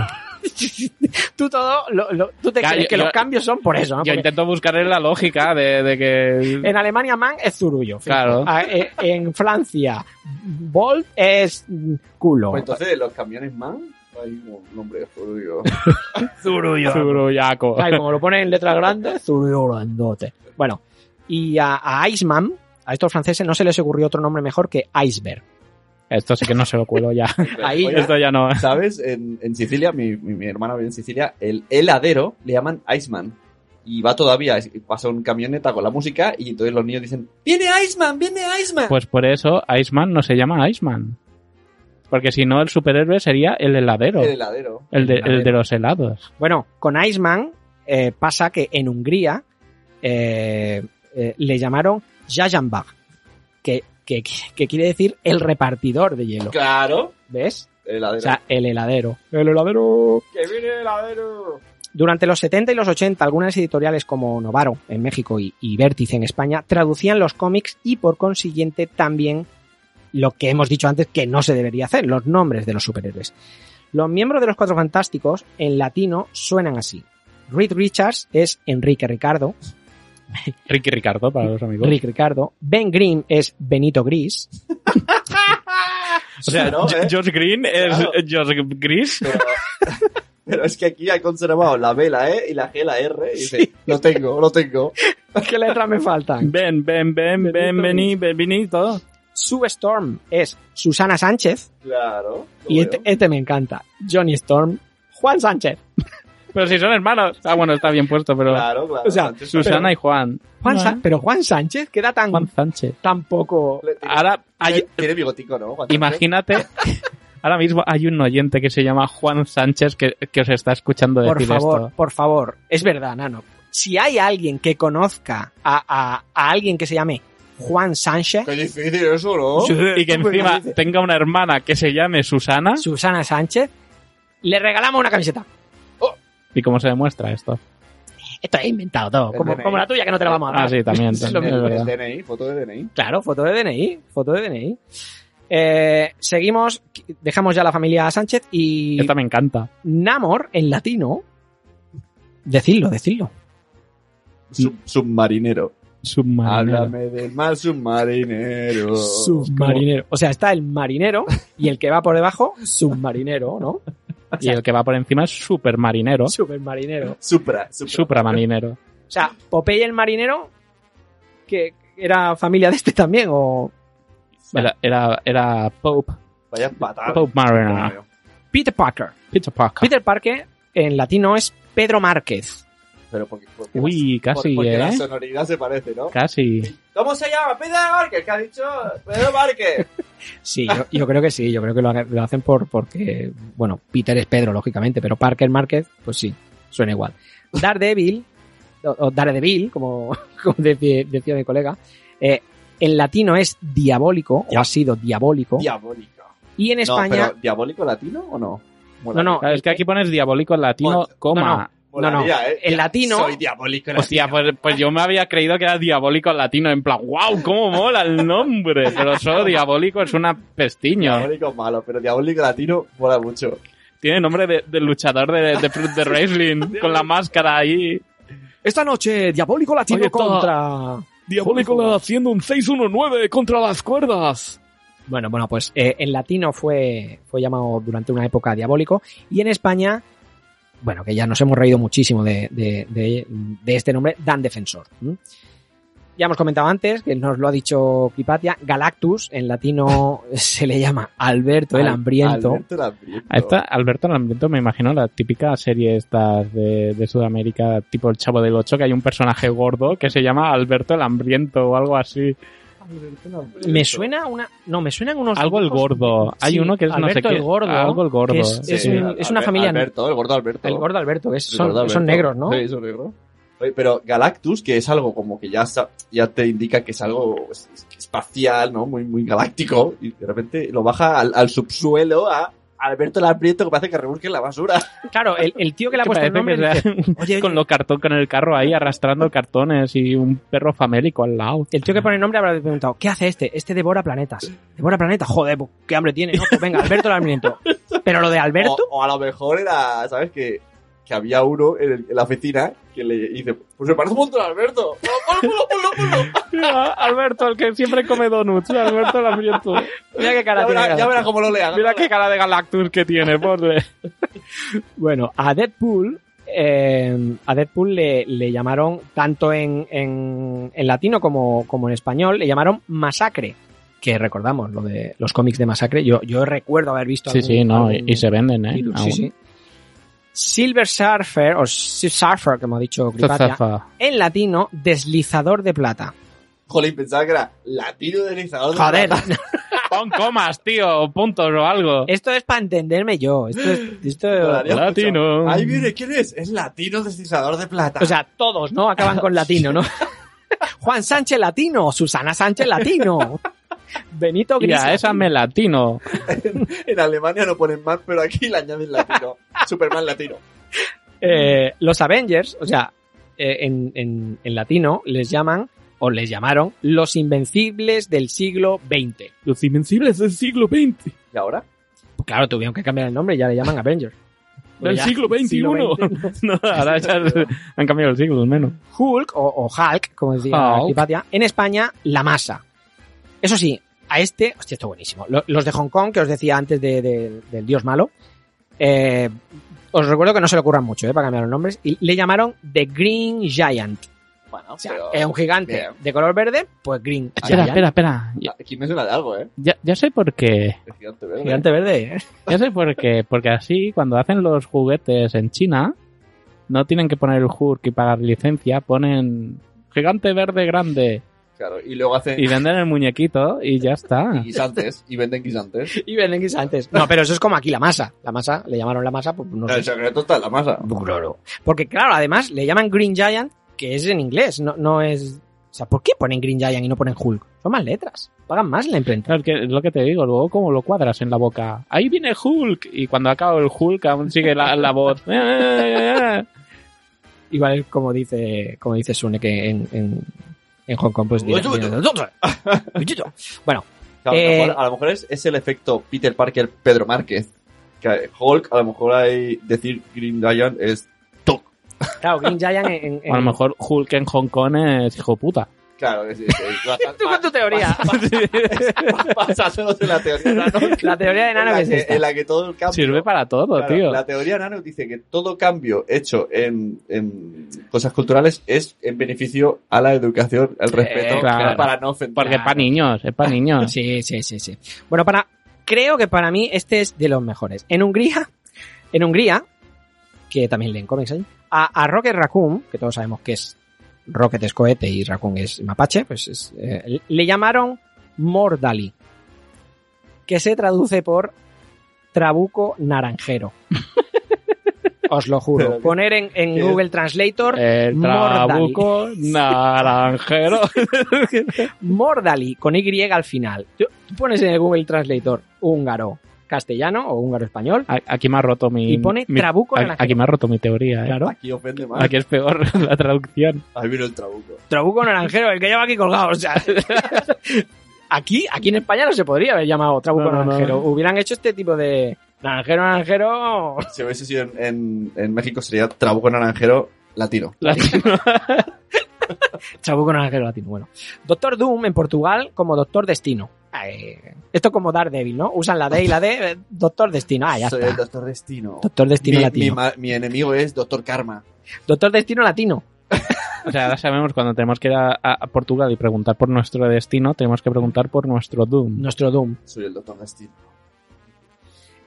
S3: tú todo, lo- lo- tú te
S4: Claro,
S3: crees
S4: yo-
S3: que
S4: yo-
S3: los cambios son por eso, ¿no?
S4: Yo
S3: Porque
S4: intento buscarle la lógica de, de que.
S3: en Alemania man es zurullo.
S4: Claro.
S3: Ah, eh, En Francia, Bolt es mm, culo.
S1: Pues entonces, los camiones man, hay un nombre judío.
S3: Zurullo.
S4: Zurullaco.
S3: Claro, y como lo ponen en letras grandes, zurullo grandote. Bueno, y a, a Iceman, a estos franceses no se les ocurrió otro nombre mejor que Iceberg.
S4: Esto sí que no se lo cuelo ya.
S3: *laughs* Ahí ya.
S4: Esto ya no.
S1: ¿Sabes? En, en Sicilia, mi, mi, mi hermana vive en Sicilia, el heladero le llaman Iceman. Y va todavía, es- pasa un camioneta con la música y entonces los niños dicen, ¡Viene Iceman! ¡Viene Iceman!
S4: Pues por eso Iceman no se llama Iceman. Porque si no, el superhéroe sería el heladero.
S1: el heladero.
S4: El de, el de los helados.
S3: Bueno, con Iceman eh, pasa que en Hungría eh, eh, le llamaron Jajanbach, que, que, que quiere decir el repartidor de hielo.
S1: Claro,
S3: ¿Ves?
S1: el heladero.
S3: O sea, el heladero. El heladero.
S1: ¡Que viene el heladero!
S3: Durante los 70 y los 80, algunas editoriales como Novaro en México y, y Vértice en España traducían los cómics y por consiguiente también lo que hemos dicho antes que no se debería hacer, los nombres de los superhéroes. Los miembros de los Cuatro Fantásticos en latino suenan así. Reed Richards es Enrique Ricardo,
S4: Ricky Ricardo, para los amigos.
S3: Rick Ricardo, Ben Grimm es Benito Gris,
S4: O sea,
S1: Claro,
S4: Jo-
S1: ¿eh?
S4: Josh Green es
S1: Claro.
S4: Josh Gris.
S1: Pero, pero es que aquí ha conservado la B, la E y la G, la R. Y dice, lo tengo, lo tengo.
S3: *laughs* ¿qué letras me faltan?
S4: Ven, ven, ven, ven, vení, ven, vení, todo.
S3: Sue Storm es Susana Sánchez,
S1: Claro. lo
S3: y
S1: veo.
S3: este, este me encanta, Johnny Storm, Juan Sánchez.
S4: Pero si son hermanos. Ah, bueno, está bien puesto, pero.
S1: Claro, claro.
S3: O sea,
S1: Sánchez,
S4: Susana y Juan.
S3: Juan
S4: No,
S3: Sa- pero Juan Sánchez queda tan,
S4: Juan Sánchez.
S3: tan poco.
S1: le- tiene-
S4: Ahora, hay,
S1: tiene- Tiene bigotico, ¿no? *laughs* Juan Sánchez?
S4: imagínate. *laughs* Ahora mismo hay un oyente que se llama Juan Sánchez que, que os está escuchando
S3: Por
S4: decir
S3: favor,
S4: esto.
S3: por favor. Es verdad, Nano. Si hay alguien que conozca a, a- a alguien que se llame Juan Sánchez,
S1: Qué difícil eso, ¿no?
S4: Y que encima tenga una hermana que se llame Susana.
S3: Susana Sánchez, le regalamos una camiseta.
S4: ¿Y cómo se demuestra esto?
S3: Esto es inventado todo.
S1: El
S3: Como,
S1: DNI.
S3: como la tuya que no te la vamos a dar.
S4: Ah, sí, también.
S3: Es lo
S4: también,
S3: mismo.
S4: es
S1: El,
S4: verdad.
S1: el DNI, foto de DNI.
S3: Claro, foto de DNI. Foto de DNI. Eh, seguimos, dejamos ya la familia Sánchez y
S4: Esta me encanta.
S3: Namor en latino. Decidlo, decidlo.
S1: Sub- submarinero.
S4: Submarinero.
S1: Háblame del mar
S4: Oh,
S1: submarinero.
S3: Submarinero. O sea, está el marinero y el que va por
S4: *laughs*
S3: debajo, submarinero, ¿no?
S4: Y el que va por encima es supermarinero.
S3: Supermarinero.
S1: Supra, supra.
S4: Supramarinero.
S3: O sea, Popeye el marinero, que era familia de este también, o
S4: Era, era, era Pope.
S1: Vaya patada.
S4: Pope Mariner.
S3: Peter Parker.
S4: Peter Parker.
S3: Peter Parker en latino es Pedro Márquez.
S1: Pero porque, porque
S4: Uy,
S1: la-
S4: casi,
S1: porque la
S4: ¿eh?
S1: sonoridad se parece, ¿no?
S4: Casi.
S1: ¿Cómo se llama? Pedro Márquez, ¿qué ha dicho? Pedro Márquez.
S3: Sí,
S1: *laughs*
S3: yo, yo creo que sí, yo creo que lo, ha- lo hacen por porque, bueno, Peter es Pedro, lógicamente, pero Parker Márquez, pues sí, suena igual. Daredevil, o, o Daredevil, como, *laughs* como decía, decía mi colega, eh, en latino es diabólico, o ha sido diabólico,
S1: Diabólico.
S3: y en España...
S1: No, pero ¿diabólico latino o no?
S3: No, no,
S4: Claro, es que aquí pones diabólico latino,
S1: Bueno,
S4: coma.
S1: Molaría,
S3: no,
S1: ¿eh?
S3: el
S1: Ya,
S3: latino-
S1: Soy diabólico latino.
S4: Hostia, pues, pues yo me había creído que era diabólico latino, en plan, wow, cómo mola el nombre. Pero solo diabólico es una pestiño.
S1: Diabólico malo, pero diabólico latino mola mucho.
S4: Tiene nombre de, de luchador de, de, de wrestling, con la máscara ahí.
S3: Esta noche, Diabólico Latino
S4: Oye, todo-
S3: contra...
S4: Diabólico haciendo un 619 contra las cuerdas.
S3: Bueno, bueno, pues eh, en latino fue, fue llamado durante una época diabólico y en España, bueno, que ya nos hemos reído muchísimo de, de- de- de este nombre, Dan Defensor. ¿m? Ya hemos comentado antes, que nos lo ha dicho Cripatia, Galactus, en latino *laughs* se le llama Alberto el
S1: Al-
S3: Hambriento.
S1: Alberto el hambriento.
S4: A esta, Alberto Lambriento, me imagino la típica serie estas de, de Sudamérica, tipo El Chavo del Ocho, que hay un personaje gordo que se llama Alberto el Hambriento o algo así.
S3: Me suena una. No, me suenan unos.
S4: Algo el
S3: dibujos-
S4: gordo. Hay
S3: Sí,
S4: uno que es no sé
S3: Alberto
S4: qué.
S3: el gordo.
S4: Algo el gordo.
S3: que es, es
S4: sí.
S3: un- es una familia.
S1: Alberto, el gordo Alberto.
S3: El gordo Alberto, es,
S1: El
S3: son,
S1: gordo Alberto.
S3: son negros, ¿no?
S1: Sí, son negros. Oye, Pero Galactus, que es algo como que ya, sa- ya te indica que es algo es- es- espacial, ¿no? Muy, muy galáctico. Y de repente lo baja al, al subsuelo a Alberto el Aprieto que parece que rebusque en la basura.
S3: Claro, el, el tío que le ha
S4: Que
S3: puesto el
S4: parece
S3: nombre.
S4: que sea
S3: dice, *laughs*
S4: un- con los cartón con el carro ahí arrastrando cartones y un perro famélico al lado.
S3: el
S4: *laughs*
S3: tío que pone el nombre habrá preguntado: ¿Qué hace este? Este devora planetas. ¿Devora planetas? Joder, pues, qué hambre tiene, ¿no? Pues venga, Alberto
S1: *laughs*
S3: el Almirento. Pero lo de Alberto.
S1: O, o a lo mejor era, ¿sabes? Que, que había uno en, el- en la oficina que le dice, pues me parece un montón a Alberto. *laughs*
S4: Alberto, el que siempre come donuts. Alberto el hambriento.
S3: Mira qué cara
S1: Ya
S3: tiene.
S1: verás
S3: Galactus.
S1: ya verá cómo lo lea.
S4: Mira qué cara de Galactus que tiene, pobre.
S3: Bueno, a Deadpool, eh, a Deadpool le, le llamaron, tanto en, en- en latino como, como en español, le llamaron Masacre. Que recordamos, lo de los cómics de Masacre. Yo, yo recuerdo haber visto
S4: Sí,
S3: algún-
S4: sí, no,
S3: algún
S4: y, y se venden, ¿eh?
S3: título, sí,
S4: Aún.
S3: sí. Silver Surfer, o Si- Surfer, como ha dicho Gripatia,
S4: Zazafa.
S3: en latino, deslizador de plata.
S1: Jolín, pensaba que era latino deslizador. de
S3: Joder,
S1: plata.
S4: Pon comas, tío, o puntos o algo.
S3: esto es para entenderme yo. Esto es- *laughs* esto-
S1: Me molaría mucho.
S4: Latino.
S1: Ahí viene, ¿quién es? Es latino deslizador de plata.
S3: O sea, todos, ¿no? Acaban con latino, *laughs* ¿no? Juan Sánchez latino, Susana Sánchez latino, *laughs* Benito Gris.
S4: Mira, esa me latino.
S1: En Alemania no ponen más, pero aquí le añaden
S3: *laughs*
S1: latino. Superman latino.
S3: Eh, los Avengers, o sea, eh, en, en- en latino les llaman, o les llamaron, los invencibles del siglo XX.
S4: Los invencibles del siglo XX.
S1: ¿Y ahora?
S3: Claro, tuvieron que cambiar el nombre, ya le llaman Avengers. Porque Pues ya-
S4: XXI.
S3: siglo XX,
S4: *laughs* No, ahora ya se- *laughs* han cambiado el siglo, al menos.
S3: Hulk o, o Hulk, como decía
S4: Hulk.
S3: Hipatia, en España, la masa. Eso sí, a este, hostia, esto buenísimo. Lo- Los de Hong Kong, que os decía antes de- de- del dios malo, eh, os recuerdo que no se le ocurran mucho, eh, para cambiar los nombres, y le llamaron The Green Giant.
S1: Bueno,
S3: O sea, es un gigante
S1: bien.
S3: de color verde, pues *laughs* Green
S4: Espera,
S3: Giant.
S4: espera, espera. Ya,
S1: Aquí me suena de algo, ¿eh?
S4: ya- ya sé por qué.
S1: El gigante verde.
S3: Gigante verde, ¿eh?
S4: Ya sé por qué. Porque así, cuando hacen los juguetes en China, no tienen que poner el Hulk y pagar licencia, ponen gigante verde grande
S1: Claro, y luego hacen
S4: y venden el muñequito y ya está.
S1: *laughs* guisantes. Y venden guisantes.
S3: Y venden guisantes. No, pero eso es como aquí, la masa. La masa, le llamaron la masa, pues no sé.
S1: El secreto está en la masa.
S3: Claro. Porque, claro, además le llaman Green Giant, que es en inglés, no, no es. O sea, ¿por qué ponen Green Giant y no ponen Hulk? Son más letras. Pagan más la imprenta.
S4: Claro, es que es lo que te digo, luego como lo cuadras en la boca. Ahí viene Hulk. Y cuando acaba el Hulk aún sigue la, la voz. *laughs*
S3: Igual es como dice, como dice Sune que en, en, en Hong Kong, pues. dirá- dirá- *laughs* bueno,
S1: Claro,
S3: Eh,
S1: a, lo mejor, a lo mejor es, es el efecto Peter Parker, Pedro Márquez. Que Hulk, a lo mejor hay decir Green Giant es toc.
S3: claro, Green Giant en. en-
S4: O a lo mejor Hulk en Hong Kong es hijo puta.
S1: Claro, es, es,
S3: *laughs*
S1: es bastante-
S3: Tú con tu
S1: *laughs*
S3: teoría.
S1: Pasándonos de la teoría nano.
S3: La teoría de
S1: En la
S3: Nano que es
S1: que-
S3: esta.
S1: En la que todo el cambio.
S4: Sirve para todo,
S1: Claro,
S4: tío.
S1: La teoría nano dice que todo cambio hecho en, en cosas culturales es en beneficio a la educación,
S3: Eh,
S1: al respeto,
S4: claro.
S1: para no ofender.
S4: Porque es para niños, es para niños.
S1: *laughs*
S3: Sí, sí, sí, sí. Bueno, para. Creo que para mí este es de los mejores. En Hungría, en Hungría, que también leen cómics ahí, a, a Rocket Raccoon, que todos sabemos que es Rocket es cohete y Raccoon es mapache, pues es, eh, le llamaron Mordali, que se traduce por Trabuco Naranjero. Os lo juro.
S1: Pero,
S3: Poner en, en
S1: ¿qué es?
S3: Google Translator
S4: El
S3: Mordali.
S4: trabuco naranjero.
S3: Mordali con Y al final. Tú tú pones en el Google Translator húngaro castellano o húngaro español
S4: A- Aquí me ha roto mi.
S3: y pone
S4: mi-
S3: trabuco
S4: a-
S3: naranjero.
S4: Mm, Aquí me ha roto mi teoría, ¿eh?
S3: Claro.
S1: Aquí ofende más.
S4: Aquí es peor *laughs* la traducción.
S1: Ahí vino el trabuco.
S3: Trabuco naranjero, el que lleva aquí colgado. O
S4: *laughs*
S3: sea, aquí, aquí en España no se podría haber llamado trabuco
S4: No, no, no.
S3: naranjero. Hubieran hecho este tipo de naranjero, naranjero.
S1: Si hubiese sido en, en, en México sería trabuco naranjero latino.
S4: La-
S3: Trabuco naranjero latino. Bueno, Doctor Doom en Portugal como Doctor Destino. Eh, esto como Daredevil, ¿no? Usan la D y la D, eh, Doctor Destino. Ah, ya
S1: Soy el
S3: está.
S1: doctor destino.
S3: Doctor
S1: mi,
S3: Destino
S1: mi
S3: latino.
S1: ma- mi enemigo es doctor karma.
S3: Doctor Destino latino.
S4: *laughs* o sea, ahora sabemos cuando tenemos que ir a, a- a Portugal y preguntar por nuestro destino, tenemos que preguntar por nuestro Doom.
S3: Nuestro Doom.
S1: Soy el doctor destino.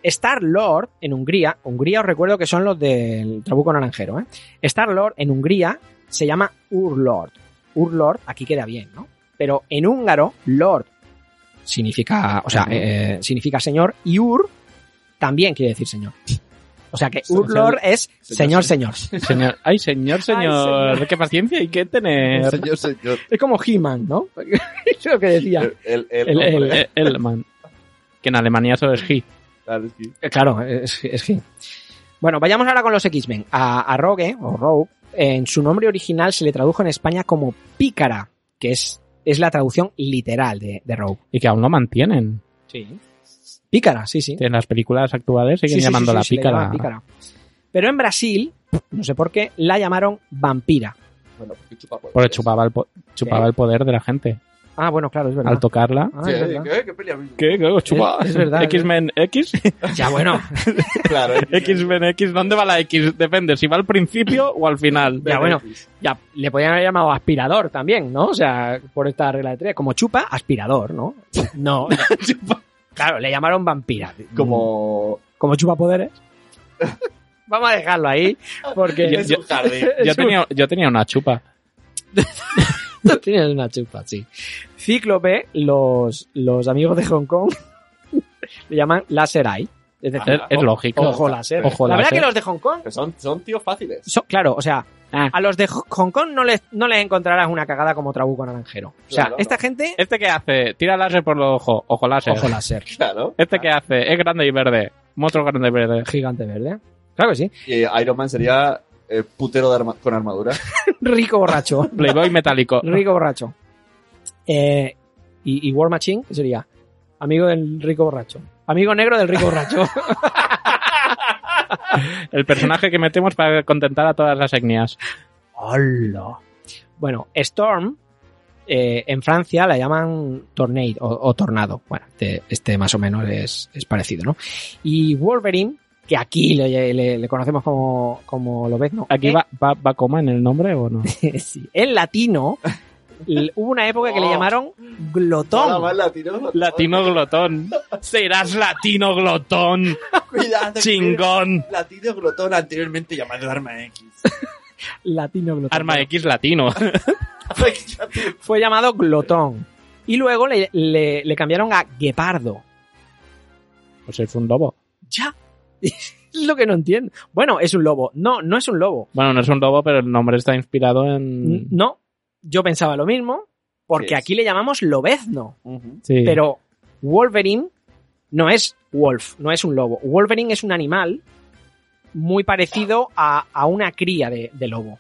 S3: Star Lord en Hungría, Hungría os recuerdo que son los del Trabuco Naranjero, ¿eh? Star Lord en Hungría se llama Urlord. Urlord, aquí queda bien, ¿no? pero en húngaro, Lord significa, o sea, eh, significa señor y Ur también quiere decir señor. O sea que Urlor es señor, señor.
S4: Señor, ay, señor, señor.
S3: señor.
S4: Qué paciencia hay que tener.
S1: Señor, señor.
S3: Es como He-Man, ¿no? *laughs* es lo que decía.
S1: El, el,
S4: El, el,
S1: hombre.
S4: el- el man. Que en Alemania eso es he.
S1: Claro, sí.
S3: Eh, Claro, es, es que- Bueno, vayamos ahora con los X-Men. A, a Rogue, o Rogue, en su nombre original se le tradujo en España como Pícara, que es, es la traducción literal de, de Rogue.
S4: Y que aún lo mantienen.
S3: Sí. Pícara, sí, sí.
S4: En las películas actuales siguen
S3: Sí, sí, sí,
S4: llamándola
S3: sí, se le
S4: pícara.
S3: llama pícara. Pero en Brasil, no sé por qué, la llamaron vampira.
S1: Bueno, porque chupa polvo.
S4: Porque chupaba el, po- chupaba
S3: ¿Qué?
S4: el poder de la gente.
S3: Ah, bueno, claro, es verdad.
S4: Al tocarla.
S3: Ah,
S1: Sí,
S3: es
S1: ¿eh?
S3: verdad.
S1: ¿Qué? ¿Qué pelea?
S4: ¿Qué? ¿Qué? Chupaba.
S3: Es- es *laughs* verdad, es
S4: X-Men X.
S3: Ya, bueno,
S1: Claro.
S4: X-Men X. ¿Dónde va la X? Depende si va al principio o al final. Eh,
S3: ya, bueno. Ya, le podían haber llamado aspirador también, ¿no? O sea, por esta regla de tres. Como chupa, aspirador, ¿no? No. Claro, le llamaron vampira.
S1: Mm.
S3: *laughs*
S1: Como...
S3: como chupa poderes. Vamos a dejarlo ahí, porque
S1: Es un jardín.
S4: Yo tenía, yo tenía una chupa.
S3: Tú tienes una chupa, sí. Cíclope, los, los amigos de Hong Kong *laughs* le llaman Laser Eye. Es decir,
S4: Ah, Es, es lógico.
S3: Ah, ojo láser.
S4: Ojo
S3: La verdad
S4: láser.
S3: que los de Hong Kong,
S1: Que son, son tíos fáciles.
S3: son- claro, o sea,
S4: Ah.
S3: a los de Ho- Hong Kong no les, no les encontrarás una cagada como Trabuco Naranjero. O sea,
S1: Claro,
S3: esta
S1: no.
S3: gente...
S4: Este que hace, tira láser por los ojos, ojo láser.
S3: Ojo láser. *laughs*
S1: Claro.
S4: Este que hace, es grande y verde, monstruo grande y verde.
S3: Gigante verde. Claro que sí.
S1: Y Iron Man sería eh, putero de arma- con armadura.
S3: Rico *laughs* borracho.
S4: Playboy metálico.
S3: Rico borracho. Eh, y, y War Machine, que sería amigo del rico borracho. Amigo negro del rico *laughs* borracho.
S4: El personaje que metemos para contentar a todas las etnias.
S3: ¡Hola! Bueno, Storm, eh, en Francia la llaman Tornado o, o Tornado. Bueno, este, este más o menos es, es parecido, ¿no? Y Wolverine, que aquí le, le- le conocemos como, como Lobezno.
S4: ¿Aquí
S3: Eh,
S4: va, va, va coma en el nombre o no?
S3: *laughs* sí, en latino, l- hubo una época que le
S1: Oh.
S3: llamaron
S1: Nada
S3: Glotón.
S1: más latino.
S4: Latino glotón. Serás latino glotón.
S1: Cuidado.
S4: Chingón.
S1: Latino glotón anteriormente llamado Arma X.
S3: Latino Glotón.
S4: Arma X latino. *laughs*
S3: Fue llamado Glotón. Y luego le, le- le cambiaron a Guepardo.
S4: Pues es un lobo.
S3: Ya. *laughs* es lo que no entiendo. Bueno, es un lobo. No, no es un lobo.
S4: Bueno, no es un lobo, pero el nombre está inspirado en...
S3: No, yo pensaba lo mismo, porque
S1: ¿Qué es?
S3: aquí le llamamos lobezno,
S1: Ujú.
S4: Sí.
S3: pero Wolverine no es wolf, no es un lobo. Wolverine es un animal muy parecido a, a una cría de, de lobo.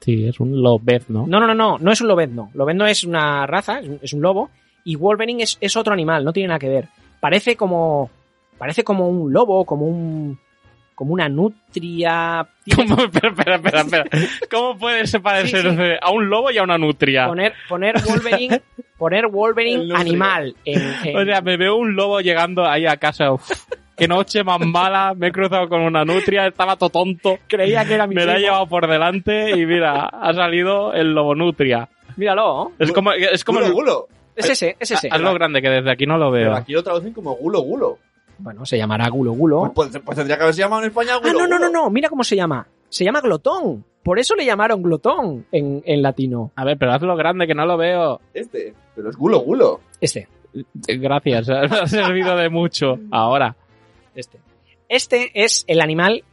S4: Sí, es un lobez, ¿no?
S3: No, no, no, no, no es un lobezno. Lobezno es una raza, es un, es un lobo, y Wolverine es, es otro animal, no tiene nada que ver. Parece como, parece como un lobo, como un, como una nutria. Tiene-
S4: ¿Cómo? *laughs* Espera, espera, espera, espera. ¿Cómo puede se parecer
S3: Sí, sí.
S4: eh, a un lobo y a una nutria?
S3: Poner, poner Wolverine,
S4: *laughs*
S3: poner
S1: El
S3: Wolverine
S1: nutria.
S3: animal en, en-
S4: O sea, me veo un lobo llegando ahí a casa. Uf, qué
S3: *laughs*
S4: noche más mala. Me he cruzado con una nutria, estaba todo tonto.
S3: Creía que era mi
S4: Me la he
S3: primo.
S4: llevado por delante y mira, ha salido el lobo nutria.
S3: Míralo.
S4: Es como, es como
S1: gulo,
S4: el,
S1: gulo.
S3: Es ese, es ese.
S4: haz lo grande que desde aquí no lo
S1: Pero
S4: veo.
S1: aquí lo traducen como gulo gulo.
S3: Bueno, se llamará Gulo Gulo.
S1: Pues, pues- pues tendría que haberse llamado en España
S3: Ah,
S1: gulo.
S3: no, no, no,
S1: gulo.
S3: no. Mira cómo se llama. Se llama Glotón. Por eso le llamaron Glotón en, en latino.
S4: A ver, pero hazlo grande que no lo veo.
S1: Este. Pero es gulo gulo.
S3: Este,
S4: Eh, Gracias, *laughs* me ha servido de mucho. Ahora,
S3: este. Este es el animal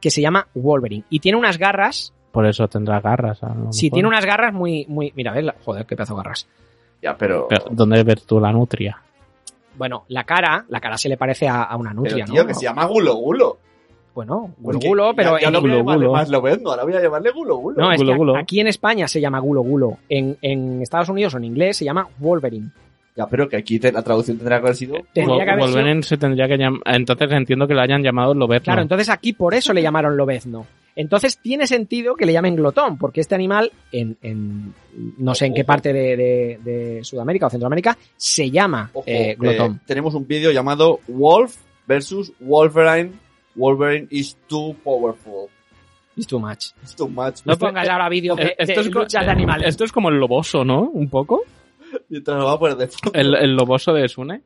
S3: que se llama Wolverine. Y tiene unas garras.
S4: por eso tendrá garras. a lo
S3: Sí,
S4: mejor.
S3: tiene unas garras muy, muy. Mira, ves. la- Joder, qué pedazo de garras.
S1: Ya, pero...
S4: Pero, ¿Dónde ves tú la nutria?
S3: Bueno, la cara, la cara se le parece a, a una
S1: Pero,
S3: nutria,
S1: tío,
S3: ¿no?
S1: que se llama gulo gulo.
S3: Bueno, Gulo
S1: Porque
S3: Gulo,
S1: ya-
S3: pero
S1: ya
S3: en-
S1: lo voy a
S4: Gulo
S1: llamarle
S4: Gulo.
S1: más lobezno, ahora voy a llamarle gulo gulo.
S3: No, eh. es
S4: Gulo
S3: que a-
S4: Gulo.
S3: aquí en España se llama Gulo Gulo. En, en Estados Unidos o en inglés se llama Wolverine.
S1: Ya, pero que aquí te- la traducción tendría que haber sido...
S3: Tendría que haber sido-
S4: Wolverine se tendría que llamar. Entonces entiendo que lo hayan llamado Lobezno.
S3: Claro, entonces aquí por eso le llamaron lobezno. Entonces tiene sentido que le llamen glotón, porque este animal, en, en- no sé en qué
S1: Ojo.
S3: parte de, de- de Sudamérica o Centroamérica, se llama
S1: Ojo,
S3: eh,
S1: eh,
S3: glotón.
S1: tenemos un vídeo llamado Wolf versus Wolverine. Wolverine is too powerful.
S3: It's too much.
S1: It's too much.
S3: No pongas
S1: *laughs*
S3: ahora vídeos de,
S4: Eh,
S3: de
S4: co-
S3: luchas de
S4: eh,
S3: animales.
S4: esto es como el loboso, ¿no? Un poco.
S1: Mientras lo va a poner de fondo.
S4: El, el loboso de Sune.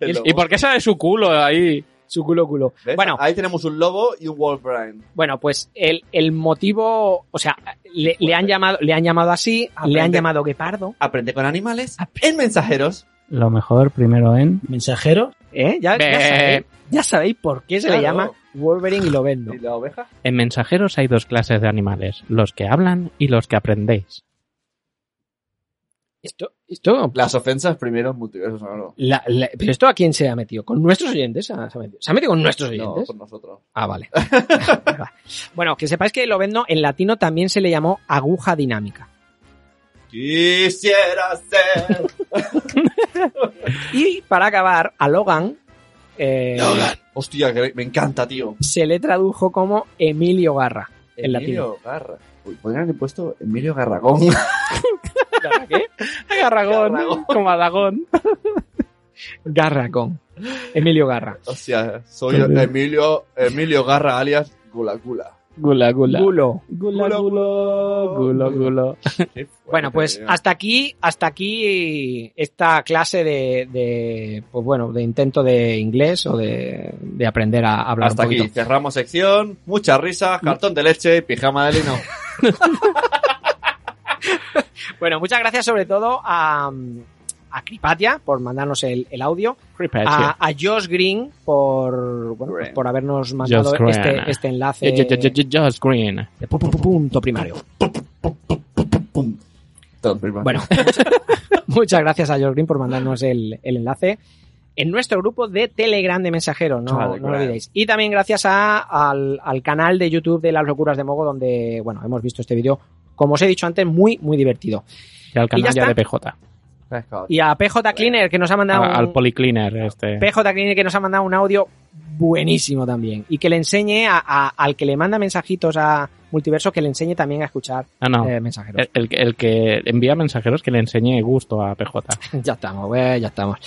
S1: El
S4: ¿Y por qué sale *laughs* su culo ahí?
S3: Su culo culo.
S1: ¿Ves? Ah.
S3: Bueno,
S1: Ahí tenemos un lobo y un Wolverine.
S3: Bueno, pues el, el motivo, o sea, le, le han llamado, le han llamado así, le han
S1: Aprende.
S3: llamado guepardo.
S1: Aprende con animales en mensajeros.
S4: Lo mejor primero en...
S5: ¿Mensajero?
S3: ¿Eh? Ya, ya
S4: Ve.
S3: sabéis, ya sabéis por qué se le
S1: Claro.
S3: llama Wolverine y lo vendo.
S1: ¿Y la oveja?
S4: En mensajeros hay dos clases de animales, los que hablan y los que aprendéis.
S3: Esto, esto,
S1: Las ofensas primero en multiverso sonoro.
S3: la- la- pero esto a quién se ha metido? ¿Con nuestros oyentes? Ah, ¿Se ha metido, ¿Se ha metido con nuestros
S1: No,
S3: oyentes?
S1: con nosotros.
S3: Ah, vale.
S1: *laughs*
S3: Vale. bueno, que sepáis que lo vendo en latino también se le llamó aguja dinámica.
S1: Quisiera ser.
S3: Y para acabar, a Logan, eh,
S1: *laughs* Hostia, que me encanta, tío.
S3: se le tradujo como Emilio Garra. En
S1: Emilio Garra. Uy, podrían haber puesto Emilio Garragón.
S3: Garragón,
S1: Garragón.
S3: como Adagón. Garracón. Emilio Garra.
S1: *laughs* Hostia, soy Emilio, Emilio Garra alias Gula Gula.
S4: Gula, gula.
S3: Gulo.
S4: Gula, gulo, gulo, gulo.
S1: Qué fuerte,
S3: Bueno, pues
S1: tío.
S3: hasta aquí, hasta aquí esta clase de, de, pues bueno, de intento de inglés o de, de aprender a hablar
S1: Hasta
S3: un poquito.
S1: aquí. Cerramos sección. Mucha risa, cartón de leche y pijama de lino.
S3: Bueno, muchas gracias sobre todo a, a Cripatia por mandarnos el, el audio, a, a Josh Green por, bueno, pues por habernos mandado
S4: Green.
S3: este, este
S1: Eh,
S3: enlace
S4: Just Green.
S3: de pu- pu- pu- punto primario. Bueno, muchas gracias a George Green por mandarnos el, el enlace en nuestro grupo de Telegram de mensajeros, no,
S1: Telegram.
S3: no lo olvidéis. Y también gracias a- al, al canal de YouTube de Las Locuras de Mogo, donde, bueno, hemos visto este vídeo, como os he dicho antes, muy, muy divertido.
S4: Y al
S3: Y ya está.
S4: canal de PJ.
S3: Y a PJ Cleaner, que nos ha mandado
S4: Al, al
S3: un-
S4: Policleaner este.
S3: PJ Cleaner, que nos ha mandado un audio buenísimo también. Y que le enseñe a- a- al que le manda mensajitos a Multiverso, que le enseñe también a escuchar
S4: Ah, no.
S3: eh, mensajeros.
S4: El, el que- el que envía mensajeros que le enseñe gusto a PJ.
S3: Ya estamos, güey, ya estamos.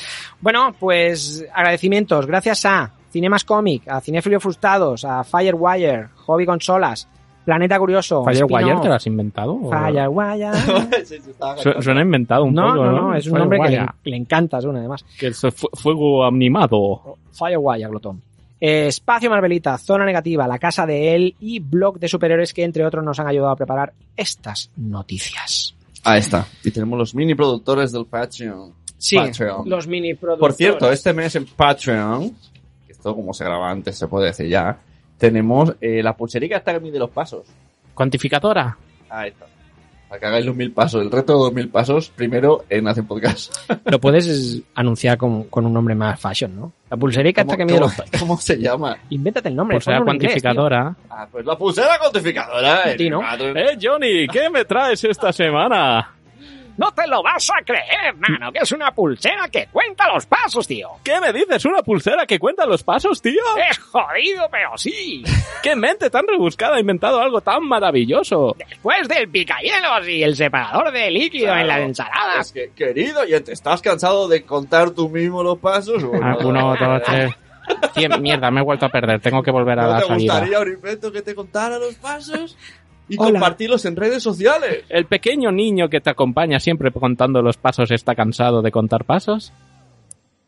S3: Bueno, pues agradecimientos. Gracias a Cinemas Comic, a Cinefilio Frustrados, a Firewire, Hobby Consolas, Planeta Curioso.
S4: ¿Firewire
S3: Spin-off,
S4: te lo has inventado? o- *laughs*
S3: Firewire.
S1: *laughs* Sí, sí, estaba
S4: Su-
S1: cantando.
S4: Suena inventado un
S3: No,
S4: poco,
S3: no,
S4: ¿no?
S3: no, es un nombre que le,
S4: Firewire.
S3: le encanta, es una además.
S4: Que es fu- fuego animado.
S3: Firewire, glotón. Eh, Espacio Marvelita, Zona Negativa, La Casa de Él y Blog de Superiores que, entre otros, nos han ayudado a preparar estas noticias.
S1: Ahí está. Y tenemos los mini productores del Patreon.
S3: Sí,
S1: Patreon.
S3: los mini productores.
S1: Por cierto, este mes en Patreon, que esto como se graba antes se puede decir ya, tenemos eh, la pulserica hasta que mide los pasos.
S4: Cuantificadora.
S1: Ahí está. Para que hagáis los mil pasos. El reto de dos mil pasos, primero en Hacen Podcast.
S3: Lo puedes anunciar con, con un nombre más fashion, ¿no? La pulserica hasta que mide
S1: ¿Cómo-
S3: los
S1: cómo- ¿Cómo se llama?
S3: Invéntate el nombre.
S4: Por ser
S3: ponlo en inglés,
S4: cuantificadora.
S1: Ah, pues la pulsera cuantificadora. en
S3: Latino.
S1: Patreon.
S4: ¡Eh, Johnny! ¿Qué me traes esta semana?
S3: tío. No te lo vas a creer, nano, que es una pulsera que cuenta los pasos, tío.
S4: ¿Qué me dices? ¿Una pulsera que cuenta los pasos, tío?
S3: Es jodido, pero sí.
S4: ¡Qué mente tan rebuscada ha inventado algo tan maravilloso!
S3: Después del picayelos y el separador de líquido en las
S1: Claro.
S3: ensaladas.
S1: Es que, querido, ¿y te estás cansado de contar tú mismo los pasos?
S4: Ah, Uno, dos, tres. Cien- mierda, me he vuelto a perder. Tengo que volver a
S1: ¿No
S4: la
S1: te
S4: salida.
S1: gustaría, Oripeto, que te contara los pasos? Y
S3: Hola.
S1: compartirlos en redes sociales.
S4: ¿El pequeño niño que te acompaña siempre contando los pasos está cansado de contar pasos?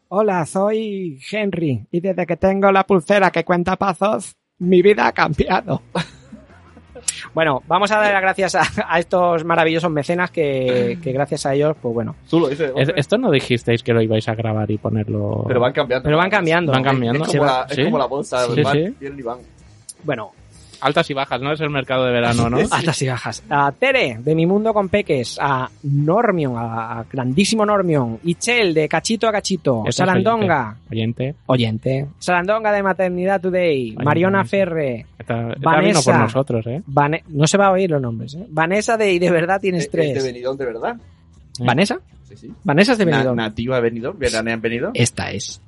S3: Hola, soy Henry y desde que tengo la pulsera que cuenta pasos, mi vida ha cambiado. *laughs* Bueno, vamos a dar las gracias a, a estos maravillosos mecenas que, que gracias a ellos, pues bueno,
S1: Tú lo dices.
S4: Es-
S1: hombre.
S4: esto no dijisteis que lo ibais a grabar y ponerlo.
S1: Pero van cambiando.
S3: pero van cambiando.
S4: Van cambiando.
S1: Es
S4: Se
S1: como,
S4: va-
S1: la, es
S4: sí.
S1: como la bolsa
S4: Sí,
S1: del bar,
S4: sí.
S1: vienen y van.
S3: Bueno,
S4: Altas y bajas, ¿no? Es el mercado de
S1: *laughs*
S4: verano, ¿no?
S3: Altas y bajas. A Tere, de Mi Mundo con Peques. A Normion, a a grandísimo Normion. Ichel, de Cachito a Cachito.
S4: Este es
S3: Sarandonga,
S4: Oyente.
S3: oyente. Sarandonga de Maternidad Today.
S4: Oyente,
S3: Mariona
S4: oyente.
S3: Ferre.
S4: Está, está
S3: Vanessa.
S4: vino por
S1: *laughs*
S4: nosotros, ¿eh?
S3: Vane- no se va a oír los nombres. ¿eh? Vanessa de Y de Verdad Tienes
S1: Eh, Es,
S3: Tres.
S1: de Benidorm, de verdad.
S3: ¿Vanessa?
S1: Sí, sí.
S3: Vanessa es de
S1: Na-
S3: Benidorm. Eh.
S1: nativa de Benidorm, veranean Benidorm.
S3: Esta es.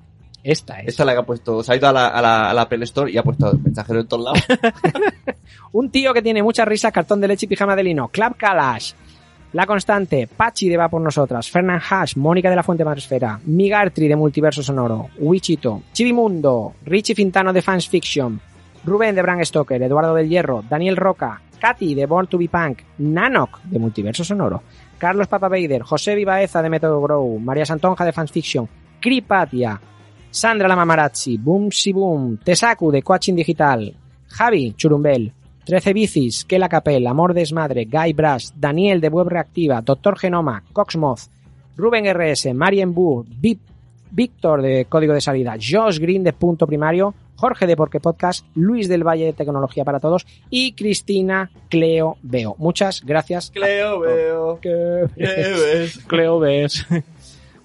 S3: Esta es.
S1: Esta es la que ha puesto, se ha ido a la, a la, a la Apple Store y ha puesto mensajero en todos lados.
S3: Un tío que tiene muchas risas, cartón de leche y pijama de lino. Club Kalash. La Constante, Pachi de Va por Nosotras, Fernand Hash, Mónica de la Fuente Marsfera, Migartri de Multiverso Sonoro, Wichito, Chivimundo, Richie Fintano de Fans Fiction, Rubén de Bram Stoker, Eduardo del Hierro, Daniel Roca, Katy de Born to be Punk, Nanok de Multiverso Sonoro, Carlos Papaveider, José Vivaeza de Método Grow, María Santonja de Fans Fiction, Cripatia, Sandra la Mamarazzi, Boom Si Boom, Tesaku de Coaching Digital, Javi Churumbel, 13 Bicis, Kela Capel, Amor Desmadre, Guy Brass, Daniel de Web Reactiva, Doctor Genoma, Coxmoth, Rubén RS, Marien Bu, Vip, Víctor de Código de Salida, Josh Green de Punto Primario, Jorge de Porque Podcast, Luis del Valle de Tecnología para Todos y Cristina Cleo Veo. Muchas gracias.
S1: Cleo *laughs*
S3: *laughs*
S1: Veo.
S3: Cleo
S1: Eh, ves?
S4: Cleo ves.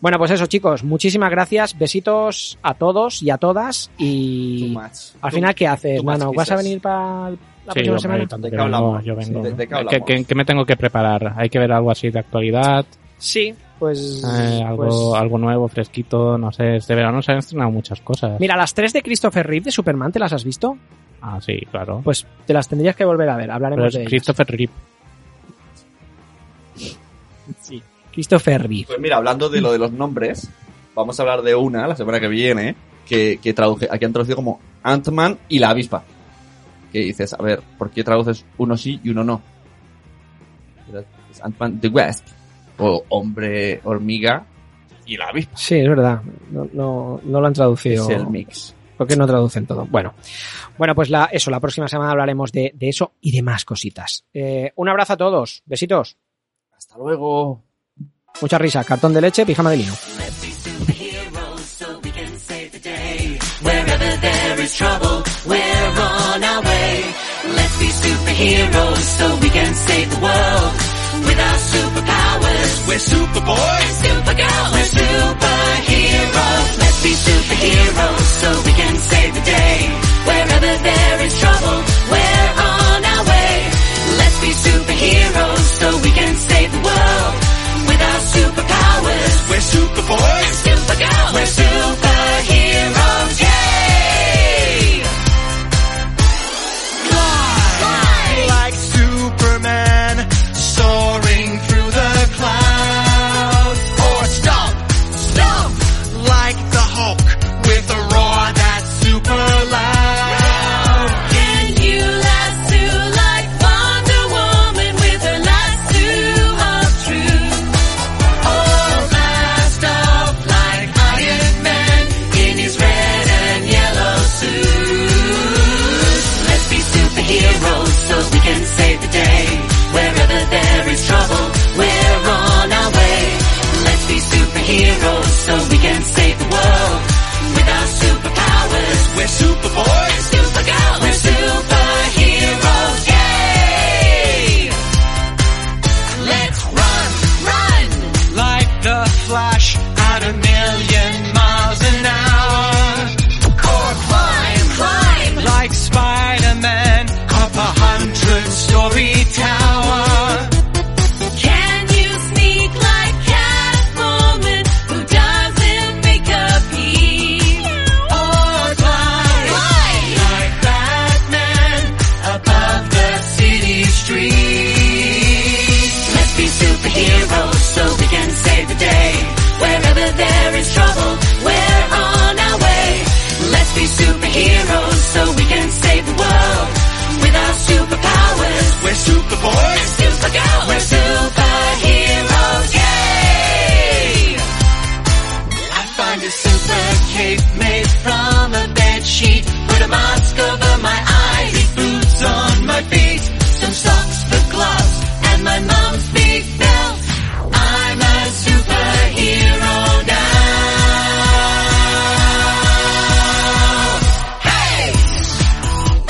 S3: Bueno, pues eso, chicos. Muchísimas gracias. Besitos a todos y a todas. Y al final, ¿qué haces,
S4: too much
S3: Nano? ¿Vas a
S4: quizás.
S3: venir para la
S4: Sí,
S3: próxima semana?
S4: hombre, tanto que vengo, yo vengo.
S1: ¿De- de qué
S4: Eh,
S1: hablamos?
S4: qué- qué me tengo que preparar? Hay que ver algo así de actualidad,
S3: Sí, pues.
S4: eh, algo,
S3: pues-
S4: algo nuevo, fresquito, no sé. Este verano se han estrenado muchas cosas.
S3: Mira, las tres de Christopher Reeve de Superman, ¿te las has visto?
S4: Ah, sí, claro.
S3: Pues te las tendrías que volver a ver.
S4: Pero
S3: Hablaremos
S4: es
S3: de ellas.
S4: Christopher Reeve.
S3: Sí. Christopher Reeve.
S1: Pues mira, hablando de lo de los nombres, vamos a hablar de una la semana que viene, que, que, traduje, aquí han traducido como Ant-Man y la avispa. Que dices, a ver, ¿por qué traduces uno sí y uno no? Es Ant-Man the West, o hombre hormiga y la avispa.
S3: Sí, es verdad. No, no, no lo han traducido.
S1: Es el mix.
S3: ¿Por qué no traducen todo? Bueno, bueno pues la, eso, la próxima semana hablaremos de, de eso y de más cositas. Eh, un abrazo a todos. Besitos.
S1: Hasta luego.
S3: Muchas risas. Cartón de leche, pijama de lino.
S5: Wherever there is trouble, we're on our way. Let's be superheroes so we can save the world. With our superpowers, we're Superboy, Supergirl, we're superheroes. Let's be superheroes so we can save the day. Wherever there is trouble, we're on our way. Let's be superheroes so we can save the world. With our superpowers, we're Superboy, Supergirl, we're superheroes. Yay! Fly
S11: like Superman, soaring through the clouds. Or stomp, stomp, like the Hulk, with a roar that's super loud.
S5: Can you last too like Wonder Woman with her last two of truth? Or blast off like Iron Man in his red and yellow suit? Let's be superheroes so we can save the day. Wherever there is trouble, we're on our way. Let's be superheroes so we can save the world. With our superpowers, we're Superboy, Supergirl, we're superheroes, yay! Let's run, run!
S11: Like the Flash, at a million miles an hour. Or climb,
S5: climb,
S11: like Spider-Man, up a hundred story tower.
S5: Can you sneak like Catwoman who doesn't make a peep? Or fly, like Batman above the city streets? Let's be superheroes so we can save the day. Wherever there is trouble, we're on our way. Let's be superheroes so we can save the world with our superpowers.
S11: We're Superboy,
S5: Supergirl, we're superheroes, yay!
S11: I find a super cape made from a bed sheet. Put a mask over my eyes, boots on my feet, some socks for gloves, and my mom's big belt. I'm a superhero now. Hey!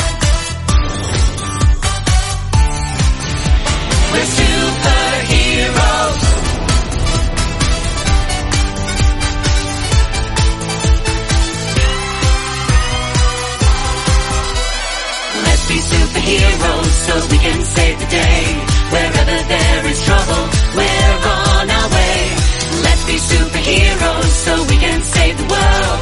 S5: We're superheroes. Let's be superheroes so we can save the day. Wherever there is trouble, we're on our way. Let's be superheroes so we can save the world.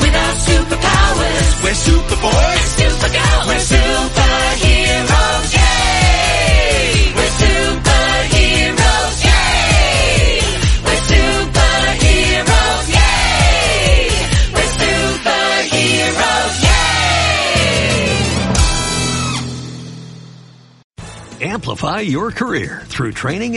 S5: With our superpowers,
S11: we're Superboy,
S5: Supergirl, we're superheroes, yay! We're superheroes, yay! We're superheroes, yay! We're superheroes, yay!
S12: Amplify your career through training